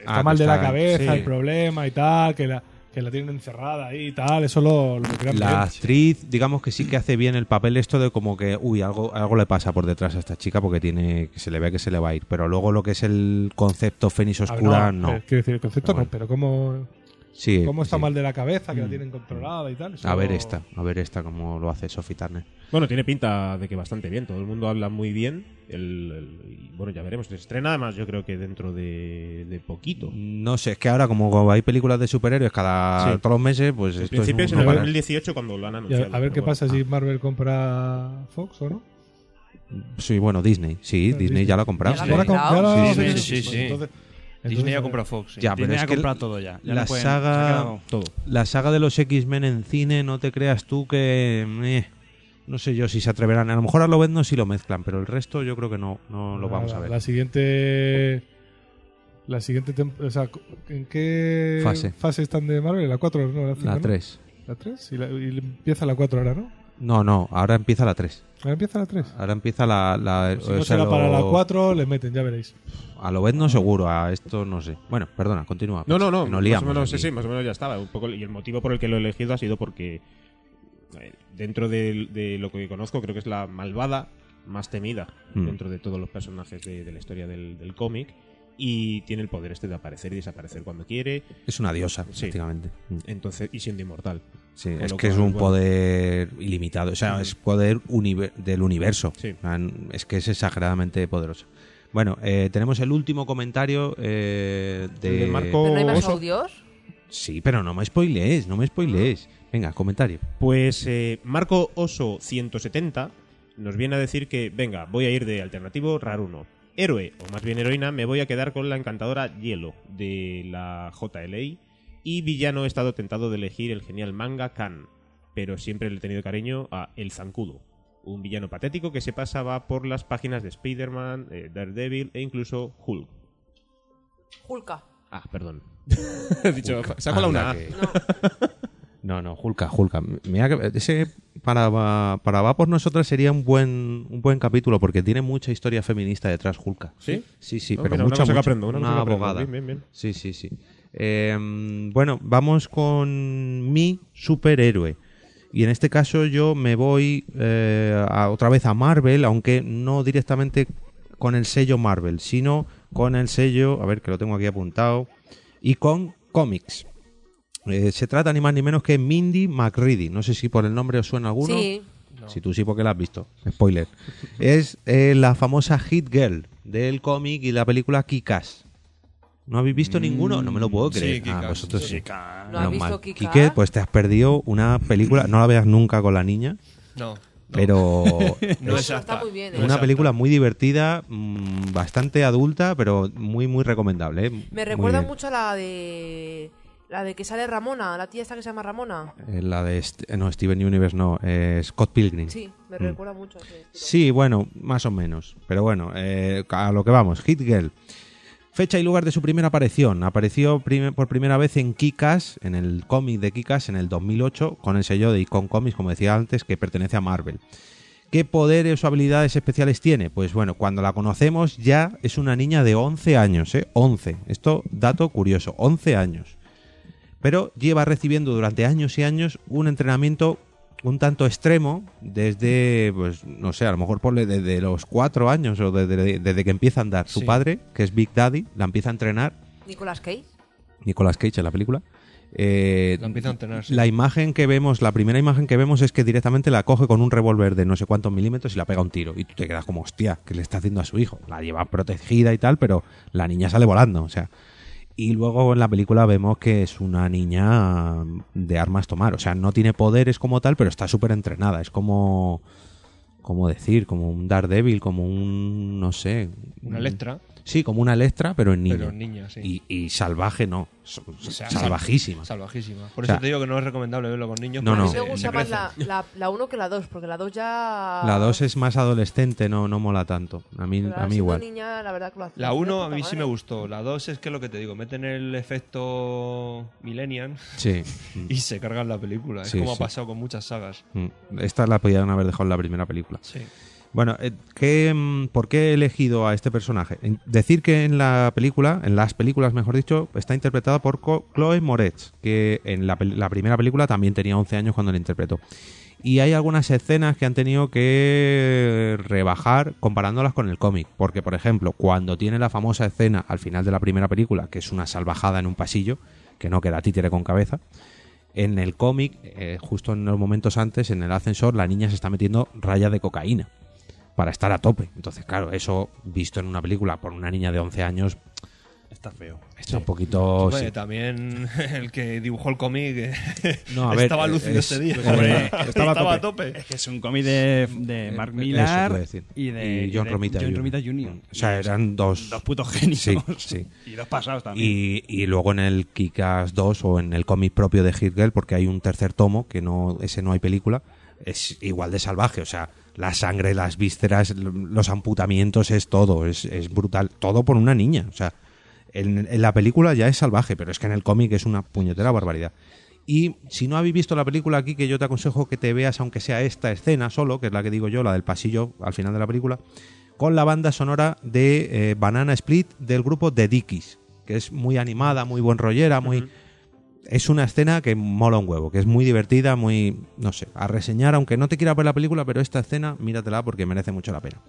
I: está
B: Ah,
I: mal
B: que
I: de la
B: está-
I: cabeza,
B: sí.
I: el problema y tal, que la, que la tienen encerrada ahí y tal, eso lo, lo que crean
B: La
I: bien.
B: actriz, digamos que sí que hace bien el papel esto de como que, uy, algo, algo le pasa por detrás a esta chica porque tiene que se le ve que se le va a ir. Pero luego lo que es el concepto Fénix
I: A ver,
B: Oscura,
I: no,
B: no.
I: eh, Quiero decir, el concepto
B: Pero bueno.
I: no, pero cómo,
B: Sí,
I: cómo está
B: sí. Mm.
I: mal de la cabeza, que la tienen controlada y tal. eso
B: A ver
I: lo-
B: esta, a ver esta como lo hace Sophie Turner.
H: Bueno, tiene pinta de que bastante bien. Todo el mundo habla muy bien. El, el- y bueno, ya veremos. Se estrena además, yo creo que dentro de, de poquito.
B: No sé, es que ahora como hay películas de superhéroes cada
H: Sí.
B: todos los meses, pues
H: En
B: esto
H: principio
B: es
H: es
B: un
H: en el
B: no parar.
H: 2018 cuando lo han
I: Y a,
H: anunciado.
I: a ver qué
H: pero
I: pasa
H: bueno.
I: si Marvel compra Fox o no.
B: Sí, bueno, Disney. Sí,
I: Disney.
B: Disney ya la ha comprado.
D: Ya
B: Sí.
D: la ha
I: Ahora
D: comprado.
I: compra-
F: Sí,
I: ahora-
F: sí, sí, sí.
I: Entonces,
F: Disney
I: entonces,
F: ya compra Fox. sí.
B: Ya, pero
E: Disney
B: es
E: ha
B: que
E: comprado todo ya. ya
B: la
E: no pueden- se ha
B: saga
E: quedado-
H: Todo.
B: la saga de los X-Men en cine, no te creas tú que eh, no sé yo si se atreverán. A lo mejor a lo vendo si lo mezclan, pero el resto yo creo que no, no lo vamos
I: la-
B: a ver.
I: La siguiente. La siguiente. tem- O sea, ¿en qué
B: Fase. están
I: están de Marvel? ¿La 4? No, la 5.
B: La 3.
I: ¿La 3? Y, la- y empieza la 4 ahora, ¿no?
B: No, no, ahora empieza la 3.
I: Ahora empieza la 3.
B: Ahora empieza la... la
I: si no
B: o sea,
I: será para
B: lo-
I: la 4, le meten, ya veréis.
B: A lo no seguro, a esto no sé. Bueno, perdona, continúa.
H: No, no, no.
B: que
H: Más
B: nos liamos
H: o menos, sí,
B: aquí.
H: sí, más o menos ya estaba. Un poco, y el motivo por el que lo he elegido ha sido porque eh, dentro de, de lo que conozco creo que es la malvada más temida
B: Mm.
H: dentro de todos los personajes de, de la historia del, del cómic. Y tiene el poder este de aparecer y desaparecer cuando quiere.
B: Es una diosa,
H: Sí.
B: prácticamente. Mm.
H: Entonces, y siendo inmortal.
B: Sí,
H: Con
B: es
H: lo
B: que es
H: cual,
B: un
H: bueno.
B: poder ilimitado, o sea, es poder univer- del universo.
H: Sí.
B: Ah, Es que es exageradamente poderoso. Bueno, eh, tenemos el último comentario eh, de...
H: El de Marco
D: ¿Pero no hay más
H: Oso.
D: audios?
B: Sí, pero no me spoilees, no me spoilees. Venga, comentario.
H: Pues eh, Marco Oso 170 nos viene a decir que, venga, voy a ir de alternativo raruno. Héroe, o más bien heroína, me voy a quedar con la encantadora Hielo de la JLA. Y villano he estado tentado de elegir el genial manga Kan, pero siempre le he tenido cariño a El Zancudo, un villano patético que se pasaba por las páginas de Spider-Man, eh, Daredevil e incluso Hulk.
D: Julka.
H: Ah, perdón. He dicho, saco la
B: Anda
H: una. A.
B: que- No, no, Julka, Julka. Mira que ese para, Va- para Va por nosotras sería un buen, un buen capítulo porque tiene mucha historia feminista detrás, Julka.
H: ¿Sí?
B: Sí, sí,
H: Ah,
B: pero
H: mira, una
B: mucha,
H: cosa que
B: mucha.
H: aprendo, una cosa que aprendo.
B: abogada.
H: Bien, bien, bien.
B: Sí, sí, sí. Eh, bueno, vamos con mi superhéroe. Y en este caso yo me voy eh, a- otra vez a Marvel, aunque no directamente con el sello Marvel, sino con el sello, a ver que lo tengo aquí apuntado, y con cómics. Eh, se trata ni más ni menos que Mindy McReady. No sé si por el nombre os suena alguno.
D: Sí.
B: Si tú sí, porque la has visto. Spoiler. es eh, la famosa Hit Girl del cómic y la película Kikas. ¿No habéis
F: Mm.
B: visto ninguno? No me lo puedo
F: sí,
B: creer. ah,
F: Kick-Ass.
B: vosotros sí.
F: Kick-Ass.
D: ¿No has
B: Menos
D: visto
B: mal.
D: Kick-Ass?
B: Quique, pues te has perdido una película. No la veas nunca con la niña.
F: No, no.
B: Pero
F: No
D: No,
F: es
D: está
F: apta.
D: muy bien, ¿eh?
B: una película muy divertida, mm, bastante adulta, pero muy, muy recomendable. ¿eh? Muy
D: Me recuerda
B: bien.
D: mucho a la de. La de que sale Ramona, la tía esta que se llama Ramona.
B: Eh, La de. St- no, Steven Universe, no. eh, Scott Pilgrim.
D: Sí, me
B: Mm.
D: recuerda mucho a ese.
B: Sí, bueno, más o menos. Pero bueno, eh, a lo que vamos, Hit Girl. Fecha y lugar de su primera aparición. Apareció prim- por primera vez en Kikas, en el cómic de Kikas en el 2008, con el sello de Icon Comics, como decía antes, que pertenece a Marvel. ¿Qué poderes o habilidades especiales tiene? Pues bueno, cuando la conocemos ya es una niña de 11 años, ¿eh? 11. Esto, dato curioso, 11 años pero lleva recibiendo durante años y años un entrenamiento un tanto extremo desde, pues no sé, a lo mejor ponle desde los cuatro años o desde, desde que empieza a andar. Su
F: Sí.
B: padre, que es Big Daddy, la empieza a entrenar,
D: Nicolas Cage.
B: Nicolas Cage en la película. Eh,
F: La empieza a entrenar, sí.
B: la imagen que vemos, la primera imagen que vemos es que directamente la coge con un revólver de no sé cuántos milímetros y la pega un tiro. Y tú te quedas como, hostia, ¿qué le está haciendo a su hijo? La lleva protegida y tal, pero la niña sale volando, o sea. Y luego en la película vemos que es una niña de armas tomar. O sea, no tiene poderes como tal, pero está súper entrenada. Es como. ¿Cómo decir? Como un Daredevil, como un. No sé.
F: Una Electra,
B: Sí, como una Electra, pero en niña.
F: pero niña, sí.
B: Y, y salvaje no. S-
F: O sea, sal-
B: salvajísima.
F: Salvajísima. Por
B: O sea,
F: eso te digo que no es recomendable verlo con niños.
B: No,
F: porque
B: no.
D: A mí
F: se-
D: me
F: se
D: gusta más
F: crecen.
D: la, la, la 1 que la 2, porque la 2 ya.
B: La 2 es más adolescente, no, no mola tanto. A mí,
D: Pero
B: a mí
D: siendo
B: igual.
D: niña, la verdad que lo hace
F: La
D: de
F: 1 a
D: puta
F: mí sí
D: madre.
F: me gustó. La 2 es que lo que te digo, meten el efecto Millennium
B: Sí.
F: y se cargan la película.
B: Sí,
F: es como
B: sí.
F: ha pasado con muchas sagas.
B: Mm. Esta la podían haber dejado en la primera película.
F: Sí.
B: Bueno, eh, ¿qué, mm, ¿por qué he elegido a este personaje? En- Decir que en la película, en las películas mejor dicho, está interpretada por Co- Chloe Moretz, que en la, pel- la primera película también tenía 11 años cuando la interpretó. Y hay algunas escenas que han tenido que rebajar comparándolas con el cómic. Porque, por ejemplo, cuando tiene la famosa escena al final de la primera película, que es una salvajada en un pasillo, que no queda títere con cabeza, en el cómic, eh, justo en los momentos antes, en el ascensor, la niña se está metiendo rayas de cocaína para estar a tope. Entonces, claro, eso visto en una película por una niña de 11 años
F: Está feo.
B: está un poquito...
F: Hombre,
B: Oh, sí.
F: También el que dibujó el cómic eh,
B: No, a ver,
F: estaba lúcido
B: es-
F: ese día.
B: Hombre,
F: estaba, a tope.
E: Es que es un cómic de, de Mark
B: Eso te iba a
E: Millar
B: decir.
E: y de
B: Y John
E: y de
B: Romita
E: John
B: Jr.
E: Romita Jr.
B: O sea, eran dos...
E: Dos putos genios.
B: Sí, sí.
E: Y dos pasados también.
B: Y, y luego en el Kikas 2 o en el cómic propio de Hit Girl, porque hay un tercer tomo, que no ese no hay película, es igual de salvaje. O sea, la sangre, las vísceras, l- los amputamientos, es todo. Es, es brutal. Todo por una niña. O sea, en, en la película ya es salvaje, pero es que en el cómic es una puñetera barbaridad. Y si no habéis visto la película aquí, que yo te aconsejo que te veas, aunque sea esta escena solo, que es la que digo yo, la del pasillo al final de la película, con la banda sonora de eh, Banana Split del grupo The Dickies, que es muy animada, muy buen rollera, muy... Es una escena que mola un huevo, que es muy divertida, muy, no sé, a reseñar, aunque no te quieras ver la película, pero esta escena míratela porque merece mucho la pena.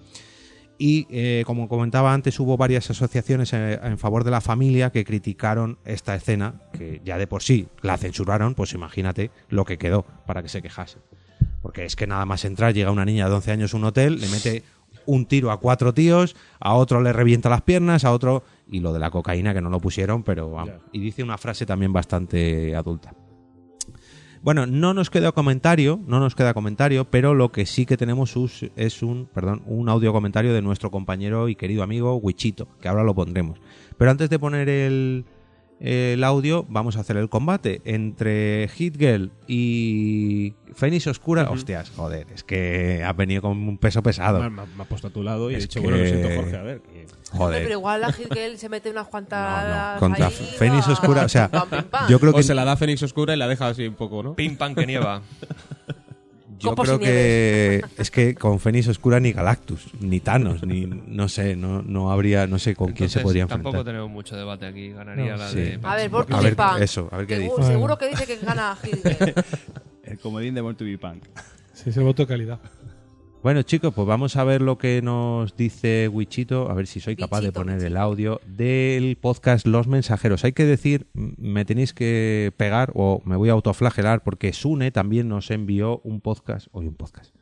B: Y eh, como comentaba antes, hubo varias asociaciones eh, en favor de la familia que criticaron esta escena, que ya de por sí la censuraron, pues imagínate lo que quedó para que se quejase. Porque es que nada más entrar, llega una niña de 11 años a un hotel, le mete un tiro a cuatro tíos, a otro le revienta las piernas, a otro... Y lo de la cocaína que no lo pusieron, pero... vamos. Y dice una frase también bastante adulta. Bueno, no nos queda comentario, no nos queda comentario, pero lo que sí que tenemos us- es un, perdón, un audio comentario de nuestro compañero y querido amigo Wichito, que ahora lo pondremos. Pero antes de poner el, el audio, vamos a hacer el combate entre Hit Girl y Fénix Oscura. Hostias, joder, es que has venido con un peso pesado.
H: Me, me- me has puesto a tu lado y
B: Es
H: he dicho,
B: que-
H: bueno, lo siento, Jorge, a ver. que-
D: Hombre, pero
B: Joder.
D: igual la Hit Girl se mete unas cuantas.
B: Contra
D: ahí,
B: Fénix
D: va,
B: Oscura, o sea,
D: pam, pim, pam.
B: yo creo
L: O
B: que
L: se la da Fénix Oscura y la deja así un poco, ¿no?
F: Pim pam que nieva.
B: Yo
D: Copos y
B: creo que es que con Fenix Oscura ni Galactus, ni Thanos, ni no sé, no, no habría, no sé con quién se
F: Entonces,
B: podría enfrentar.
F: Tampoco tenemos mucho debate aquí. Ganaría
B: No,
F: la
B: sí.
F: de.
D: A ver, Bortu
B: A ver,
D: Punk.
B: eso, a ver qué
D: Segu-
B: dice.
D: Seguro que dice que gana Hitler.
E: El comodín de Born to be Punk.
I: Sí, es el voto de calidad.
B: Bueno, chicos, pues vamos a ver lo que nos dice Wichito, a ver si soy capaz de
D: Bichito,
B: poner el audio del podcast Los Mensajeros. Hay que decir, m- me tenéis que pegar o me voy a autoflagelar porque Sune también nos envió un podcast, hoy un podcast.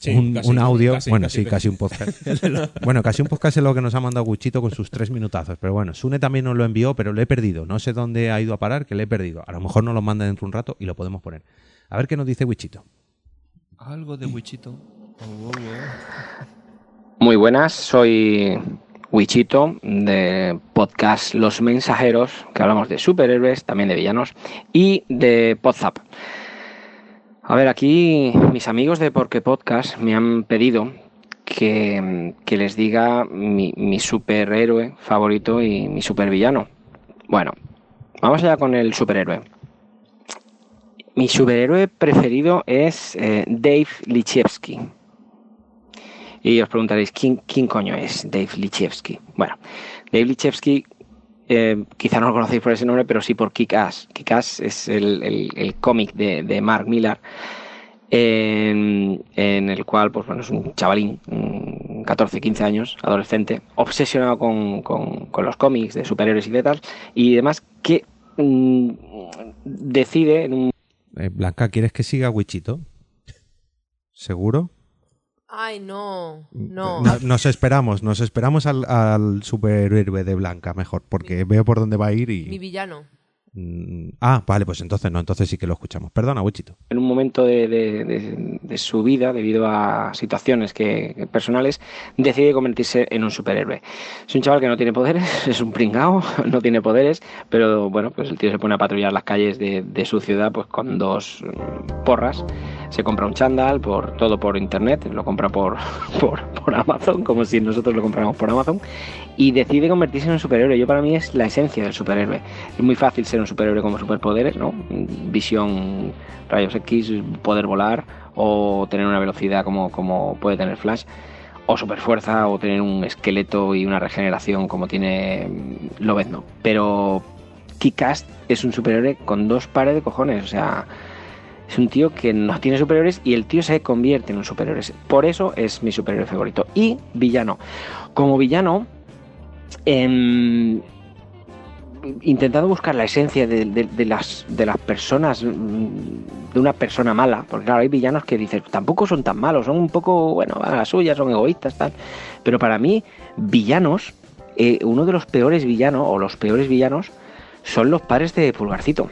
H: Sí,
B: un,
H: casi,
B: un audio,
H: casi,
B: bueno,
H: casi,
B: sí,
H: casi.
B: casi un podcast. bueno, casi un podcast es lo que nos ha mandado Wichito con sus tres minutazos, pero bueno, Sune también nos lo envió, pero lo he perdido. No sé dónde ha ido a parar, que lo he perdido. A lo mejor nos lo manda dentro de un rato y lo podemos poner. A ver qué nos dice Wichito.
F: Algo de Wichito. Oh, oh, oh.
L: Muy buenas, soy Wichito de podcast Los Mensajeros, que hablamos de superhéroes, también de villanos, y de Podzap. A ver, aquí mis amigos de Porque Podcast me han pedido que, que les diga mi, mi superhéroe favorito y mi supervillano. Bueno, vamos allá con el superhéroe. Mi superhéroe preferido es eh, Dave Lichevsky. Y os preguntaréis, ¿quién, quién coño es Dave Lichevsky? Bueno, Dave Lichevsky, eh, quizá no lo conocéis por ese nombre, pero sí por Kick-Ass. Kick-Ass es el, el- el cómic de, de Mark Millar, en, en el cual pues, bueno, es un chavalín, un 14, 15 años, adolescente, obsesionado con, con- con los cómics de superhéroes y de tal, y demás, que mm, decide en un
B: Eh, Blanca, ¿quieres que siga Wichito? ¿Seguro?
D: Ay, no. No.
B: No- Nos esperamos, nos esperamos al, al superhéroe de Blanca, mejor, porque veo por dónde va a ir
D: Mi
B: y...
D: villano.
B: Mm, Ah, vale, pues entonces no, entonces sí que lo escuchamos. Perdona, Wichito.
L: en un momento de, de- de- de su vida, debido a situaciones que, que personales, decide convertirse en un superhéroe. Es un chaval que no tiene poderes, es un pringao, no tiene poderes, pero bueno, pues el tío se pone a patrullar las calles de, de su ciudad pues con dos mm, porras. Se compra un chándal, por, todo por internet, lo compra por, por, por Amazon, como si nosotros lo compráramos por Amazon, y decide convertirse en un superhéroe. Yo para mí es la esencia del superhéroe. Es muy fácil ser un superhéroe como superpoderes, ¿no? Visión rayos X, poder volar o tener una velocidad como, como puede tener Flash, o superfuerza o tener un esqueleto y una regeneración como tiene mm, Lobezno. Pero Kikast es un superhéroe con dos pares de cojones, o sea, es un tío que no tiene superhéroes y el tío se convierte en un superhéroe. Por eso es mi superhéroe favorito. Y villano. Como villano, em, intentando buscar la esencia de, de- de las, de las personas, mm, de una persona mala, porque claro, hay villanos que dicen, tampoco son tan malos, son un poco, bueno, a la suya, son egoístas, tal. Pero para mí, villanos, eh, uno de los peores villanos, o los peores villanos, son los padres de Pulgarcito.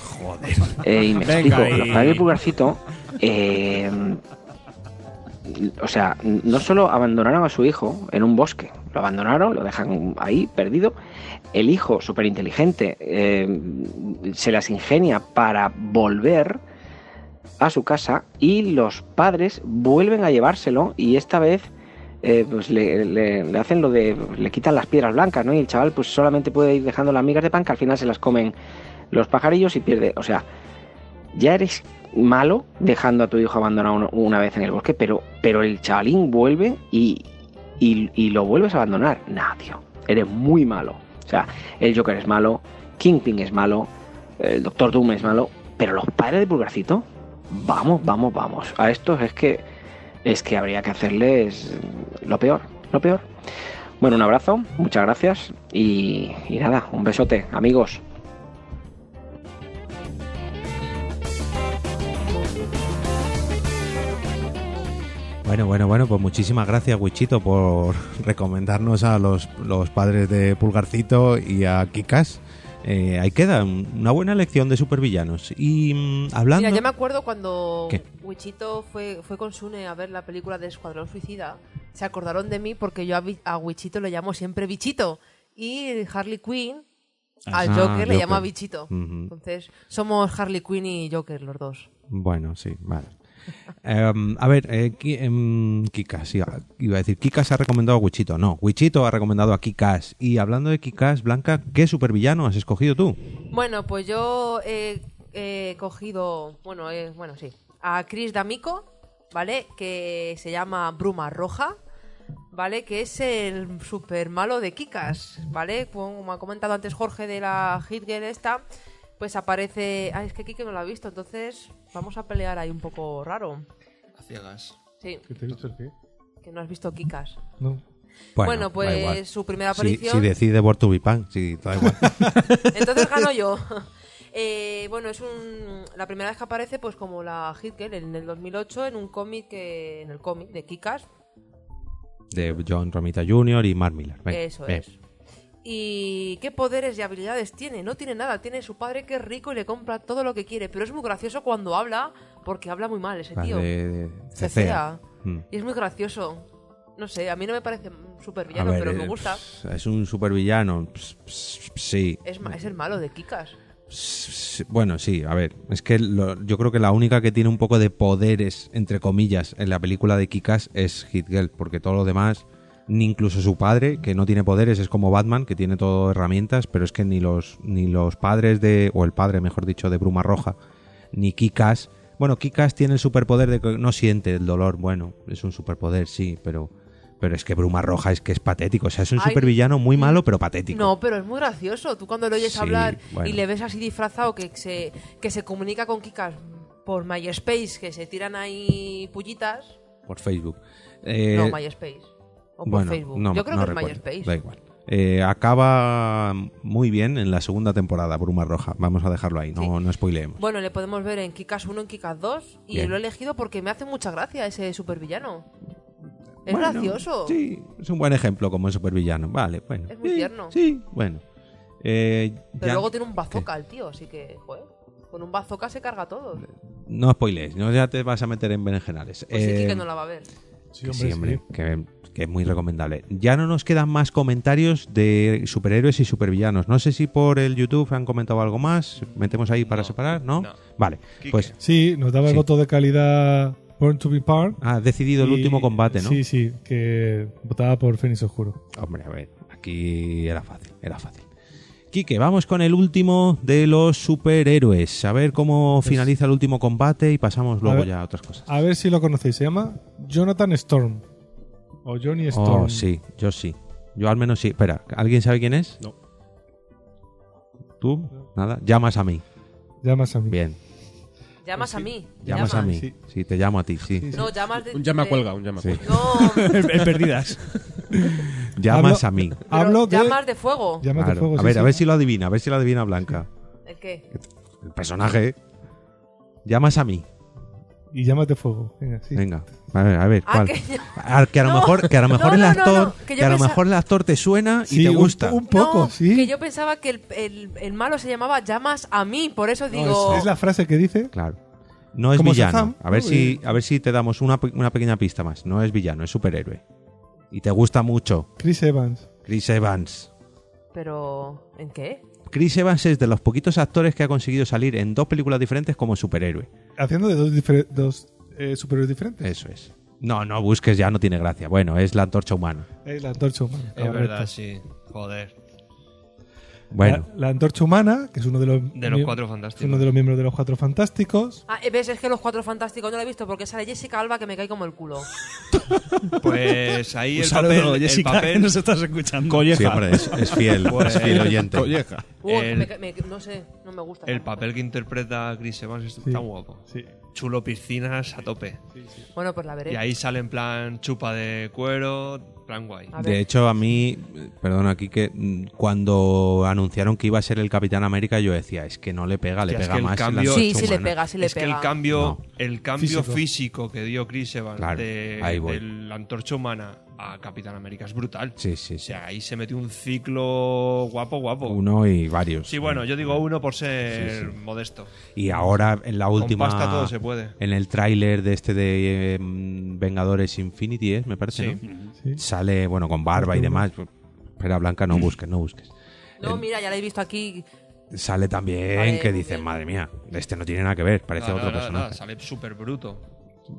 L: Joder. Eh, y me
M: Venga
L: explico,
M: ahí.
L: los padres de Pulgarcito, eh, o sea, no solo abandonaron a su hijo en un bosque, lo abandonaron, lo dejan ahí perdido. El hijo, súper inteligente, se las ingenia para volver a su casa y los padres vuelven a llevárselo y esta vez eh, pues le, le- le hacen lo de le quitan las piedras blancas, ¿no? Y el chaval pues solamente puede ir dejando las migas de pan que al final se las comen los pajarillos y pierde, o sea, ya eres malo dejando a tu hijo abandonado uno- una vez en el bosque, pero, pero el chavalín vuelve y, y, y lo vuelves a abandonar. Nah, tío, eres muy malo. O sea, el Joker es malo, Kingpin es malo, el Doctor Doom es malo, pero los padres de Pulgarcito, vamos, vamos, vamos. A estos es que es que habría que hacerles lo peor, lo peor. Bueno, un abrazo, muchas gracias y, y nada, un besote, amigos.
B: Bueno, bueno, bueno, pues muchísimas gracias, Wichito, por recomendarnos a los, los padres de Pulgarcito y a Kikas. Eh, ahí queda un- una buena elección de supervillanos. Y mm, hablando...
D: Mira, yo me acuerdo cuando
B: ¿Qué?
D: Wichito fue, fue con Sune a ver la película de Escuadrón Suicida. Se acordaron de mí porque yo a, Bi- a Wichito le llamo siempre Bichito. Y Harley Quinn al
B: Ah,
D: Joker, le
B: Joker.
D: llama Bichito.
B: Ujú.
D: Entonces, somos Harley Quinn y Joker los dos.
B: Bueno, sí, vale. Em, a ver, eh, Ki- em, Kikas, sí, ah, iba a decir, Kikas ha recomendado a Wichito. No, Wichito ha recomendado a Kikas. Y hablando de Kikas, Blanca, ¿qué supervillano has escogido tú?
D: Bueno, pues yo he, he cogido. Bueno, eh, bueno, sí. a Chris D'Amico, ¿vale? Que se llama Bruma Roja, ¿vale? Que es el super malo de Kikas, ¿vale? Como ha comentado antes Jorge de la Hit Girl esta, pues aparece... Ah, es que Kike no lo ha visto, entonces vamos a pelear ahí un poco raro.
F: A ciegas.
D: Sí,
I: ¿Qué te he dicho el qué?
D: que no has visto Kikas.
I: No.
D: Bueno, pues,
B: da igual.
D: su primera
B: Si-
D: aparición-
B: Si, decide por tu Bipang, sí, da igual.
D: Entonces gano yo. Eh, bueno, es un, la primera vez que aparece, pues como la Hit Girl en el 2008 en un cómic, que- en el cómic de Kikas,
B: de John Romita Jr. y Mark Miller. Venga,
D: Eso
B: bien.
D: es. ¿Y qué poderes y habilidades tiene? No tiene nada, tiene su padre que es rico y le compra todo lo que quiere, pero es muy gracioso cuando habla, porque habla muy mal ese
B: Vale,
D: tío.
B: de- de-
D: Se
B: cecea.
D: cea.
B: Mm.
D: Y es muy gracioso. No sé, a mí no me parece súper
B: A
D: villano,
B: ver,
D: pero me
B: eh,
D: gusta.
B: pss, Es un supervillano. pss, pss, pss, Sí.
D: Es, ma- es el malo de Kikas.
B: Pss, Bueno, sí, a ver. Es que lo- yo creo que la única que tiene un poco de poderes, entre comillas, en la película de Kikas es Hit Girl, porque todo lo demás, ni incluso su padre, que no tiene poderes, es como Batman, que tiene todo herramientas, pero es que ni los, ni los padres de, o el padre, mejor dicho, de Bruma Roja, ni Kikas. Bueno, Kikas tiene el superpoder de que no siente el dolor. Bueno, es un superpoder, sí, pero. Pero es que Bruma Roja es que es patético. O sea, es un
D: Ay.
B: supervillano muy malo, pero patético.
D: No, pero es muy gracioso. Tú cuando lo oyes
B: Sí,
D: hablar
B: bueno.
D: y le ves así disfrazado que se, que se comunica con Kikas por MySpace, que se tiran ahí pullitas.
B: Por Facebook. Eh,
D: no, MySpace. O por
B: bueno,
D: Facebook.
B: no-
D: Yo creo
B: no
D: que es
B: recuerdo.
D: MySpace.
B: Da igual. Eh, acaba muy bien en la segunda temporada, Bruma Roja. Vamos a dejarlo ahí, no, no spoileemos.
D: Bueno, le podemos ver en Kikas 1, en Kikas 2 y
B: Bien.
D: lo he elegido porque me hace mucha gracia ese supervillano. Es gracioso.
B: Sí, es un buen ejemplo como supervillano. Vale, bueno.
D: Es muy tierno.
B: Sí, bueno. Eh,
D: Pero
B: ya-
D: luego tiene un bazooka el tío, así que, joder, con un bazooka se carga a todos.
B: No spoilees, no ya te vas a meter en berenjenales.
D: Pues sí,
B: Eh,
D: Kike no la va a ver.
B: que sí, hombre, que, que es muy recomendable. Ya no nos quedan más comentarios de superhéroes y supervillanos. No sé si por el YouTube han comentado algo más. Metemos ahí para separar, ¿no? Vale, pues
I: Sí, nos daba el voto de calidad Born to be Part.
B: Ah, decidido el último combate, ¿no?
I: Sí, sí, que votaba por Fénix Oscuro.
B: Hombre, a ver, aquí era fácil, era fácil. Quique, vamos con el último de los superhéroes. A ver cómo finaliza el último combate y pasamos luego
I: ver.
B: ya a otras cosas.
I: A ver si lo conocéis, se llama Jonathan Storm. O Johnny Storm.
B: Oh, sí, yo sí. Yo al menos sí. Espera, ¿alguien sabe quién es?
I: No.
B: ¿Tú? Nada. Llamas a mí.
I: Llamas a mí.
B: Bien.
D: Llamas a mí.
B: pues Llamas a mí. Sí. te llamo a ti, sí.
D: No, llamas de-
H: Un llama
D: de-
H: cuelga, un llama
B: Sí.
H: cuelga.
D: No.
B: Llamas
I: Hablo-
B: a mí.
D: Pero
I: Hablo de-
D: Llamas de fuego.
I: Llamas de
B: Claro.
I: fuego,
B: a
I: sí,
B: ver,
I: sí.
B: a ver si lo adivina, a ver si lo adivina Blanca.
D: ¿El qué?
B: El personaje. Llamas a mí.
I: Y llamas de fuego. Venga, sí.
B: Venga. A ver, a ver,
I: Ah,
B: ¿cuál?
I: que yo-
B: Ah, que a lo
I: No.
B: mejor, que a lo
I: No,
B: mejor
I: no,
B: el
I: no,
B: actor,
I: no,
D: que
B: que,
D: yo
B: a lo
D: pensaba-
B: mejor el actor te suena y
I: Sí,
B: te
I: un-
B: gusta.
I: un poco,
D: No, Que yo pensaba que el, el- el malo se llamaba Llamas a mí, por eso digo.
I: Es la frase que dice.
B: Claro. No es
I: Como
B: villano.
I: Shazam,
B: a ver
I: ¿no?
B: si, a ver si te damos una, pe- una pequeña pista más. No es villano, es superhéroe. Y te gusta mucho.
I: Chris Evans.
B: Chris Evans.
D: Pero, ¿en qué?
B: Chris Evans es de los poquitos actores que ha conseguido salir en dos películas diferentes como superhéroe.
I: Haciendo de dos, difer- dos eh, superhéroes diferentes.
B: Eso es. No, no busques, ya no tiene gracia. Bueno, es la antorcha humana.
I: Es la antorcha humana.
F: Es
I: correcto.
F: verdad, sí. Joder.
B: Bueno,
I: La, la antorcha humana, que es uno de los,
F: De los
I: mie-
F: Cuatro Fantásticos.
I: Uno de los miembros de los cuatro fantásticos.
D: Ah, eh, ves, es que los cuatro fantásticos no lo he visto porque sale Jessica Alba que me cae como el culo.
F: Pues ahí
M: Un
F: el
M: saludo,
F: papel,
M: Jessica,
F: el papel
M: que nos estás escuchando.
F: Colleja.
B: Sí, hombre, es- es fiel,
E: Pues,
B: es fiel oyente.
F: Colleja.
D: Uy,
F: El-
D: me ca- me- no sé, no me gusta.
F: El papel que interpreta Chris Evans es tan guapo. Chulo piscinas a tope.
D: Bueno, pues la veré.
F: Y ahí sale en plan chupa de cuero, plan guay.
B: de hecho a mí, eh, perdona aquí que mm, cuando anunciaron que iba a ser el Capitán América yo decía, es que no le pega, le
F: Hostia, es
B: pega
F: que el
B: más. la
F: cambio-
B: antorcha
D: Sí, sí le
B: humana.
D: pega, sí le
F: es que
D: pega.
F: el cambio, el cambio
B: Físico.
F: físico. que dio Chris Evans
B: Claro,
F: de,
B: ahí voy.
F: de la antorcha humana a Capitán América es brutal.
B: Sí, sí,
F: O sea, ahí se metió un ciclo guapo, guapo.
B: Uno y varios.
F: Sí, bueno, yo digo uno por ser
B: Sí, sí.
F: modesto.
B: Y ahora en la
F: Con
B: última.
F: pasta todo se puede.
B: En el tráiler de este de eh, Vengadores Infinity, ¿eh? me parece,
F: Sí.
B: ¿no?
F: Sí.
B: Sale, bueno, con barba y demás. Pero Blanca, no busques, no busques.
D: No, mira, ya la he visto aquí.
B: Sale también
D: Vale,
B: que dicen, madre mía, este no tiene nada que ver, parece
F: No, no,
B: otro
F: no, no,
B: personaje.
F: sale súper bruto.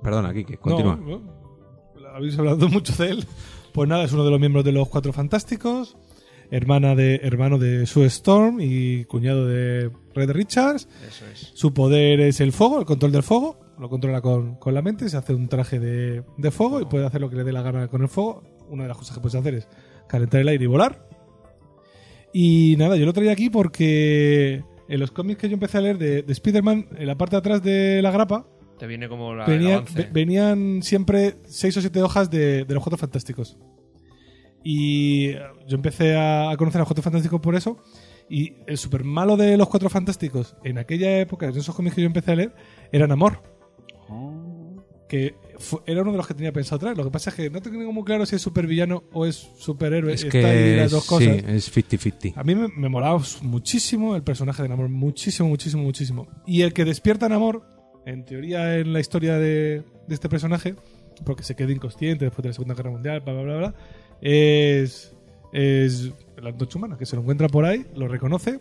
B: Perdona, Kike, continúa.
I: No, no. habéis hablado mucho de él. Pues nada, es uno de los miembros de los Cuatro Fantásticos, hermana de, hermano de Sue Storm y cuñado de Red Richards.
F: Eso es.
I: Su poder es el fuego, el control del fuego. lo controla con, con la mente, se hace un traje de, de fuego y puede hacer lo que le dé la gana con el fuego. Una de las cosas que puedes hacer es calentar el aire y volar. Y nada, yo lo traía aquí porque en los cómics que yo empecé a leer de, de Spider-Man, en la parte de atrás de la grapa,
F: Te viene como la, el
I: venían,
F: avance.
I: ve- venían siempre seis o siete hojas de, de los Cuatro Fantásticos. Y eh, yo empecé a, a conocer a los Cuatro Fantásticos por eso. Y el super malo de los Cuatro Fantásticos en aquella época, en esos cómics que yo empecé a leer, era Namor.
B: Oh.
I: Que fu- era uno de los que tenía pensado traer. Lo que pasa es que no tengo muy claro si es supervillano o es superhéroe.
B: Es
I: Está
B: que
I: ahí las dos
B: sí,
I: cosas.
B: es 50-50.
I: A mí me, me molaba muchísimo el personaje de Namor, muchísimo, muchísimo, muchísimo. Y el que despierta a Namor, en teoría en la historia de, de este personaje, porque se queda inconsciente después de la Segunda Guerra Mundial, bla, bla, bla, bla, es, es la antorcha humana, que se lo encuentra por ahí, lo reconoce,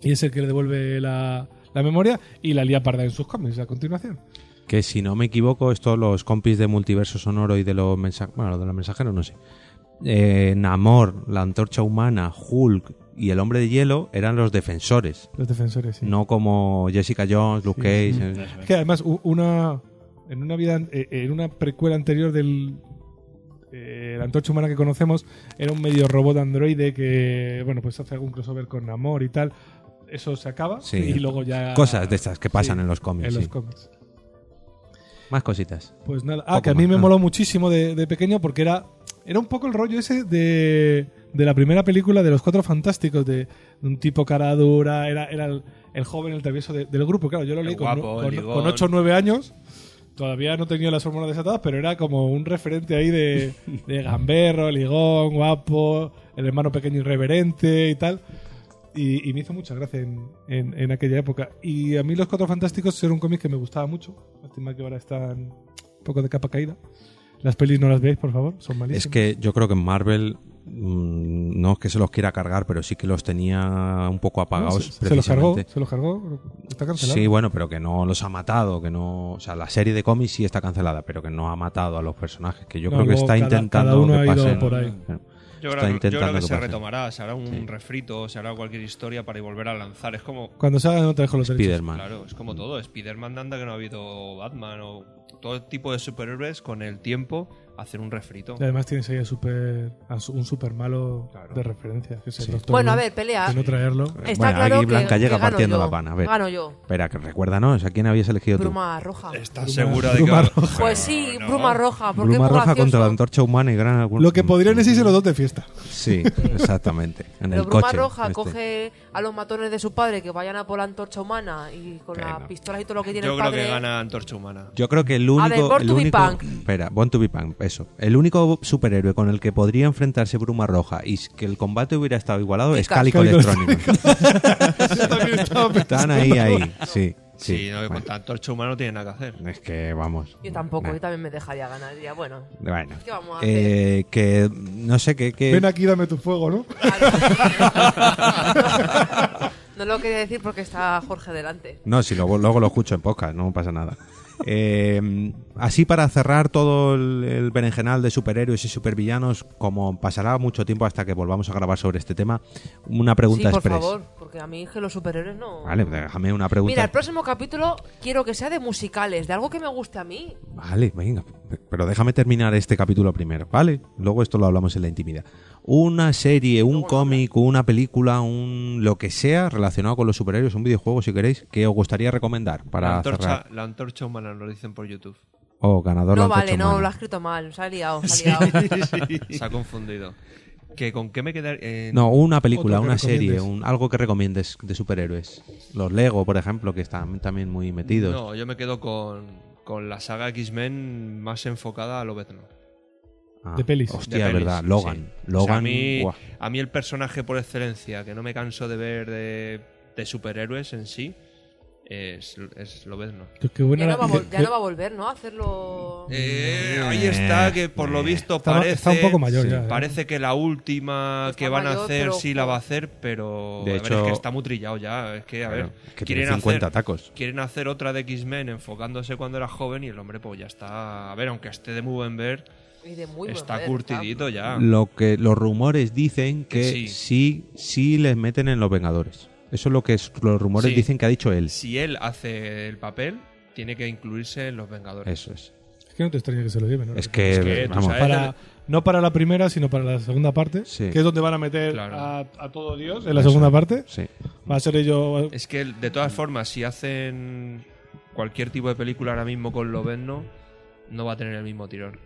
I: y es el que le devuelve la, la memoria y la lía parda en sus cómics a continuación.
B: Que si no me equivoco, estos los compis de Multiverso Sonoro y de los mensajeros, bueno, lo de los mensajeros no sé. Eh, Namor, la antorcha humana, Hulk y el hombre de hielo eran los defensores.
I: Los defensores, sí.
B: No como Jessica Jones, Luke
I: Sí,
B: Cage.
I: sí.
B: eh.
I: Es que además, u- una, en una vida, eh, en una precuela anterior del eh, la antorcha humana que conocemos, era un medio robot androide que, bueno, pues hace algún crossover con Namor y tal. Eso se acaba
B: Sí.
I: y luego ya.
B: Cosas de estas que pasan en los cómics,
I: En los
B: sí.
I: cómics.
B: Más cositas.
I: Pues nada.
B: Poco
I: Ah, que a mí
B: más,
I: me
B: ah.
I: moló muchísimo de, de pequeño porque era, era un poco el rollo ese de, de la primera película de Los Cuatro Fantásticos, de, de un tipo cara dura, era, era el, el joven, el travieso de- del grupo. Claro, yo lo leí con,
F: guapo, el
I: con,
F: ligón.
I: 8 o 9 años. Todavía no tenía las hormonas desatadas, pero era como un referente ahí de, de gamberro, ligón, guapo, el hermano pequeño irreverente y tal. Y, y me hizo mucha gracia en, en- en aquella época. Y a mí Los Cuatro Fantásticos era un cómic que me gustaba mucho. Lástima que ahora están un poco de capa caída. Las pelis no las veáis, por favor, son malísimas.
B: Es que yo creo que Marvel mm, no es que se los quiera cargar, pero sí que los tenía un poco apagados.
I: se, se los cargó,
B: precisamente.
I: se los cargó, está cancelado.
B: Sí, bueno, pero que no los ha matado, que no, o sea, la serie de cómics sí está cancelada, pero que no ha matado a los personajes, que yo
I: No,
B: creo que
I: luego
B: está
I: cada-
B: intentando
I: cada uno
B: que
I: ha ido
B: pasen.
I: por ahí.
B: Claro.
F: Yo
B: Está
F: creo, yo creo
B: intentando
F: que,
B: que
F: se
B: pasen.
F: retomará, se hará un refrito, se hará cualquier historia para volver a lanzar. Es como.
I: Cuando salgan otra vez con los derechos.
B: Spiderman.
F: Claro, es como todo. Spider-Man anda que no ha habido Batman o todo tipo de superhéroes con el tiempo hacer un refrito.
I: Y además tienes ahí a, super, a su- un super malo de referencia, que es el Doctor
D: Bueno, a
I: Doom,
D: ver, pelea.
I: que no traerlo.
D: Está
B: bueno,
D: claro
B: aquí
D: que-
B: Blanca llega
D: que gano
B: partiendo
D: yo.
B: la pana. A ver.
D: Gano yo.
B: Espera, que recuérdanos, ¿a quién habías elegido
D: Bruma roja.
F: ¿Estás
B: segura de que Bruma va- roja.
D: Pues sí, bruma roja.
B: tú?
D: Porque
B: Bruma
D: es muy
B: roja
D: gracioso.
B: contra la antorcha humana y gran.
I: Lo que podrían es irse los dos de fiesta.
B: Sí, exactamente. En
D: Pero
B: el
D: Bruma
B: coche.
D: Roja
B: este.
D: coge a los matones de su padre que vayan a por la antorcha humana y con las pistolas y todo lo que tiene
F: Yo
D: el
F: creo
D: padre.
F: que gana Antorcha Humana.
B: Yo creo que el
D: A
B: único.
D: ver, Born
B: el
D: to be
B: único-
D: Punk.
B: Espera, Born to be Punk, eso. El único superhéroe con el que podría enfrentarse Bruma Roja y s- que el combate hubiera estado igualado es
F: Kikas.
B: Cálico
F: Cálico
B: Electrónico.
F: Yo también estaba
B: Están
F: pensando.
B: ahí, ahí. Sí,
F: Sí,
B: sí.
F: no, que con Antorcha Humana no tiene nada que hacer.
B: Es que vamos.
D: Yo tampoco,
B: Nah.
D: yo también me dejaría ganar. Diría, bueno,
B: Bueno,
D: ¿qué vamos a hacer?
B: eh, que no sé qué. qué-
I: Ven aquí, dame tu fuego, ¿no?
D: no lo quería decir porque está Jorge delante.
B: No, si luego, luego lo escucho en podcast, no pasa nada. Eh, así para cerrar todo el, el berenjenal de superhéroes y supervillanos, como pasará mucho tiempo hasta que volvamos a grabar sobre este tema, una pregunta
D: sí, por
B: express.
D: favor, porque a mí es que los superhéroes no.
B: Vale, déjame una pregunta.
D: Mira, el próximo capítulo quiero que sea de musicales, de algo que me guste a mí.
B: Vale, venga, pero déjame terminar este capítulo primero, ¿vale? Luego esto lo hablamos en la intimidad. Una serie, un cómic, una película, un lo que sea relacionado con los superhéroes, un videojuego si queréis, que os gustaría recomendar
F: la,
B: para cerrar.
F: antorcha, la Antorcha Humana lo dicen por YouTube.
B: Oh, ganador
D: no
B: la antorcha
D: vale, no,
B: humana.
D: lo has escrito mal, se ha liado, se
F: Sí,
D: ha liado.
F: sí. Se ha confundido. ¿Que ¿Con qué me quedar eh,
B: No, una película,
F: otro que
B: una serie,
F: recomiendes?
B: un- algo que recomiendes de superhéroes. Los Lego, por ejemplo, que están también muy metidos.
F: No, yo me quedo con, con la saga X-Men más enfocada a lo Venom.
B: Ah, De pelis. hostia, verdad, Logan. Mm, Logan,
F: a, mí,
B: guau.
F: a mí el personaje por excelencia que no me canso de ver de, de superhéroes en sí es, es Lobezno.
I: Qué- qué buena
D: Ya no,
I: la-
D: va a vol-
I: qué-
D: ya no va a volver, ¿no? A hacerlo.
F: Eh, ahí está, que por lo visto
I: Está-
F: parece.
I: está un poco mayor ya, ¿eh?
F: Parece que la última que van
D: mayor,
F: a hacer
D: pero-
F: sí la va a hacer, pero.
B: De
F: a ver,
B: hecho-
F: es que está muy trillado ya. Es que, a
B: Claro,
F: ver.
B: es que tiene 50 tacos.
F: Quieren hacer otra de X-Men enfocándose cuando era joven y el hombre, pues ya está. A ver, aunque esté de muy buen ver.
D: Y de muy buen
F: está
D: ver,
F: curtidito ya.
B: Lo que los rumores dicen que
F: Que Ah. sí.
B: sí. sí, les meten en los Vengadores. Eso es lo que es- los rumores
F: Sí.
B: dicen que ha dicho él.
F: Si él hace el papel, tiene que incluirse en los Vengadores.
B: Eso es.
I: Es que no te extraña que se lo lleven. ¿no?
B: Es que, Es que, tú vamos. sabes,
I: Para- no para la primera, sino para la segunda parte,
B: Sí.
I: que es donde van a meter
F: Claro.
I: a, a todo Dios en la segunda parte.
B: Sí.
I: Va a ser ello.
F: Es que de todas formas, si hacen cualquier tipo de película ahora mismo con Lobezno, no va a tener el mismo tirón.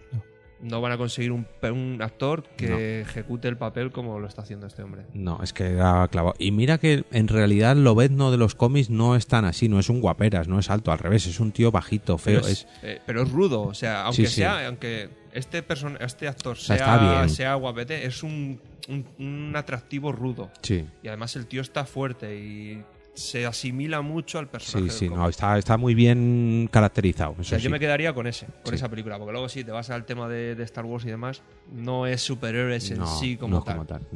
F: No van a conseguir un, pe- un actor que
B: No.
F: ejecute el papel como lo está haciendo este hombre.
B: No, es que era clavado. Y mira que en realidad Lobezno de los cómics no es tan así, no es un guaperas, no es alto, al revés, es un tío bajito, feo.
F: Pero es,
B: es-
F: eh, pero es rudo, o sea, aunque
B: Sí, sí.
F: sea, aunque este person este actor
B: sea,
F: sea,
B: está bien.
F: sea guapete, es un, un- un atractivo rudo.
B: Sí.
F: Y además el tío está fuerte y se asimila mucho al personaje.
B: Sí,
F: del
B: sí,
F: cómic.
B: no, está, está muy bien caracterizado.
F: O sea,
B: eso sí.
F: yo me quedaría con ese, con
B: Sí.
F: esa película, porque luego si te vas al tema de, de Star Wars y demás, no es superhéroes en
B: No,
F: sí como
B: no es
F: tal.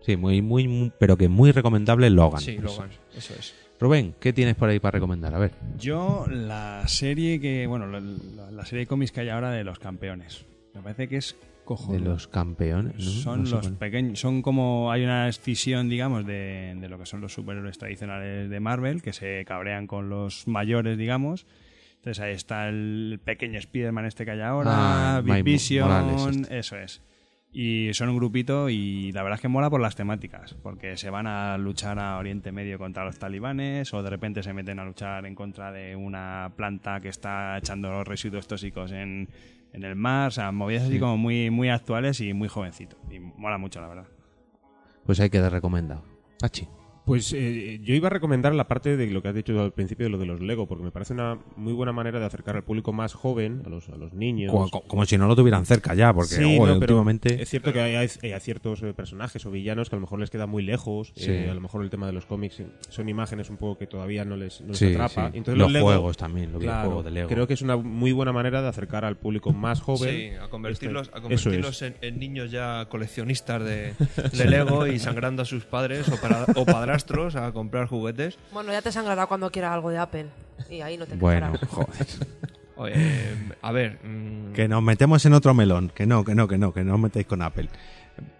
B: Sí, muy, muy, muy- pero que muy recomendable Logan.
F: Sí,
B: Eso
F: Logan,
B: es.
F: eso es.
B: Rubén, ¿qué tienes por ahí para recomendar? A ver.
E: Yo, la serie que. Bueno, la, la- la serie de cómics que hay ahora de los campeones. Me parece que es cojonudo.
B: De los campeones. ¿no?
E: Son
B: No sé
E: los
B: cuál.
E: pequeños. Son como. Hay una escisión, digamos, de, de lo que son los superhéroes tradicionales de Marvel, que se cabrean con los mayores, digamos. Entonces ahí está el pequeño Spider-Man este que hay ahora,
B: Ah,
E: Big
B: Mike Mo-
E: Vision,
B: Morales este.
E: eso es. Y son un grupito y la verdad es que mola por las temáticas, porque se van a luchar a Oriente Medio contra los talibanes o de repente se meten a luchar en contra de una planta que está echando los residuos tóxicos en, en el mar, o sea, movidas así
B: Sí.
E: como muy, muy actuales y muy jovencito. Y mola mucho, la verdad.
B: Pues hay que dar recomendado. Pachi.
H: Pues eh, yo iba a recomendar la parte de lo que has dicho al principio de lo de los Lego, porque me parece una muy buena manera de acercar al público más joven, a los, a los niños.
B: Como, como si no lo tuvieran cerca ya, porque
H: Sí,
B: joder,
H: no, pero
B: últimamente.
H: es cierto que hay, hay- hay ciertos eh, personajes o villanos que a lo mejor les queda muy lejos
B: Sí.
H: eh, a lo mejor el tema de los cómics eh, son imágenes un poco que todavía no les, no les
B: Sí,
H: atrapa
B: sí.
H: Entonces,
B: Los
H: Lego-
B: juegos también, los videojuegos de Lego.
H: creo que es una muy buena manera de acercar al público más joven
F: Sí, a convertirlos,
H: Este-
F: a
H: eso es.
F: convertirlos en, en niños ya coleccionistas de, de Lego y sangrando a sus padres o, para- o padrastros a comprar juguetes.
D: Bueno, ya te sangrará cuando quieras algo de Apple. Y ahí no te
B: Bueno,
D: quejarás.
B: joder.
F: Oye, eh, a ver, mm,
B: Que nos metemos en otro melón. Que no, que no, que no, que no os metéis con Apple.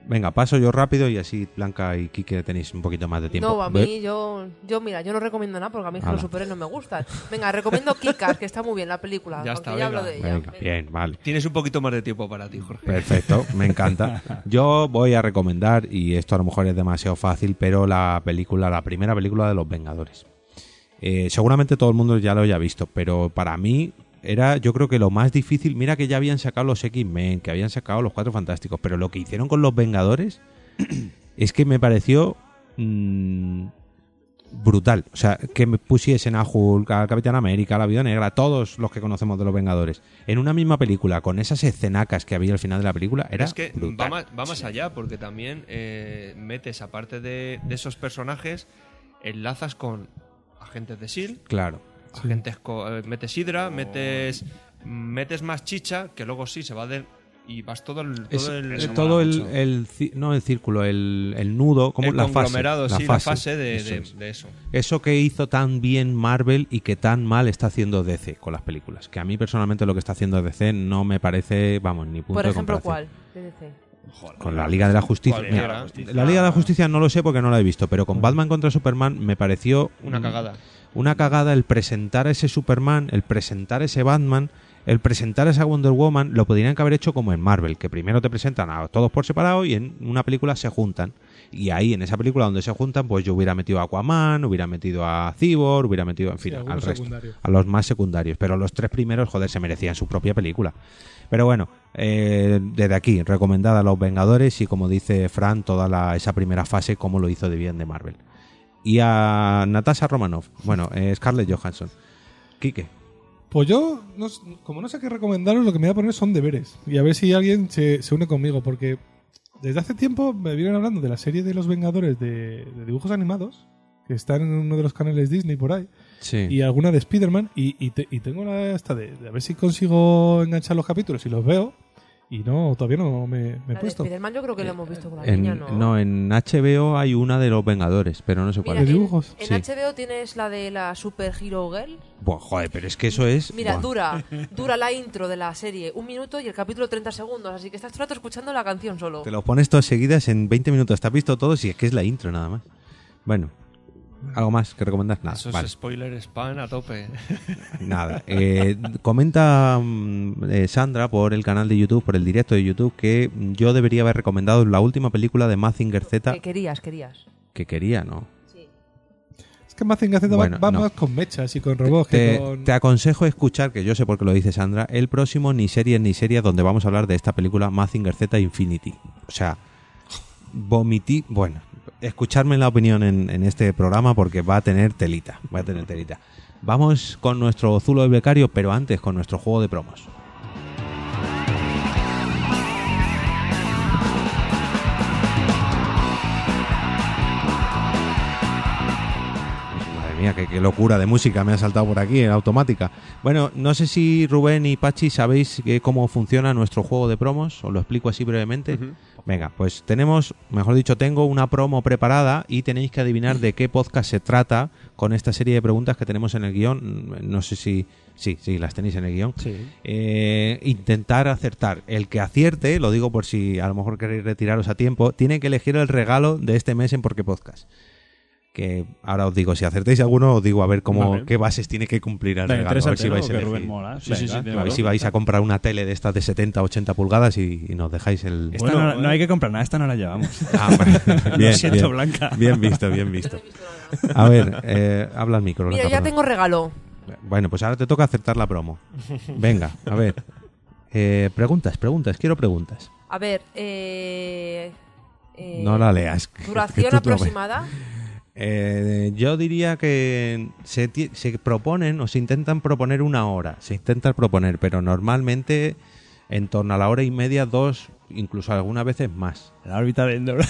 B: Venga, paso yo rápido y así Blanca y Kike tenéis un poquito más de tiempo.
D: No, a
B: Ve-
D: mí yo, yo mira, yo no recomiendo nada porque a mí es que
B: Ala.
D: los superhéroes no me gustan. Venga, recomiendo Kikas, que está muy bien la película. aunque
F: Ya está,
D: Ah, ya
F: venga.
D: hablo de ella.
B: Venga, bien, vale.
F: tienes un poquito más de tiempo para ti, Jorge.
B: Perfecto, me encanta. Yo voy a recomendar, y esto a lo mejor es demasiado fácil, pero la película, la primera película de Los Vengadores. Eh, seguramente todo el mundo ya lo haya visto, pero para mí era, yo creo que lo más difícil. Mira que ya habían sacado los X-Men, que habían sacado los Cuatro Fantásticos, pero lo que hicieron con Los Vengadores es que me pareció mm, brutal. O sea, que me pusiesen a Hulk, al Capitán América, a la Vida Negra, a todos los que conocemos de los Vengadores, en una misma película, con esas escenacas que había al final de la película,
F: Pero
B: era
F: es que
B: brutal.
F: va más, va más allá, porque también eh, metes, aparte de, de esos personajes, enlazas con agentes de SEAL,
B: Claro.
F: E agentes co- eh, metes Hydra,
E: Oh.
F: metes, metes más chicha, que luego sí se va de, y vas todo el. Todo
B: Es-
F: el,
B: eh, todo el, el ci- no el círculo, el, el nudo, como
F: El
B: la fase,
F: conglomerado, sí, la fase de- de-
B: es.
F: de eso.
B: Eso que hizo tan bien Marvel y que tan mal está haciendo DC con las películas. Que a mí personalmente lo que está haciendo DC no me parece, vamos, ni punto
D: Por
B: de
D: ejemplo,
B: comparación.
D: ¿cuál? DDC.
B: Con la Liga de la Justicia.
F: Cualquiera.
B: Mira, la Liga de la Justicia no lo sé porque no la he visto, pero con Batman contra Superman me pareció
F: Una
B: mm,
F: cagada.
B: Una cagada el presentar ese Superman, el presentar ese Batman, el presentar esa Wonder Woman, lo podrían que haber hecho como en Marvel, que primero te presentan a todos por separado y en una película se juntan. Y ahí, en esa película donde se juntan, pues yo hubiera metido a Aquaman, hubiera metido a Cyborg, hubiera metido, en fin,
I: algunos
B: al resto
I: secundarios.
B: a los más secundarios, pero los tres primeros, joder, se merecían su propia película. Pero bueno, eh, desde aquí, recomendada a los Vengadores y como dice Fran, toda la- esa primera fase, como lo hizo de bien de Marvel. Y a Natasha Romanoff, bueno, eh, Scarlett Johansson. Quique,
I: Pues yo, no s- como no sé qué recomendaros, lo que me voy a poner son deberes. Y a ver si alguien se, se une conmigo, porque desde hace tiempo me vienen hablando de la serie de los Vengadores de, de dibujos animados, que están en uno de los canales Disney por ahí,
B: Sí.
I: y alguna de Spider-Man, y, y te- y tengo la esta de, de a ver si consigo enganchar los capítulos y los veo, y no, todavía no me, me he
D: La de
I: puesto.
D: Spiderman yo creo que lo hemos visto con la
B: Eh, en,
D: niña, ¿no?
B: en HBO hay una de los Vengadores, pero no sé cuál
D: Mira,
B: es.
D: en- En,
B: Sí.
D: HBO tienes la de la Super Hero Girl.
B: Buah, joder, pero es que eso es...
D: Mira,
B: buah.
D: dura, dura la intro de la serie, un minuto y el capítulo 30 segundos, así que estás todo el rato escuchando la canción solo.
B: Te los pones todas seguidas en 20 minutos. Te has visto todo si es que es la intro nada más. Bueno, ¿Algo más que recomendas? Nada.
F: Eso
B: vale.
F: es spoiler spam a tope.
B: Nada. Eh, comenta mm, eh, Sandra por el canal de YouTube, por el directo de YouTube, que yo debería haber recomendado la última película de Mazinger Z
D: Que Eh, querías, querías.
B: que quería, ¿no?
I: Es que Mazinger Z
B: Bueno,
I: va, va
B: no.
I: más con mechas y con robots que
B: Te,
I: con...
B: te aconsejo escuchar, que yo sé por qué lo dice Sandra, el próximo Ni Series Ni Series donde vamos a hablar de esta película Mazinger Z Infinity. O sea, vomití... Bueno, escucharme la opinión en, en este programa porque va a tener telita, va a tener telita. Vamos con nuestro Zulo de Becario, pero antes con nuestro juego de promos. Madre mía, qué, qué locura de música me ha saltado por aquí en automática. Bueno, no sé si Rubén y Pachi sabéis que cómo funciona nuestro juego de promos, os lo explico así brevemente. Venga, pues tenemos, mejor dicho, tengo una promo preparada y tenéis que adivinar de qué podcast se trata con esta serie de preguntas que tenemos en el guión. Mm, No sé si... Sí, sí, las tenéis en el guión. Eh, intentar acertar. El que acierte, lo digo por si a lo mejor queréis retiraros a tiempo, tiene que elegir el regalo de este mes en Porque Podcast que ahora os digo, si acertáis alguno, os digo a ver cómo
E: Vale.
B: qué bases tiene que cumplir el
E: Venga,
B: regalo. A ver
E: entrésate,
B: si
E: ¿no?
B: vais a
E: Que
B: elegir.
E: Rubén mola. Sí, sí, sí,
B: a ver
E: claro.
B: si vais a comprar una tele de estas de 70, 80 pulgadas y, y nos dejáis el.
E: Esta no, no hay que comprar nada, esta no la llevamos.
B: Ah, bueno.
E: Lo
B: Bien,
E: siento,
B: bien.
E: Blanca.
B: Bien visto, bien visto. A ver, eh, habla el micro.
D: Mira,
B: Blanca,
D: ya
B: perdón.
D: tengo regalo.
B: Bueno, pues ahora te toca acertar la promo. Venga, a ver. Eh, preguntas, preguntas, quiero preguntas.
D: A ver, eh, eh,
B: No la leas. que- que
D: Duración
B: tú te lo ves.
D: aproximada.
B: Eh, yo diría que se, ti- se proponen o se intentan proponer una hora. Se intenta proponer, pero normalmente en torno a la hora y media, dos, incluso algunas veces más.
E: La órbita de Endor.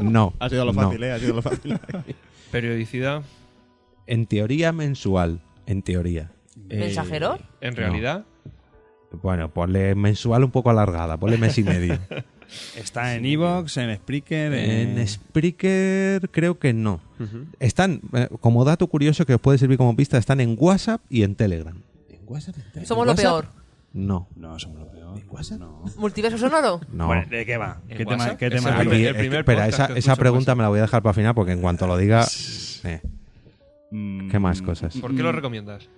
B: no.
E: Ha sido lo
B: no.
E: fácil, ¿eh? Ha sido lo fácil.
F: Periodicidad.
B: En teoría mensual. En teoría.
F: Eh,
D: ¿Mensajero?
F: En
B: No.
F: realidad.
B: Bueno, ponle mensual un poco alargada. Ponle mes y medio.
E: Está en Evox, en Spreaker, en...
B: En Spreaker creo que no. Están, eh, como dato curioso que os puede servir como pista, están en WhatsApp y en Telegram.
D: Somos lo
B: WhatsApp?
D: peor.
B: No.
E: No, somos lo peor. No.
D: ¿Multiverso sonoro?
B: No.
E: Bueno, ¿de qué va?
F: ¿En
E: ¿Qué tema?
F: WhatsApp?
E: ¿Qué
F: Es
E: tema?
F: el
B: Aquí,
F: primer-
B: eh,
F: primer
B: espera,
F: podcast
B: esa,
F: que
B: esa
F: escucho
B: pregunta me la voy a dejar para final porque en cuanto lo diga. eh,
E: Mm,
B: ¿Qué más cosas?
F: ¿Por qué lo recomiendas?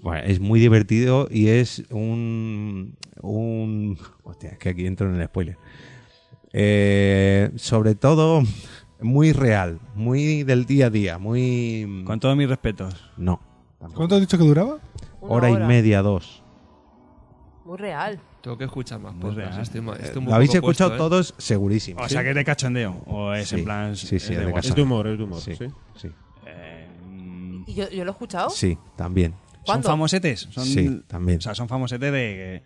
B: Bueno, es muy divertido y es un. un hostia, es que aquí entro en el spoiler. Eh, sobre todo, muy real, muy del día a día, muy.
E: Con todos mis respetos.
B: No,
I: ¿Cuánto has dicho que duraba?
D: Una
B: hora, y media, dos.
D: Muy real.
F: Tengo que escuchar más
E: Muy
F: podcasts.
E: real.
F: Estoy, ma- estoy un
B: Lo habéis
F: poco puesto,
B: escuchado
F: ¿eh?
B: todos, segurísimo.
E: O sea, que es de cachondeo. O es en plan...
B: Sí, sí,
E: de
B: de
E: WhatsApp.
H: Es de humor, es de humor.
B: Sí,
H: Sí.
B: sí.
E: Eh, mm,
D: ¿Y yo, yo lo he escuchado?
B: Sí, también.
E: ¿Son
D: ¿Cuándo?
E: famosetes? Son,
B: Sí, también.
E: O sea, son famosetes de...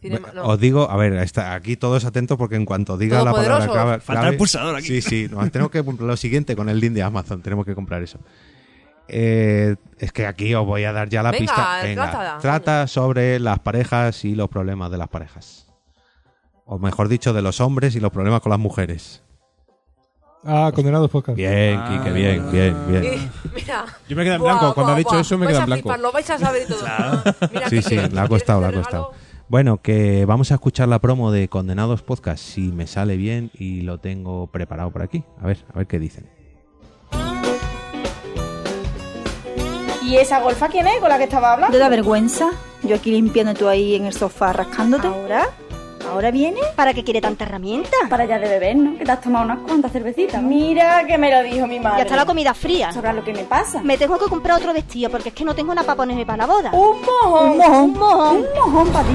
D: Cinema- no.
B: Os digo, a ver, está aquí todos atentos porque en cuanto diga la palabra
D: Todopoderoso.
B: clave,
E: Falta
B: clave-
E: el pulsador aquí.
B: Sí, sí, no, tenemos que lo siguiente con el link de Amazon, tenemos que comprar eso. Eh, es que aquí os voy a dar ya la
D: Venga,
B: pista.
D: trátala.
B: trata sobre las parejas y los problemas de las parejas. O mejor dicho, de los hombres y los problemas con las mujeres.
I: Ah, condenados podcast.
B: Bien,
E: Ah.
B: Quique, bien, bien, bien.
D: Eh, mira.
H: Yo me quedé en blanco.
D: Buah,
H: Cuando
D: buah,
H: ha dicho
D: buah.
H: eso, me
D: Vais
H: quedé
D: a
H: en blanco.
D: flipar, lo vais a saber y todo. Mira,
B: Sí,
D: Quique,
B: sí, le
D: ¿quieres
B: ha costado, le ha
D: este regalo?
B: costado. Bueno, que vamos a escuchar la promo de Condenados Podcast, si me sale bien y lo tengo preparado por aquí. A ver, a ver qué dicen.
M: ¿Y esa golfa quién es con la que estaba hablando? ¿Te da vergüenza? Yo aquí limpiando tú ahí en el sofá rascándote. ¿Ahora? ¿Ahora viene? ¿Para qué quiere tanta herramienta? Para ya de beber, ¿no? Que te has tomado unas cuantas cervecitas. Mira que me lo dijo mi madre.
N: Ya está la comida fría.
M: Sabrás lo que me pasa.
N: Me tengo que comprar otro vestido porque es que no tengo nada para ponerme para la boda.
M: Un mojón.
N: Un mojón. Un mojón. Un mojón para ti.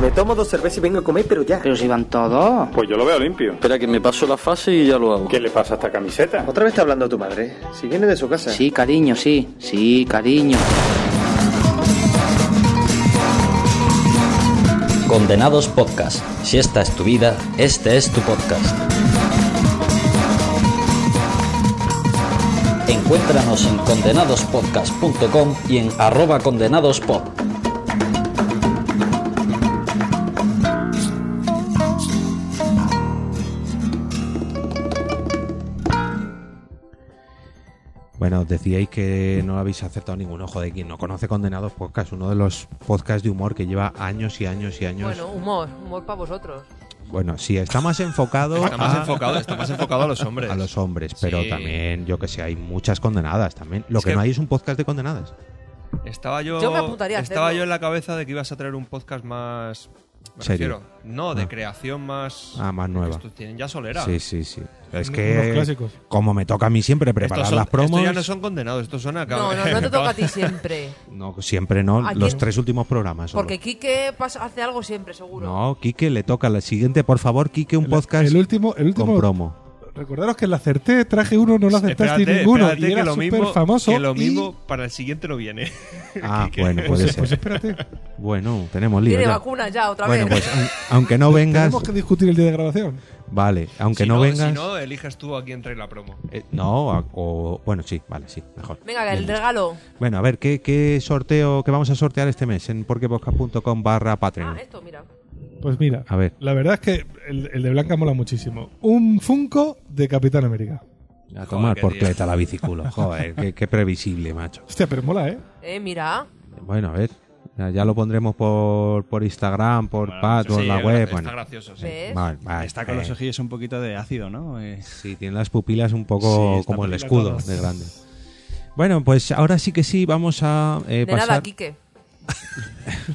O: Me tomo dos cervezas y vengo a comer, pero ya. Pero si van todos. Pues yo lo veo limpio. Espera, que me paso la fase y ya lo hago. ¿Qué le pasa a esta camiseta? Otra vez está hablando tu madre. Si viene de su casa.
P: Sí, cariño, sí, sí, cariño.
Q: Condenados Podcast. Si esta es tu vida, este es tu podcast. Encuéntranos en condenadospodcast.com y en arroba condenadospod.
B: Bueno, decíais que no habéis acertado ninguno. Joder, quien no conoce Condenados Podcast, uno de los podcasts de humor que lleva años y años y años.
D: Bueno, humor, humor para vosotros.
B: Bueno, sí, está más enfocado.
F: Está más
B: a-
F: enfocado- está más enfocado a los hombres.
B: A los hombres, pero
F: Sí.
B: también, yo que sé, hay muchas condenadas también. Lo
F: Es
B: que,
F: que-
B: no hay es un podcast de condenadas.
F: Estaba yo,
D: Yo me apuntaría a
F: estaba
D: hacerlo.
F: yo en la cabeza de que ibas a traer un podcast más. me
B: Serio.
F: refiero, no, de
B: Ah.
F: creación más.
B: Ah, más nueva.
F: Estos tienen ya solera.
B: Sí, sí, sí. Es
F: Un-
B: que.
F: unos clásicos.
B: Como me toca a mí siempre preparar
F: Estos son-
B: las promos.
F: Estos ya no son condenados, estos son acá.
D: No, no, no te toca a ti siempre.
B: No, siempre no.
D: ¿A
B: Los
D: quién?
B: tres últimos programas. solo.
D: Porque Quique pasa- hace algo siempre, seguro.
B: No, Quique, le toca la siguiente, por favor, Quique, un podcast. El
I: último, el último.
B: Con promo.
I: Recordaros que la acerté, traje uno, no lo acertaste
F: Espérate,
I: ninguno.
F: espérate,
I: y era
F: que lo
I: súper
F: mismo,
I: famoso.
F: que lo
I: y-
F: mismo para el siguiente no viene.
B: Ah,
F: Quique.
B: bueno, puede
I: Pues-
B: ser.
I: pues espérate.
B: Bueno, tenemos lío.
D: Tiene
B: ya.
D: vacuna ya, otra
B: Bueno,
D: vez.
B: pues aun- aunque no vengas.
I: Tenemos que discutir el día de grabación.
B: Vale, aunque
F: Si
B: no,
F: no,
B: vengas.
F: Si no, eliges tú a quién trae la promo.
B: eh, no, a- o. Bueno, sí, vale, sí, mejor.
D: Venga,
B: Bien
D: el
B: hecho.
D: regalo.
B: Bueno, a ver, ¿qué, qué sorteo que vamos a sortear este mes en porquepodcast.com barra Patreon?
D: Esto, mira.
I: Pues mira,
B: A ver,
I: la verdad es que el, el de Blanca mola muchísimo. Un Funko de Capitán América.
B: a tomar
I: qué
B: por
I: día.
B: cleta la bicicula. Joder, qué, qué previsible, macho.
I: Hostia, pero mola, ¿eh?
D: Eh, mira.
B: Bueno, a ver. Ya, ya lo pondremos por, por Instagram, por Pat, por
E: sí,
B: la
E: es
B: web.
E: gra-
B: bueno.
E: está gracioso, sí.
D: ¿Ves?
B: Vale, vale,
E: Está con
B: eh,
E: los ojillos un poquito de ácido, ¿no? Eh,
B: sí, tiene las pupilas un poco
E: Sí, está
B: como el
E: pupila
B: escudo
E: color.
B: de grande. Bueno, pues ahora sí que sí, vamos a eh,
D: De nada,
B: pasar,
D: Quique.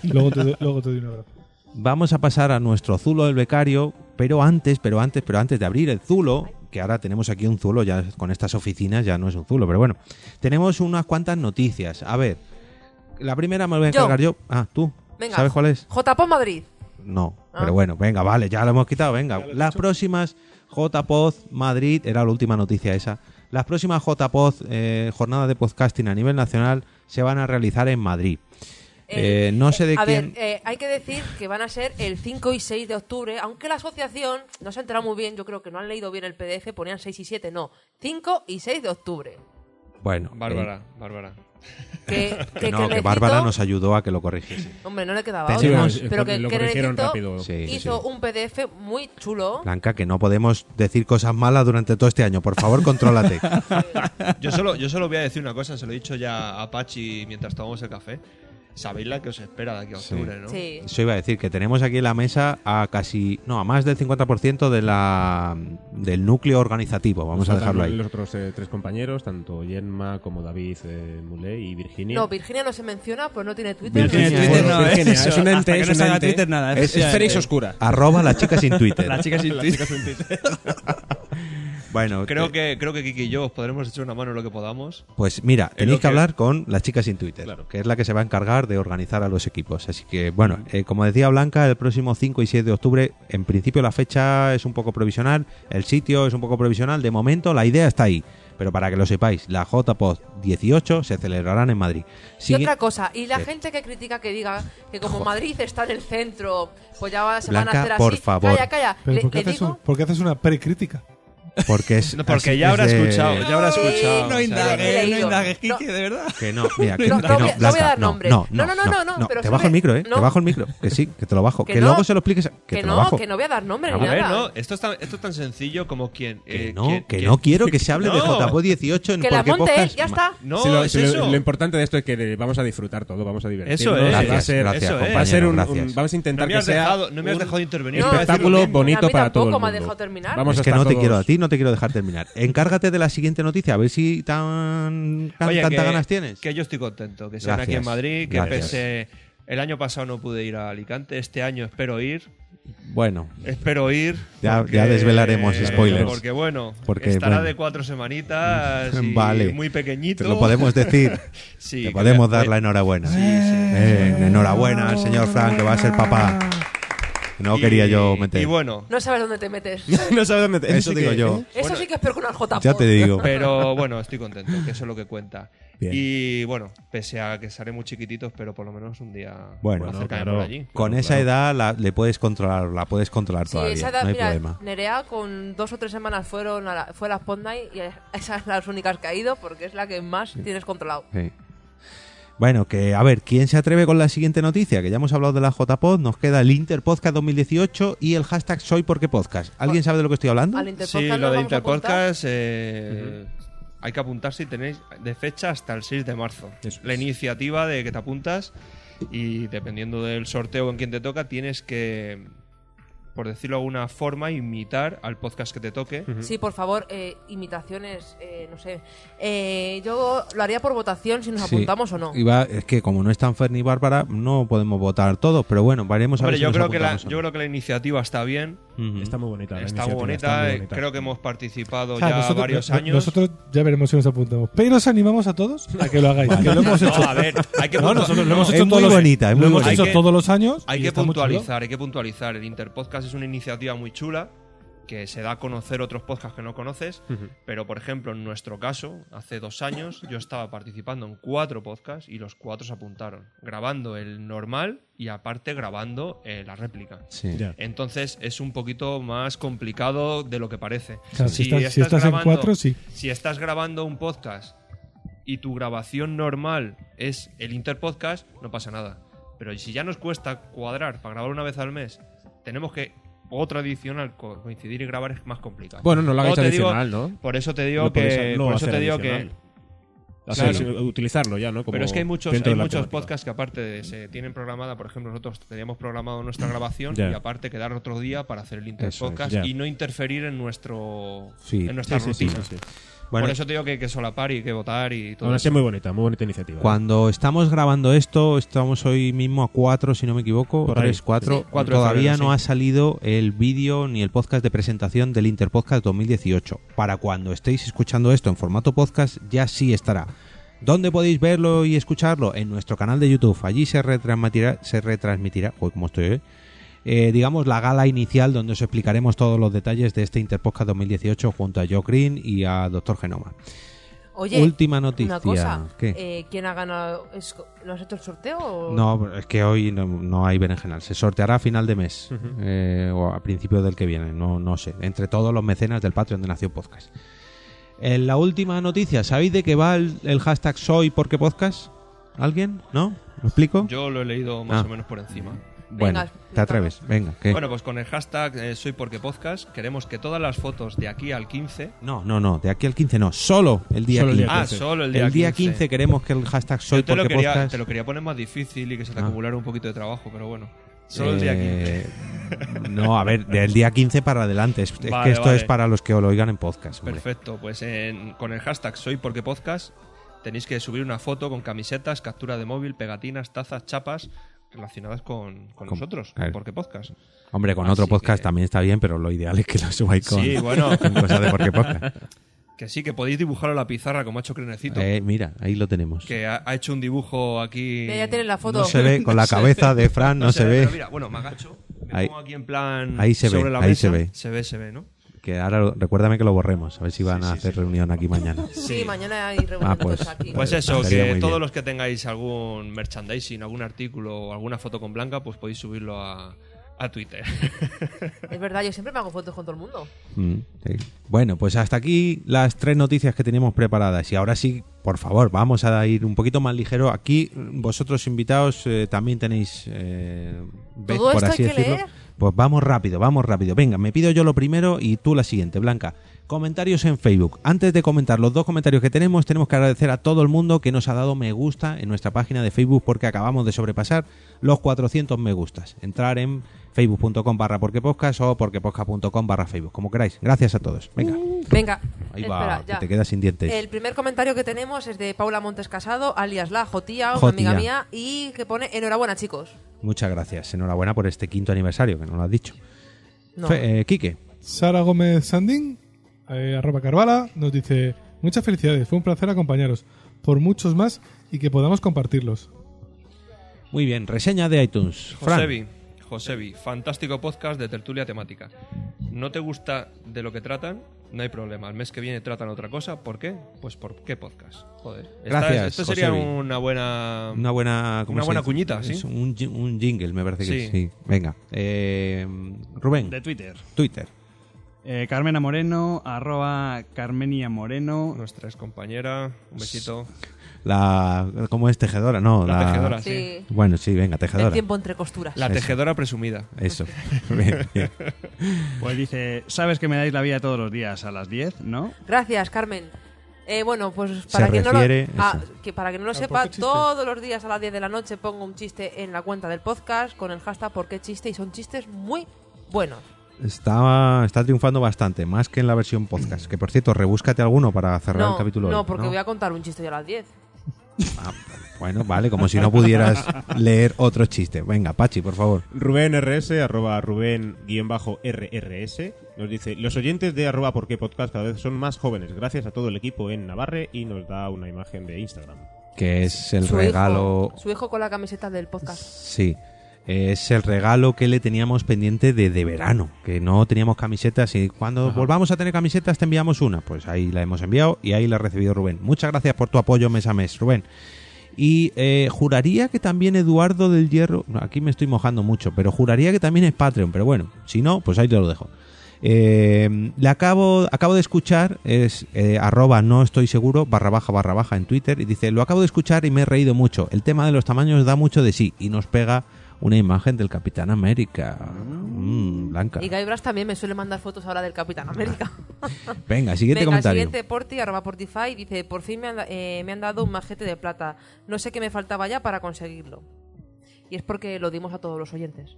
I: Luego te, doy- luego te doy un abrazo.
B: vamos a pasar a nuestro Zulo del Becario, pero antes, pero antes, pero antes de abrir el Zulo, que ahora tenemos aquí un Zulo, ya con estas oficinas ya no es un Zulo, pero bueno, tenemos unas cuantas noticias. A ver, la primera me la voy a
D: Yo.
B: encargar yo. Ah, tú.
D: Venga.
B: ¿Sabes cuál es?
D: JPO Madrid.
B: No,
D: Ah.
B: pero bueno, venga, vale, ya lo hemos quitado, venga. Las próximas JPOZ Madrid, era la última noticia esa. Las próximas JPOZ eh, jornadas de podcasting a nivel nacional se van a realizar en Madrid.
D: Eh,
B: Eh, no sé de
D: a
B: quién.
D: ver, eh, hay que decir que van a ser el 5 y 6 de octubre, aunque la asociación no se ha enterado muy bien, yo creo que no han leído bien el PDF, ponían 6 y 7, no, 5 y 6 de octubre.
B: bueno,
F: Bárbara, Bárbara.
D: Que,
B: eh,
D: que-
B: no,
D: que
B: que
D: Lecito-
B: Bárbara nos ayudó a que lo corrigiese.
D: Hombre, no le quedaba
B: Te
D: otra,
B: decimos- Sí,
D: pero que,
B: lo
D: que
B: corrigieron
D: Lecito
B: rápido. Sí, sí,
D: hizo un PDF muy chulo.
B: Blanca, que no podemos decir cosas malas durante todo este año. Por favor, contrólate.
F: Yo solo, yo solo voy a decir una cosa, se lo he dicho ya a Pachi mientras tomamos el café. Sabéis la que os espera de aquí a octubre, ¿no?
D: Sí.
B: Eso iba a decir, que tenemos aquí en la mesa a casi, no, a más del 50% de la, del núcleo organizativo. Vamos a
H: Faltan
B: dejarlo ahí.
H: Los otros eh, tres compañeros, tanto Yenma como David eh, Mulé y Virginia.
D: No, Virginia no se menciona, pues no tiene Twitter.
H: Virginia
D: No sé.
H: tiene Twitter, no, ¿eh? Virginia, es un ente,
E: Hasta que
H: es
E: no
H: un
E: salga
H: ente.
E: Twitter, nada.
H: Es- es
E: efectivamente.
H: Fénix Oscura.
B: Arroba la chica sin Twitter.
E: La chica sin
F: La
E: Twitter.
F: chica sin Twitter.
B: Bueno, eh,
F: Creo que, creo que Kiki y yo os podremos echar una mano en lo que podamos.
B: Pues mira,
F: En
B: tenéis
F: lo
B: que hablar con las chicas sin Twitter, que es la que se va a encargar de organizar a los equipos. Así que, bueno, eh, como decía Blanca, el próximo 5 y 6 de octubre, en principio la fecha es un poco provisional, el sitio es un poco provisional, de momento la idea está ahí. Pero para que lo sepáis, la JPOD 18 se celebrarán en Madrid.
D: Y
B: Sigue- Eh,
D: otra cosa, y la
B: Sí.
D: gente que critica que diga que como
B: Joder.
D: Madrid está en el centro, pues ya va- se van
B: Blanca,
D: a hacer así.
B: por favor.
D: Calla, calla.
I: Pero
D: Le-
I: ¿por, qué
D: le
I: haces
D: digo-
I: un- por qué haces una precrítica?
B: Porque es.
F: No, porque
B: así
F: ya habrá
B: es de-
F: escuchado, ya habrá escuchado.
E: no
F: o sea,
E: indagues,
D: he
E: no
D: leído.
E: indagues, Kike, de verdad.
B: Que no, mira, que,
D: No,
B: que
D: no voy a- no voy a
B: Blanca,
D: dar
B: no,
D: nombre.
B: No,
D: No,
B: no,
D: no, no, no, no, pero
B: te bajo el
D: sube-
B: micro, eh.
D: no.
B: Te bajo el micro. Que sí, que te lo bajo.
D: Que
B: Que,
D: no,
B: luego se lo expliques. Que,
D: que
B: te
D: no,
B: lo bajo.
D: que no voy a dar nombre
F: A
D: ni
F: ver,
D: nada.
F: Eh, no, esto es tan, esto es tan sencillo como quien.
B: Que
F: eh,
B: no,
F: quien-
B: que
F: quien-
B: no quiero que se hable de JPO 18 en
D: Que la
B: cualquier
D: monte él,
B: podcast.
D: ya está.
F: No,
H: Si lo,
F: es
H: si lo-
F: eso.
H: lo importante de esto es que eh, vamos a disfrutar todo, vamos a divertirnos.
F: Eso es.
H: va a ser,
B: Gracias,
H: va a ser
B: compañero,
H: un- un-
B: gracias.
H: vamos a intentar
F: No me
H: que
F: has
H: sea
F: dejado- no me has
H: un
F: dejado intervenir, voy a decir lo
H: espectáculo
F: mismo.
H: bonito
D: A mí
H: para todo el
D: tampoco me
H: mundo.
D: ha dejado terminar.
H: Vamos a
B: es que
H: estar
B: no te
H: todos-
B: quiero a ti, no te quiero dejar terminar. Encárgate de la siguiente noticia, a ver si tan, tan-
F: Oye,
B: tantas
F: que-
B: ganas tienes.
F: Que yo estoy contento, que sean
B: Gracias,
F: aquí en Madrid, que
B: gracias.
F: pese. El año pasado no pude ir a Alicante, este año espero ir.
B: Bueno,
F: Espero ir.
B: Ya- ya desvelaremos spoilers.
F: Porque bueno,
B: Porque,
F: estará
B: bueno.
F: de cuatro semanitas y
B: Vale.
F: muy pequeñito.
B: Te lo podemos decir.
F: sí,
B: Te
F: que
B: podemos
F: voy a-
B: dar la enhorabuena. Eh, enhorabuena al señor Frank, que va a ser papá. No
F: Y-
B: quería yo meter.
F: Y bueno.
D: No sabes dónde te metes.
H: no sabes dónde te-
B: Eso digo yo.
D: Eso sí que es peor que una JPO.
B: Ya te digo.
F: Pero bueno, estoy contento, que eso es lo que cuenta.
B: Bien.
F: Y bueno, pese a que seremos chiquititos, pero por lo menos un día
B: Bueno,
F: me acercaré
B: claro,
F: por allí.
B: con esa edad la- le puedes controlar, la puedes controlar
D: Sí,
B: todavía.
D: esa edad,
B: no hay
D: mira,
B: problema.
D: Nerea con dos o tres semanas fueron a la- fue a la Spotlight y esas son las únicas que ha ido porque es la que más tienes controlado.
B: Sí. Bueno, que a ver, ¿quién se atreve con la siguiente noticia? Que ya hemos hablado de la JPod, nos queda el Interpodcast 2018 y el hashtag Soy Porque Podcast. ¿Alguien sabe de lo que estoy hablando?
D: Al Interpodcast
F: Sí,
D: nos
F: lo de
D: vamos a apuntar.
F: Interpodcast eh, hay que apuntarse y tenéis de fecha hasta el 6 de marzo. la iniciativa de que te apuntas y dependiendo del sorteo en quien te toca, tienes que por decirlo de alguna forma, imitar al podcast que te toque.
D: Sí, por favor, eh, imitaciones, eh, no sé. Eh, yo lo haría por votación si nos
B: Sí.
D: apuntamos o no.
B: Iba- es que como no están Fer ni Bárbara, no podemos votar todos, pero bueno, veremos a
F: Hombre,
B: ver si
F: yo
B: nos
F: creo, que la,
B: apuntamos o no.
F: yo creo que la iniciativa está bien.
H: Está muy bonita. la
F: Está muy
H: iniciativa,
F: bonita,
H: está muy
F: eh,
H: bonita.
F: creo que hemos participado
I: O sea,
F: ya
I: nosotros-
F: varios
I: no-
F: años.
I: Nosotros ya veremos si nos apuntamos. Pero os animamos a todos a que lo hagáis.
F: Vale.
I: que lo hemos
F: No,
I: hecho.
F: a ver, hay que
I: No,
F: puntu-
I: nosotros lo
F: no,
I: hemos
F: es
I: hecho,
F: muy
I: todos, los-
F: bonita, es
I: lo
F: muy
I: hemos
F: bonita.
I: hecho
F: Hay que-
I: todos los años.
F: Hay
I: y
F: que
I: está muy chulo.
F: puntualizar, hay que puntualizar. El Interpodcast es una iniciativa muy chula que se da a conocer otros podcasts que no conoces,
H: Ujú.
F: pero por ejemplo, en nuestro caso, hace dos años yo estaba participando en cuatro podcasts y los cuatro se apuntaron, grabando el normal y aparte grabando eh, la réplica.
B: Sí. Ya.
F: Entonces es un poquito más complicado de lo que parece.
I: Claro, si estás- si estás en cuatro, sí.
F: Si estás grabando un podcast y tu grabación normal es el interpodcast, no pasa nada. Pero si ya nos cuesta cuadrar para grabar una vez al mes, tenemos que otra adicional co- coincidir y grabar es más complicado.
H: Bueno, no lo hagáis
F: O te digo-
H: adicional, ¿no?
F: Por eso te digo
H: Lo podéis-
F: que
H: no
F: por eso
H: hacer
F: te digo que
H: adicional. Hacer- utilizarlo ya, ¿no? Como
F: pero es que hay muchos,
H: dentro
F: hay
H: de la
F: muchos
H: temática.
F: podcasts que aparte de- se tienen programada, por ejemplo, nosotros teníamos programado nuestra grabación
H: Ya.
F: y aparte quedar otro día para hacer el
B: Eso es,
F: interpodcast
B: ya.
F: y no interferir en nuestro
B: Sí.
F: en nuestra
B: Sí, sí, sí,
F: rutina.
B: sí, sí.
F: Por
B: Bueno.
F: eso te digo que hay que solapar y hay que votar y todo.
H: Aún así
F: eso.
H: es muy bonita, muy bonita iniciativa. ¿eh?
B: Cuando estamos grabando esto, estamos hoy mismo a cuatro, si no me equivoco,
H: Por ahí.
B: tres, cuatro.
H: Sí, cuatro de
B: Todavía
H: febrero,
B: no
H: sí.
B: ha salido el vídeo ni el podcast de presentación del Interpodcast 2018. Para cuando estéis escuchando esto en formato podcast, ya sí estará. ¿Dónde podéis verlo y escucharlo? En nuestro canal de YouTube. Allí se retransmitirá, se retransmitirá, joder, cómo estoy, eh? Eh, digamos, la gala inicial donde os explicaremos todos los detalles de este Interpodcast 2018 junto a Joe Green y a Doctor Genoma.
D: Oye,
B: Última noticia.
D: Una cosa,
B: ¿Qué?
D: eh, ¿quién ha ganado? Es- ¿Lo has hecho el sorteo? o-
B: No, pero es que hoy no, no hay berenjenal. Se sorteará a final de mes eh, o a principio del que viene, no, no sé. Entre todos los mecenas del Patreon de Nación Podcast. En la última noticia, ¿sabéis de qué va el, el hashtag soy porque podcast? ¿Alguien? ¿No? ¿Me explico?
F: Yo lo he leído más
B: Ah.
F: o menos por encima.
B: Bueno, te atreves. Venga, ¿qué?
F: Bueno, pues con el hashtag eh, soy porque podcast queremos que todas las fotos de aquí al 15
B: no, no, no, de aquí al 15 no, solo el día
F: Solo el
B: 15.
F: día 15. Ah, solo el día 15.
B: queremos que el hashtag soy
F: Yo te lo,
B: porque
F: quería,
B: podcast.
F: te lo quería poner más difícil y que se te
B: Ah.
F: acumulara un poquito de trabajo, pero bueno. Solo el día
B: Eh,
F: 15.
B: No, a ver, del día 15 para adelante. Es, es
F: Vale,
B: que esto
F: vale.
B: es para los que lo oigan en podcast. hombre.
F: Perfecto, pues en- con el hashtag soy porque podcast tenéis que subir una foto con camisetas, captura de móvil, pegatinas, tazas, chapas relacionadas con, con
B: Con-
F: nosotros,
B: claro.
F: porque podcast.
B: Hombre, con
F: Así
B: otro podcast
F: que-
B: también está bien, pero lo ideal es que lo subáis con,
F: Ah, sí, bueno.
B: con cosas de porque podcast.
F: Que sí, que podéis dibujarlo a la pizarra como ha hecho Crenecito.
B: Eh, mira, ahí lo tenemos.
F: Que ha, ha hecho un dibujo aquí.
D: Mira, ya tienen la foto.
B: No se ve, con la cabeza de Fran no se ve.
F: pero mira, bueno, me agacho, me
B: Ahí-
F: pongo aquí en plan.
B: ahí se ve,
F: sobre la
B: ahí
F: mesa.
B: se ve.
F: Se ve, se ve, ¿no?
B: Que ahora lo- recuérdame que lo borremos, a ver si van a hacer reunión aquí mañana.
D: Sí, mañana hay reunión
B: Ah,
D: de todos
B: pues,
D: aquí.
F: Pues eso,
B: Estaría muy
F: que
B: bien.
F: todos los que tengáis algún merchandising, algún artículo o alguna foto con Blanca, pues podéis subirlo a, a Twitter.
D: Es verdad, yo siempre me hago fotos con todo el mundo.
B: Mm, sí. Bueno, pues hasta aquí las tres noticias que teníamos preparadas. Y ahora sí, por favor, vamos a ir un poquito más ligero. Aquí, mm, vosotros invitados, eh, también tenéis. eh, vez,
D: ¿Todo
B: por
D: esto
B: así
D: hay que
B: decirlo.
D: leer?
B: Pues vamos rápido, vamos rápido. Venga, me pido yo lo primero y tú la siguiente, Blanca. Comentarios en Facebook. Antes de comentar los dos comentarios que tenemos, tenemos que agradecer a todo el mundo que nos ha dado me gusta en nuestra página de Facebook porque acabamos de sobrepasar los 400 me gustas. Entrar en facebook.com barra porquepodcast o porquepodcast.com barra Facebook, como queráis. Gracias a todos. Venga.
D: Venga,
B: Ahí
D: Uh. espera,
B: va,
D: ya.
B: que te quedas sin dientes.
D: El primer comentario que tenemos es de Paula Montes Casado, alias La Jotía, una
B: Jotía.
D: amiga mía, y que pone enhorabuena, chicos.
B: Muchas gracias. Enhorabuena por este quinto aniversario, que no lo has dicho.
D: No.
B: Fe- eh, Quique.
I: Sara Gómez Sandín, eh, arroba Carvala, nos dice: Muchas felicidades, fue un placer acompañaros. Por muchos más y que podamos compartirlos.
B: Muy bien, reseña de iTunes. Fran.
F: Josebi, Josebi, fantástico podcast de tertulia temática. ¿No te gusta de lo que tratan? No hay problema. El mes que viene tratan otra cosa. ¿Por qué? Pues por qué podcast. Joder. Esta-
B: Gracias,
F: Esto sería
B: Josebi.
F: una buena.
B: Una buena, ¿cómo
F: una
B: se
F: buena
B: dice?
F: cuñita, ¿sí?
B: Es un, ji- un jingle, me parece que
E: Sí.
B: sí. Venga. Eh, Rubén.
E: De Twitter.
B: Twitter.
E: Eh, Carmena Moreno, arroba Carmenia Moreno.
F: Nuestra ex compañera. Un besito.
B: La, ¿Cómo es? Tejedora, no.
F: La
B: La,
F: tejedora, sí. Sí.
B: Bueno, sí, venga, tejedora.
D: El tiempo entre costuras.
F: La
B: Eso.
F: tejedora presumida.
B: Eso. Bien, bien.
E: Pues dice, sabes que me dais la vida todos los días a las 10, ¿no?
D: Gracias, Carmen. Eh, bueno, pues para quien no lo,
E: refiere-
D: Ah,
E: eso.
D: que para quien no lo
E: Al
D: sepa,
E: porqué chiste.
D: todos los días a las 10 de la noche pongo un chiste en la cuenta del podcast con el hashtag por qué chiste y son chistes muy Bueno,
B: Está, está triunfando bastante, más que en la versión podcast. Que por cierto, rebúscate alguno para cerrar
D: no,
B: el capítulo.
D: no,
B: hoy, Ah,
D: porque voy a contar un chiste ya a las 10.
B: Bueno, vale, como si no pudieras leer otro chiste. Venga, Pachi, por favor.
H: Rubén RS, arroba Rubén guión bajo RRS, nos dice, los oyentes de arroba porque podcast cada vez son más jóvenes, gracias a todo el equipo en Navarre y nos da una imagen de Instagram.
B: Que es el
D: Su
B: regalo.
D: hijo- su hijo con la camiseta del podcast.
B: Sí. Es el regalo que le teníamos pendiente de, de verano, que no teníamos camisetas y cuando volvamos a tener camisetas te enviamos una. Pues ahí la hemos enviado y ahí la ha recibido Rubén. Muchas gracias por tu apoyo mes a mes, Rubén. Y eh, juraría que también Eduardo del Hierro, no, aquí me estoy mojando mucho, pero juraría que también es Patreon, pero bueno, si no, pues ahí te lo dejo. Eh, le acabo, acabo de escuchar, es eh, arroba no estoy seguro, barra baja, barra baja en Twitter, y dice, lo acabo de escuchar y me he reído mucho. El tema de los tamaños da mucho de sí y nos pega una imagen del Capitán América. Mm, blanca.
D: Y Gaibras también me suele mandar fotos ahora del Capitán América.
B: Venga, siguiente
D: Venga,
B: comentario.
D: siguiente Porti, arroba Portify, dice, por fin me han, da- eh, me han dado un majete de plata. No sé qué me faltaba ya para conseguirlo. Y es porque lo dimos a todos los oyentes.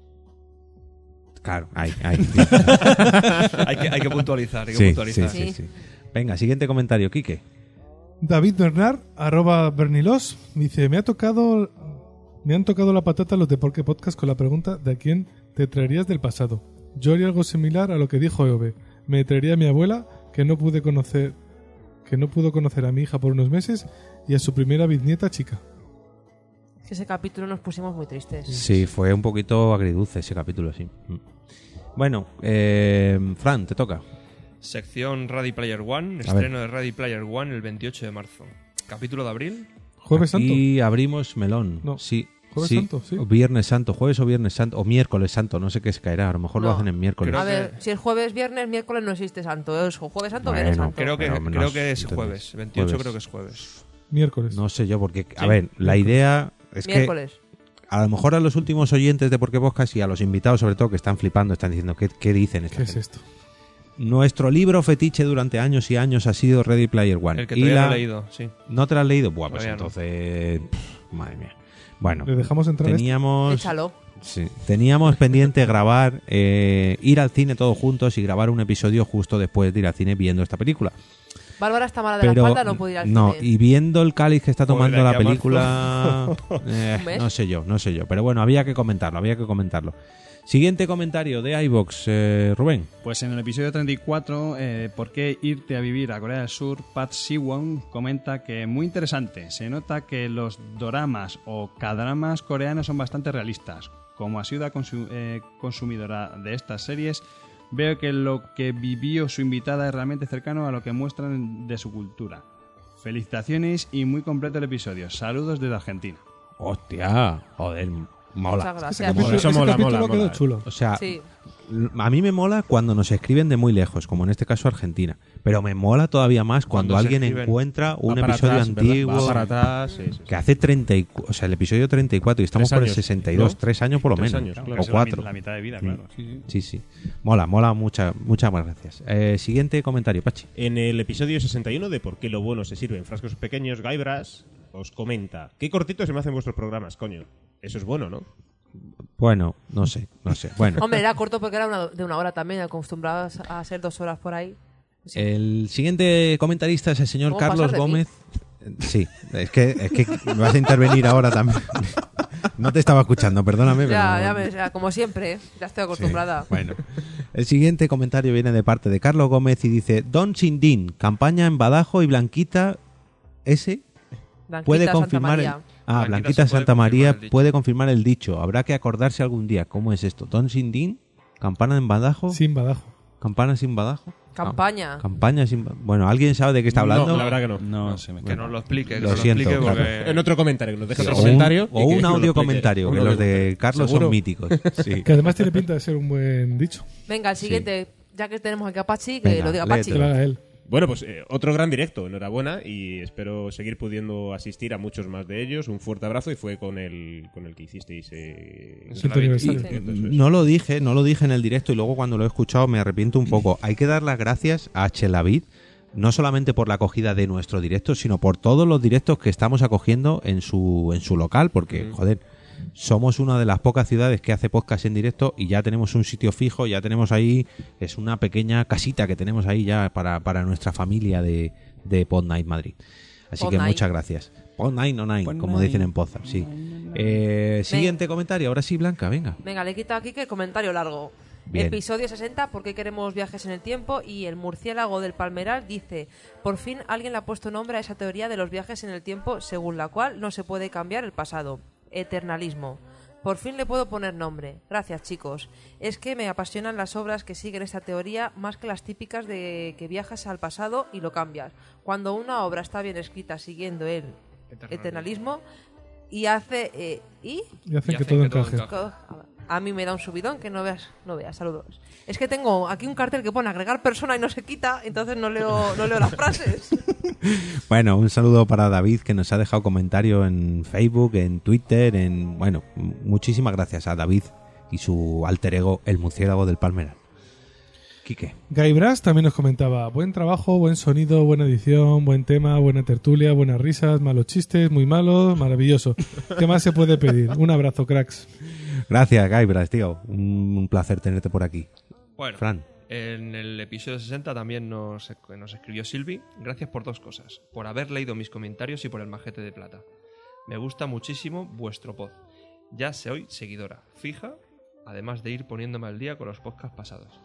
B: Claro, ahí, ahí.
F: Hay que- hay que puntualizar, hay que
B: Sí,
F: puntualizar.
B: sí, sí,
F: Sí.
B: sí. Venga, siguiente comentario, Quique.
I: David Bernard, arroba Bernilos, dice, me ha tocado... Me han tocado la patata los de Porque Podcast con la pregunta de a quién te traerías del pasado. Yo haría algo similar a lo que dijo EOB. Me traería a mi abuela, que no pude conocer, que no pudo conocer a mi hija por unos meses, y a su primera bisnieta chica.
D: Es que ese capítulo nos pusimos muy tristes.
B: Sí, fue un poquito agridulce ese capítulo, sí. Mm. Bueno, eh, Fran, te toca.
F: Sección Ready Player One,
B: ver.
F: estreno de Ready Player One el 28 de marzo. Capítulo de abril.
I: Jueves
B: Y abrimos melón.
I: No.
B: Sí.
I: Jueves
B: sí.
I: Santo, sí.
B: O Viernes Santo, jueves o viernes santo, o miércoles santo, no sé qué es caerá, a lo mejor lo
D: No.
B: hacen en miércoles.
D: A ver, si es jueves, viernes, miércoles no existe santo. Es o jueves santo o viernes
B: Bueno,
D: santo.
F: Creo que,
B: Pero menos,
F: creo que es
B: entonces,
F: jueves. 28
B: jueves.
F: creo que es jueves.
I: Miércoles.
B: No sé yo, porque, a
F: Sí,
B: ver, la
F: miércoles.
B: idea es
F: Miércoles.
B: que a lo mejor a los últimos oyentes de Porque Podcast y a los invitados, sobre todo, que están flipando, están diciendo, ¿qué, qué dicen esta
I: ¿Qué es
B: gente?".
I: esto?
B: Nuestro libro fetiche durante años y años ha sido Ready Player One.
F: El que
B: Y
F: todavía
B: la-
F: no he leído, sí.
B: ¿No te lo has leído? Buah, pues
F: Todavía no.
B: entonces. pff, madre mía. Bueno.
I: ¿Le dejamos entrar a este?
B: Teníamos.
D: Échalo.
B: Sí. Teníamos pendiente grabar, eh, ir al cine todos juntos y grabar un episodio justo después de ir al cine viendo esta película.
D: Bárbara está mala de
B: Pero
D: la espalda, no puede ir al
B: no,
D: cine.
B: y viendo el cáliz que está tomando
F: Joder,
B: la
F: aquí a
B: película,
F: marzo.
B: eh,
F: ¿Un mes?
B: no sé yo, no sé yo. Pero bueno, había que comentarlo, había que comentarlo. Siguiente comentario de iBox, Rubén.
R: Pues en el episodio 34, eh, ¿por qué irte a vivir a Corea del Sur? Pat Siwon comenta que muy interesante. Se nota que los doramas o kdramas coreanos son bastante realistas. Como asiduo eh, consumidora de estas series, veo que lo que vivió su invitada es realmente cercano a lo que muestran de su cultura. Felicitaciones y muy completo el episodio. Saludos desde Argentina.
B: Hostia, joder, mola.
R: Muchas gracias.
B: Ese
R: Ese
B: capítulo-
R: Ah, Eso
B: ese
R: mola,
B: capítulo
R: mola,
B: quedó
R: mola.
B: O sea,
R: Sí.
B: l- a mí me mola cuando nos escriben de muy lejos, como en este caso Argentina. Pero me mola todavía más cuando,
H: Cuando se
B: alguien
H: escriben.
B: encuentra un
H: Va para
B: episodio
H: atrás, ¿verdad?
B: antiguo.
H: Va para atrás, sí, sí, sí.
B: Que hace 30, y cu- o sea, el episodio 34 y estamos
H: Tres
B: por el
H: años,
B: 62,
H: ¿no?
B: tres años por lo
H: Tres
B: menos.
H: años,
B: O
H: claro. Es la
B: cuatro.
H: mi- la mitad de vida,
B: Mm.
H: claro.
B: Sí, sí. Mola, mola, mucha, muchas más gracias. Eh, siguiente comentario, Pachi.
H: En el episodio 61 de ¿Por qué lo bueno se sirve en frascos pequeños? Gaibras os comenta, qué cortitos se me hacen vuestros programas, coño. Eso es bueno, ¿no?
B: Bueno, no sé, no sé. Bueno,
D: Hombre, era corto porque era una- de una hora también, acostumbrados a ser dos horas por ahí.
B: El siguiente comentarista es el señor
D: ¿Cómo
B: Carlos
D: pasar de mí?
B: Gómez. Sí, es que, es que vas a intervenir ahora también. No te estaba escuchando, perdóname.
D: Ya,
B: pero-
D: ya, me- ya, como siempre, ¿eh? ya estoy acostumbrada.
B: Bueno. El siguiente comentario viene de parte de Carlos Gómez y dice: Don Sindín, campaña en Badajo y Blanquita S.
D: Blanquita
B: puede
D: Santa
B: confirmar. el-
D: María.
B: Ah,
D: Blanquita
B: Blanquita
D: se puede
B: Santa
D: confirmar
B: María
D: el dicho.
B: puede confirmar el dicho. Habrá que acordarse algún día. ¿Cómo es esto? Don Sindín, campana en Badajo.
I: Sin Badajo.
B: Campana sin Badajo.
D: Campaña.
B: No, campaña sin. Ba- Bueno, ¿alguien sabe de qué está hablando?
H: No, la verdad que no.
R: No, se me
F: Que nos lo explique, que
B: Lo
F: nos
B: siento,
F: lo explique
B: claro.
F: porque...
H: En otro comentario, que nos dejes
B: Sí,
H: el
B: o un-
H: comentario.
B: o un audio comentario, que los de Carlos son míticos. Sí.
I: Que además tiene pinta de ser un buen dicho.
D: Venga, el siguiente, ya que tenemos aquí a Pachi, que
H: Venga,
D: lo diga
H: léetelo.
D: Pachi.
I: Que lo haga él.
H: Bueno, pues eh, otro gran directo, enhorabuena y espero seguir pudiendo asistir a muchos más de ellos. Un fuerte abrazo y fue con el, con el que hicisteis. Eh,
I: El quinto aniversario.
H: el quinto, eso es.
B: No lo dije, no lo dije en el directo y luego cuando lo he escuchado me arrepiento un poco. Hay que dar las gracias a Chelavid, no solamente por la acogida de nuestro directo, sino por todos los directos que estamos acogiendo en su, en su local, porque, joder, Somos una de las pocas ciudades que hace podcast en directo y ya tenemos un sitio fijo, ya tenemos ahí, es una pequeña casita que tenemos ahí ya para, para nuestra familia de, de Pod Night Madrid. Así
D: Pod
B: que
D: Night.
B: muchas gracias. Pod Night o Nine, como dicen en Poza, sí. Eh, siguiente comentario, ahora sí, Blanca, venga.
D: Venga, le he quitado aquí que el comentario largo.
B: Bien.
D: Episodio 60, ¿por qué queremos viajes en el tiempo? Y el murciélago del Palmeral dice, por fin alguien le ha puesto nombre a esa teoría de los viajes en el tiempo según la cual no se puede cambiar el pasado. Eternalismo. Por fin le puedo poner nombre. Gracias, chicos. Es que me apasionan las obras que siguen esta teoría más que las típicas de que viajas al pasado y lo cambias. Cuando una obra está bien escrita siguiendo el eternalismo y hace... eh, ¿Y?
I: Y hacen Y que hacen todo que todo encaje. encaje.
D: Co- a mí me da un subidón que no veas, no veas, saludos. Es que tengo aquí un cartel que pone agregar persona y no se quita, entonces no leo, no leo las frases.
B: Bueno, un saludo para David que nos ha dejado comentario en Facebook, en Twitter, en bueno, m- muchísimas gracias a David y su alter ego, el murciélago del Palmeral. Quique.
I: Guybrush también nos comentaba, buen trabajo, buen sonido, buena edición, buen tema, buena tertulia, buenas risas, malos chistes, muy malos, maravilloso. ¿Qué más se puede pedir? Un abrazo, cracks.
B: Gracias, Gaibras, tío. Un un placer tenerte por aquí.
F: Bueno,
B: Fran.
F: en el episodio 60 también nos, nos escribió Silvi. Gracias por dos cosas: por haber leído mis comentarios y por el majete de plata. Me gusta muchísimo vuestro pod. Ya soy seguidora fija, además de ir poniéndome al día con los podcasts pasados.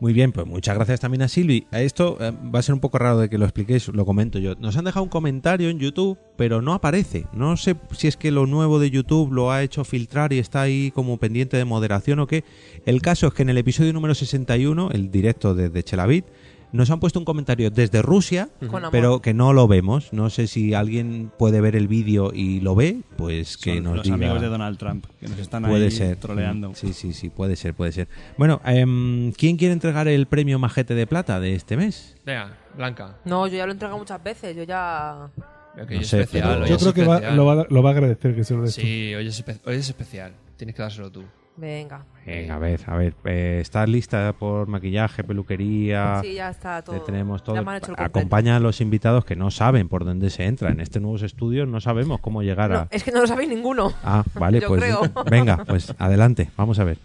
B: Muy bien, pues muchas gracias también a Silvi. A Esto eh, va a ser un poco raro de que lo expliquéis, lo comento yo. Nos han dejado un comentario en YouTube, pero no aparece. No sé si es que lo nuevo de YouTube lo ha hecho filtrar y está ahí como pendiente de moderación o qué. El caso es que en el episodio número 61, el directo desde Chelavit, nos han puesto un comentario desde Rusia,
F: Ujú. Con amor.
B: pero que no lo vemos. No sé si alguien puede ver el vídeo y lo ve, pues que
R: Son
B: nos
R: los
B: diga.
R: amigos de Donald Trump que nos están
B: Puede
R: ahí
B: ser.
R: troleando.
B: Sí, sí, sí, puede ser, puede ser. Bueno, em, ¿quién quiere entregar el premio Majete de Plata de este mes?
F: Venga, Blanca.
D: No, yo ya lo he entregado muchas veces, yo ya...
F: Ok,
B: No
F: es
B: sé,
F: especial,
B: pero-
F: hoy
I: Yo
F: es
I: creo que va-
F: especial.
I: lo, va, lo va a agradecer que se lo des tú.
F: Sí, hoy es, espe- hoy es especial. Tienes que dárselo tú.
D: Venga.
B: Venga, a ver, a ver. eh, ¿Estás lista por maquillaje, peluquería?
D: Sí, ya está todo.
B: Le tenemos todo.
D: Ya me han hecho el completo.
B: Acompaña a los invitados que no saben por dónde se entra. En estos nuevos estudios no sabemos cómo llegar a...
D: No, es que no lo sabéis ninguno.
B: Ah, vale,
D: Yo
B: pues
D: creo.
B: venga, pues adelante, vamos a ver.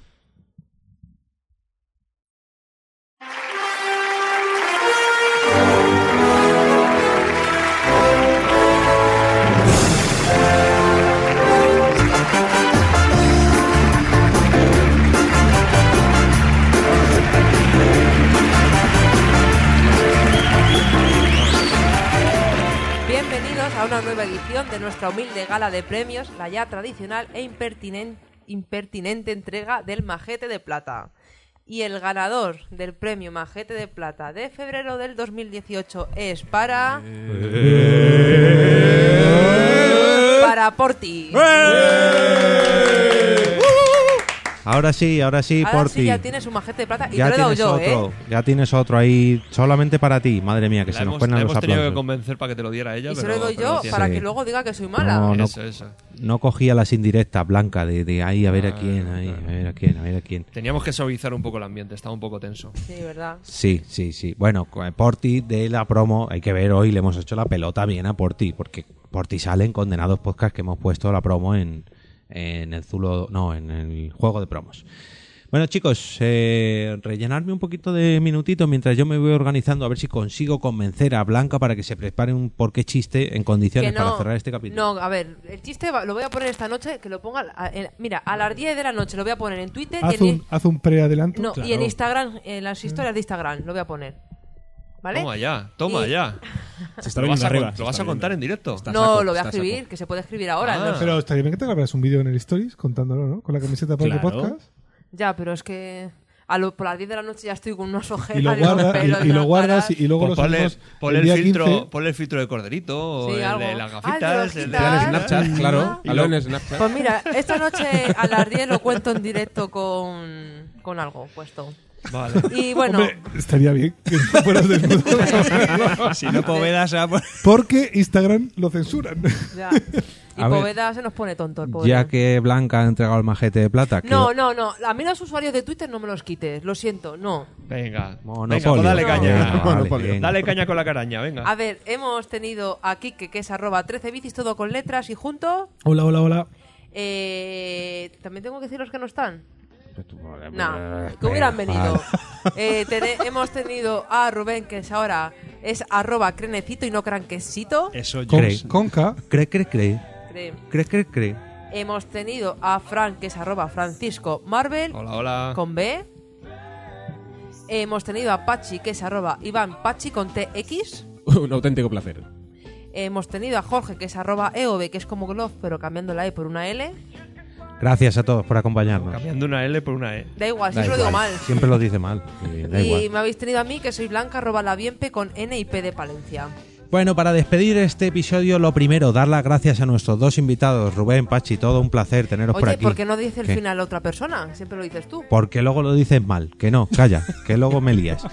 D: Bienvenidos a una nueva edición de nuestra humilde gala de premios, la ya tradicional e impertinen- impertinente entrega del Majete de Plata. Y el ganador del premio Majete de Plata de febrero del 2018 es para. Para Porti.
B: Ahora sí, ahora sí,
D: Ahora
B: por
D: sí
B: ti.
D: ya tiene su Majete de Plata y
B: Ya
D: te lo he
B: tienes
D: dado yo,
B: otro,
D: ¿eh?
B: ya tienes otro ahí solamente para ti. Madre mía, que se nos
F: hemos,
B: ponen
F: la
B: los
F: hemos tenido
B: aplausos.
F: que convencer para que te lo diera ella.
D: Y se
F: pero-
D: lo doy
F: pero
D: yo
F: tiene.
D: para
B: Sí.
D: que luego diga que soy mala.
B: No, no,
F: Eso, eso.
B: no cogía las indirectas blancas de, de ahí a ver a
F: Ah,
B: quién, ahí, a ver a quién, a ver a quién.
F: Teníamos que suavizar un poco el ambiente, estaba un poco tenso.
D: Sí, ¿verdad?
B: Sí, sí, sí. Bueno, co- eh, Porti de la promo, hay que ver hoy, le hemos hecho la pelota bien a Porti, porque Porti sale en Condenados Podcast que hemos puesto la promo en, en el Zulo, no, en el juego de promos. Bueno, chicos, eh, rellenarme un poquito de minutitos mientras yo me voy organizando a ver si consigo convencer a Blanca para que se prepare un porqué chiste en condiciones
D: Que no,
B: para cerrar este capítulo.
D: No, a ver, el chiste va- lo voy a poner esta noche, que lo ponga... a- en- mira, a las 10 de la noche lo voy a poner en Twitter y
I: Haz
D: en,
I: un, haz un preadelanto.
D: No, y en Instagram, en las historias de Instagram, lo voy a poner. ¿Vale?
F: Toma ya, toma
D: Y-
F: ya.
I: Se está
F: ¿Lo vas
I: viniendo
F: a,
I: arriba,
F: con-
I: se
F: ¿lo vas
I: está
F: a contar en directo?
D: no, lo voy a escribir, que se puede escribir
F: Ah.
D: ahora. no sé.
I: Pero estaría bien que te grabas un vídeo en el Stories contándolo, ¿no? Con la camiseta para
D: Claro.
I: el podcast.
D: Ya, pero es que a lo- por las 10 de la noche ya estoy con unas ojeras.
I: Y lo,
D: y unos
I: guarda- y-
D: pelos
I: y lo
D: unas
I: guardas y, y luego
F: Pues
I: lo
F: ponle,
I: subimos
F: ponle
I: el
F: el
I: día
F: filtro,
I: 15.
F: ponle el filtro de corderito, o
D: Sí,
F: el
D: algo.
F: de las
D: Ah,
F: gafitas,
D: el de
F: el
D: las
F: de-
D: gafitas. Snapchat, claro.
F: Y
D: Aló,
F: luego-
D: en Snapchat. Pues mira, esta noche a las 10 lo cuento en directo con, con algo puesto.
F: Vale.
D: Y bueno,
I: Hombre, estaría bien que fueras desnudo.
R: Si no, Poveda se va a poner-
I: Porque Instagram lo censuran.
D: ya. Y
B: A ver.
D: Poveda se nos pone tonto el Poveda.
B: Ya que Blanca ha entregado el majete de plata. que-
D: No, no, no. A mí los usuarios de Twitter no me los quites. Lo siento, no.
F: Venga,
B: Monopolio.
F: venga, pues dale caña.
B: Venga, vale, venga.
F: Dale caña con la caraña, venga.
D: A ver, hemos tenido a Kike, que es arroba 13 bicis, todo con letras y junto.
I: Hola, hola, hola.
D: Eh, También tengo que decir los que no están.
B: Nah,
D: que hubieran venido. Eh, tene- hemos tenido a Rubén, que es ahora es arroba crenecito y no cranquesito.
R: Eso
I: yo. Conca.
B: Cre, cre, cre.
D: Cre.
B: Cre, cre, cre.
D: Hemos tenido a Frank, que es arroba Francisco Marvel.
F: Hola, hola.
D: Con B. Hemos tenido a Pachi, que es arroba Iván Pachi con TX.
H: Un auténtico placer.
D: Hemos tenido a Jorge, que es arroba EOB, que es como Glove, pero cambiando la E por una L.
B: Gracias a todos por acompañarnos.
F: Cambiando una L por una E.
D: Da igual, siempre lo digo mal.
B: Siempre lo dice mal. Sí, da
D: y
B: igual.
D: me habéis tenido a mí, que soy Blanca, arroba la Bienpe con N y P de Palencia.
B: Bueno, para despedir este episodio, lo primero, dar las gracias a nuestros dos invitados, Rubén, Pachi, todo un placer teneros por
D: Oye,
B: aquí.
D: ¿por qué no dice el
B: Que-
D: final otra persona? Siempre lo dices tú.
B: Porque luego lo dices mal, que no, calla, que luego me lías.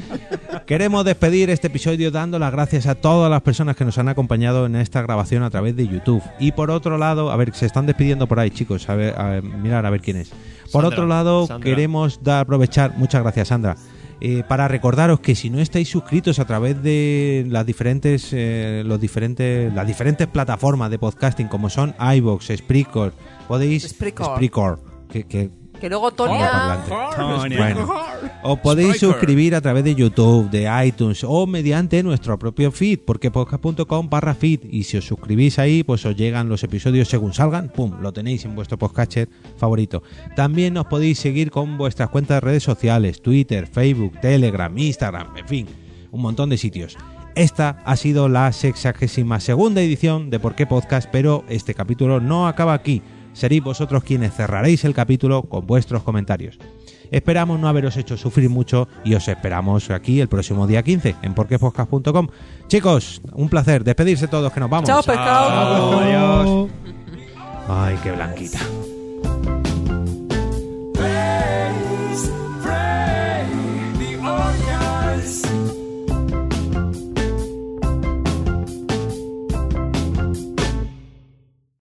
B: Queremos despedir este episodio dando las gracias a todas las personas que nos han acompañado en esta grabación a través de YouTube. Y por otro lado, a ver, se están despidiendo por ahí, chicos, a ver, a ver, mirar a ver quién es. Por
F: Sandra,
B: otro lado,
F: Sandra.
B: queremos dar- aprovechar, muchas gracias Sandra, eh, para recordaros que si no estáis suscritos a través de las diferentes, eh, los diferentes, las diferentes plataformas de podcasting como son iVoox, Spreaker, podéis...
D: Spreaker.
B: Spreaker, que- que
D: Que luego Tonia.
B: Oh, Tonia. O podéis suscribir a través de YouTube, de iTunes o mediante nuestro propio feed, porque podcast.com barra feed. Y si os suscribís ahí, pues os llegan los episodios según salgan, pum, lo tenéis en vuestro podcatcher favorito. También nos podéis seguir con vuestras cuentas de redes sociales, Twitter, Facebook, Telegram, Instagram, en fin, un montón de sitios. Esta ha sido la sexagésima segunda edición de Por qué Podcast, pero este capítulo no acaba aquí. Seréis vosotros quienes cerraréis el capítulo con vuestros comentarios. Esperamos no haberos hecho sufrir mucho y os esperamos aquí el próximo día 15 en porquepodcast.com. Chicos, un placer. Despedirse todos que nos vamos.
D: Chao, pescado. Chao.
B: Ay, qué blanquita.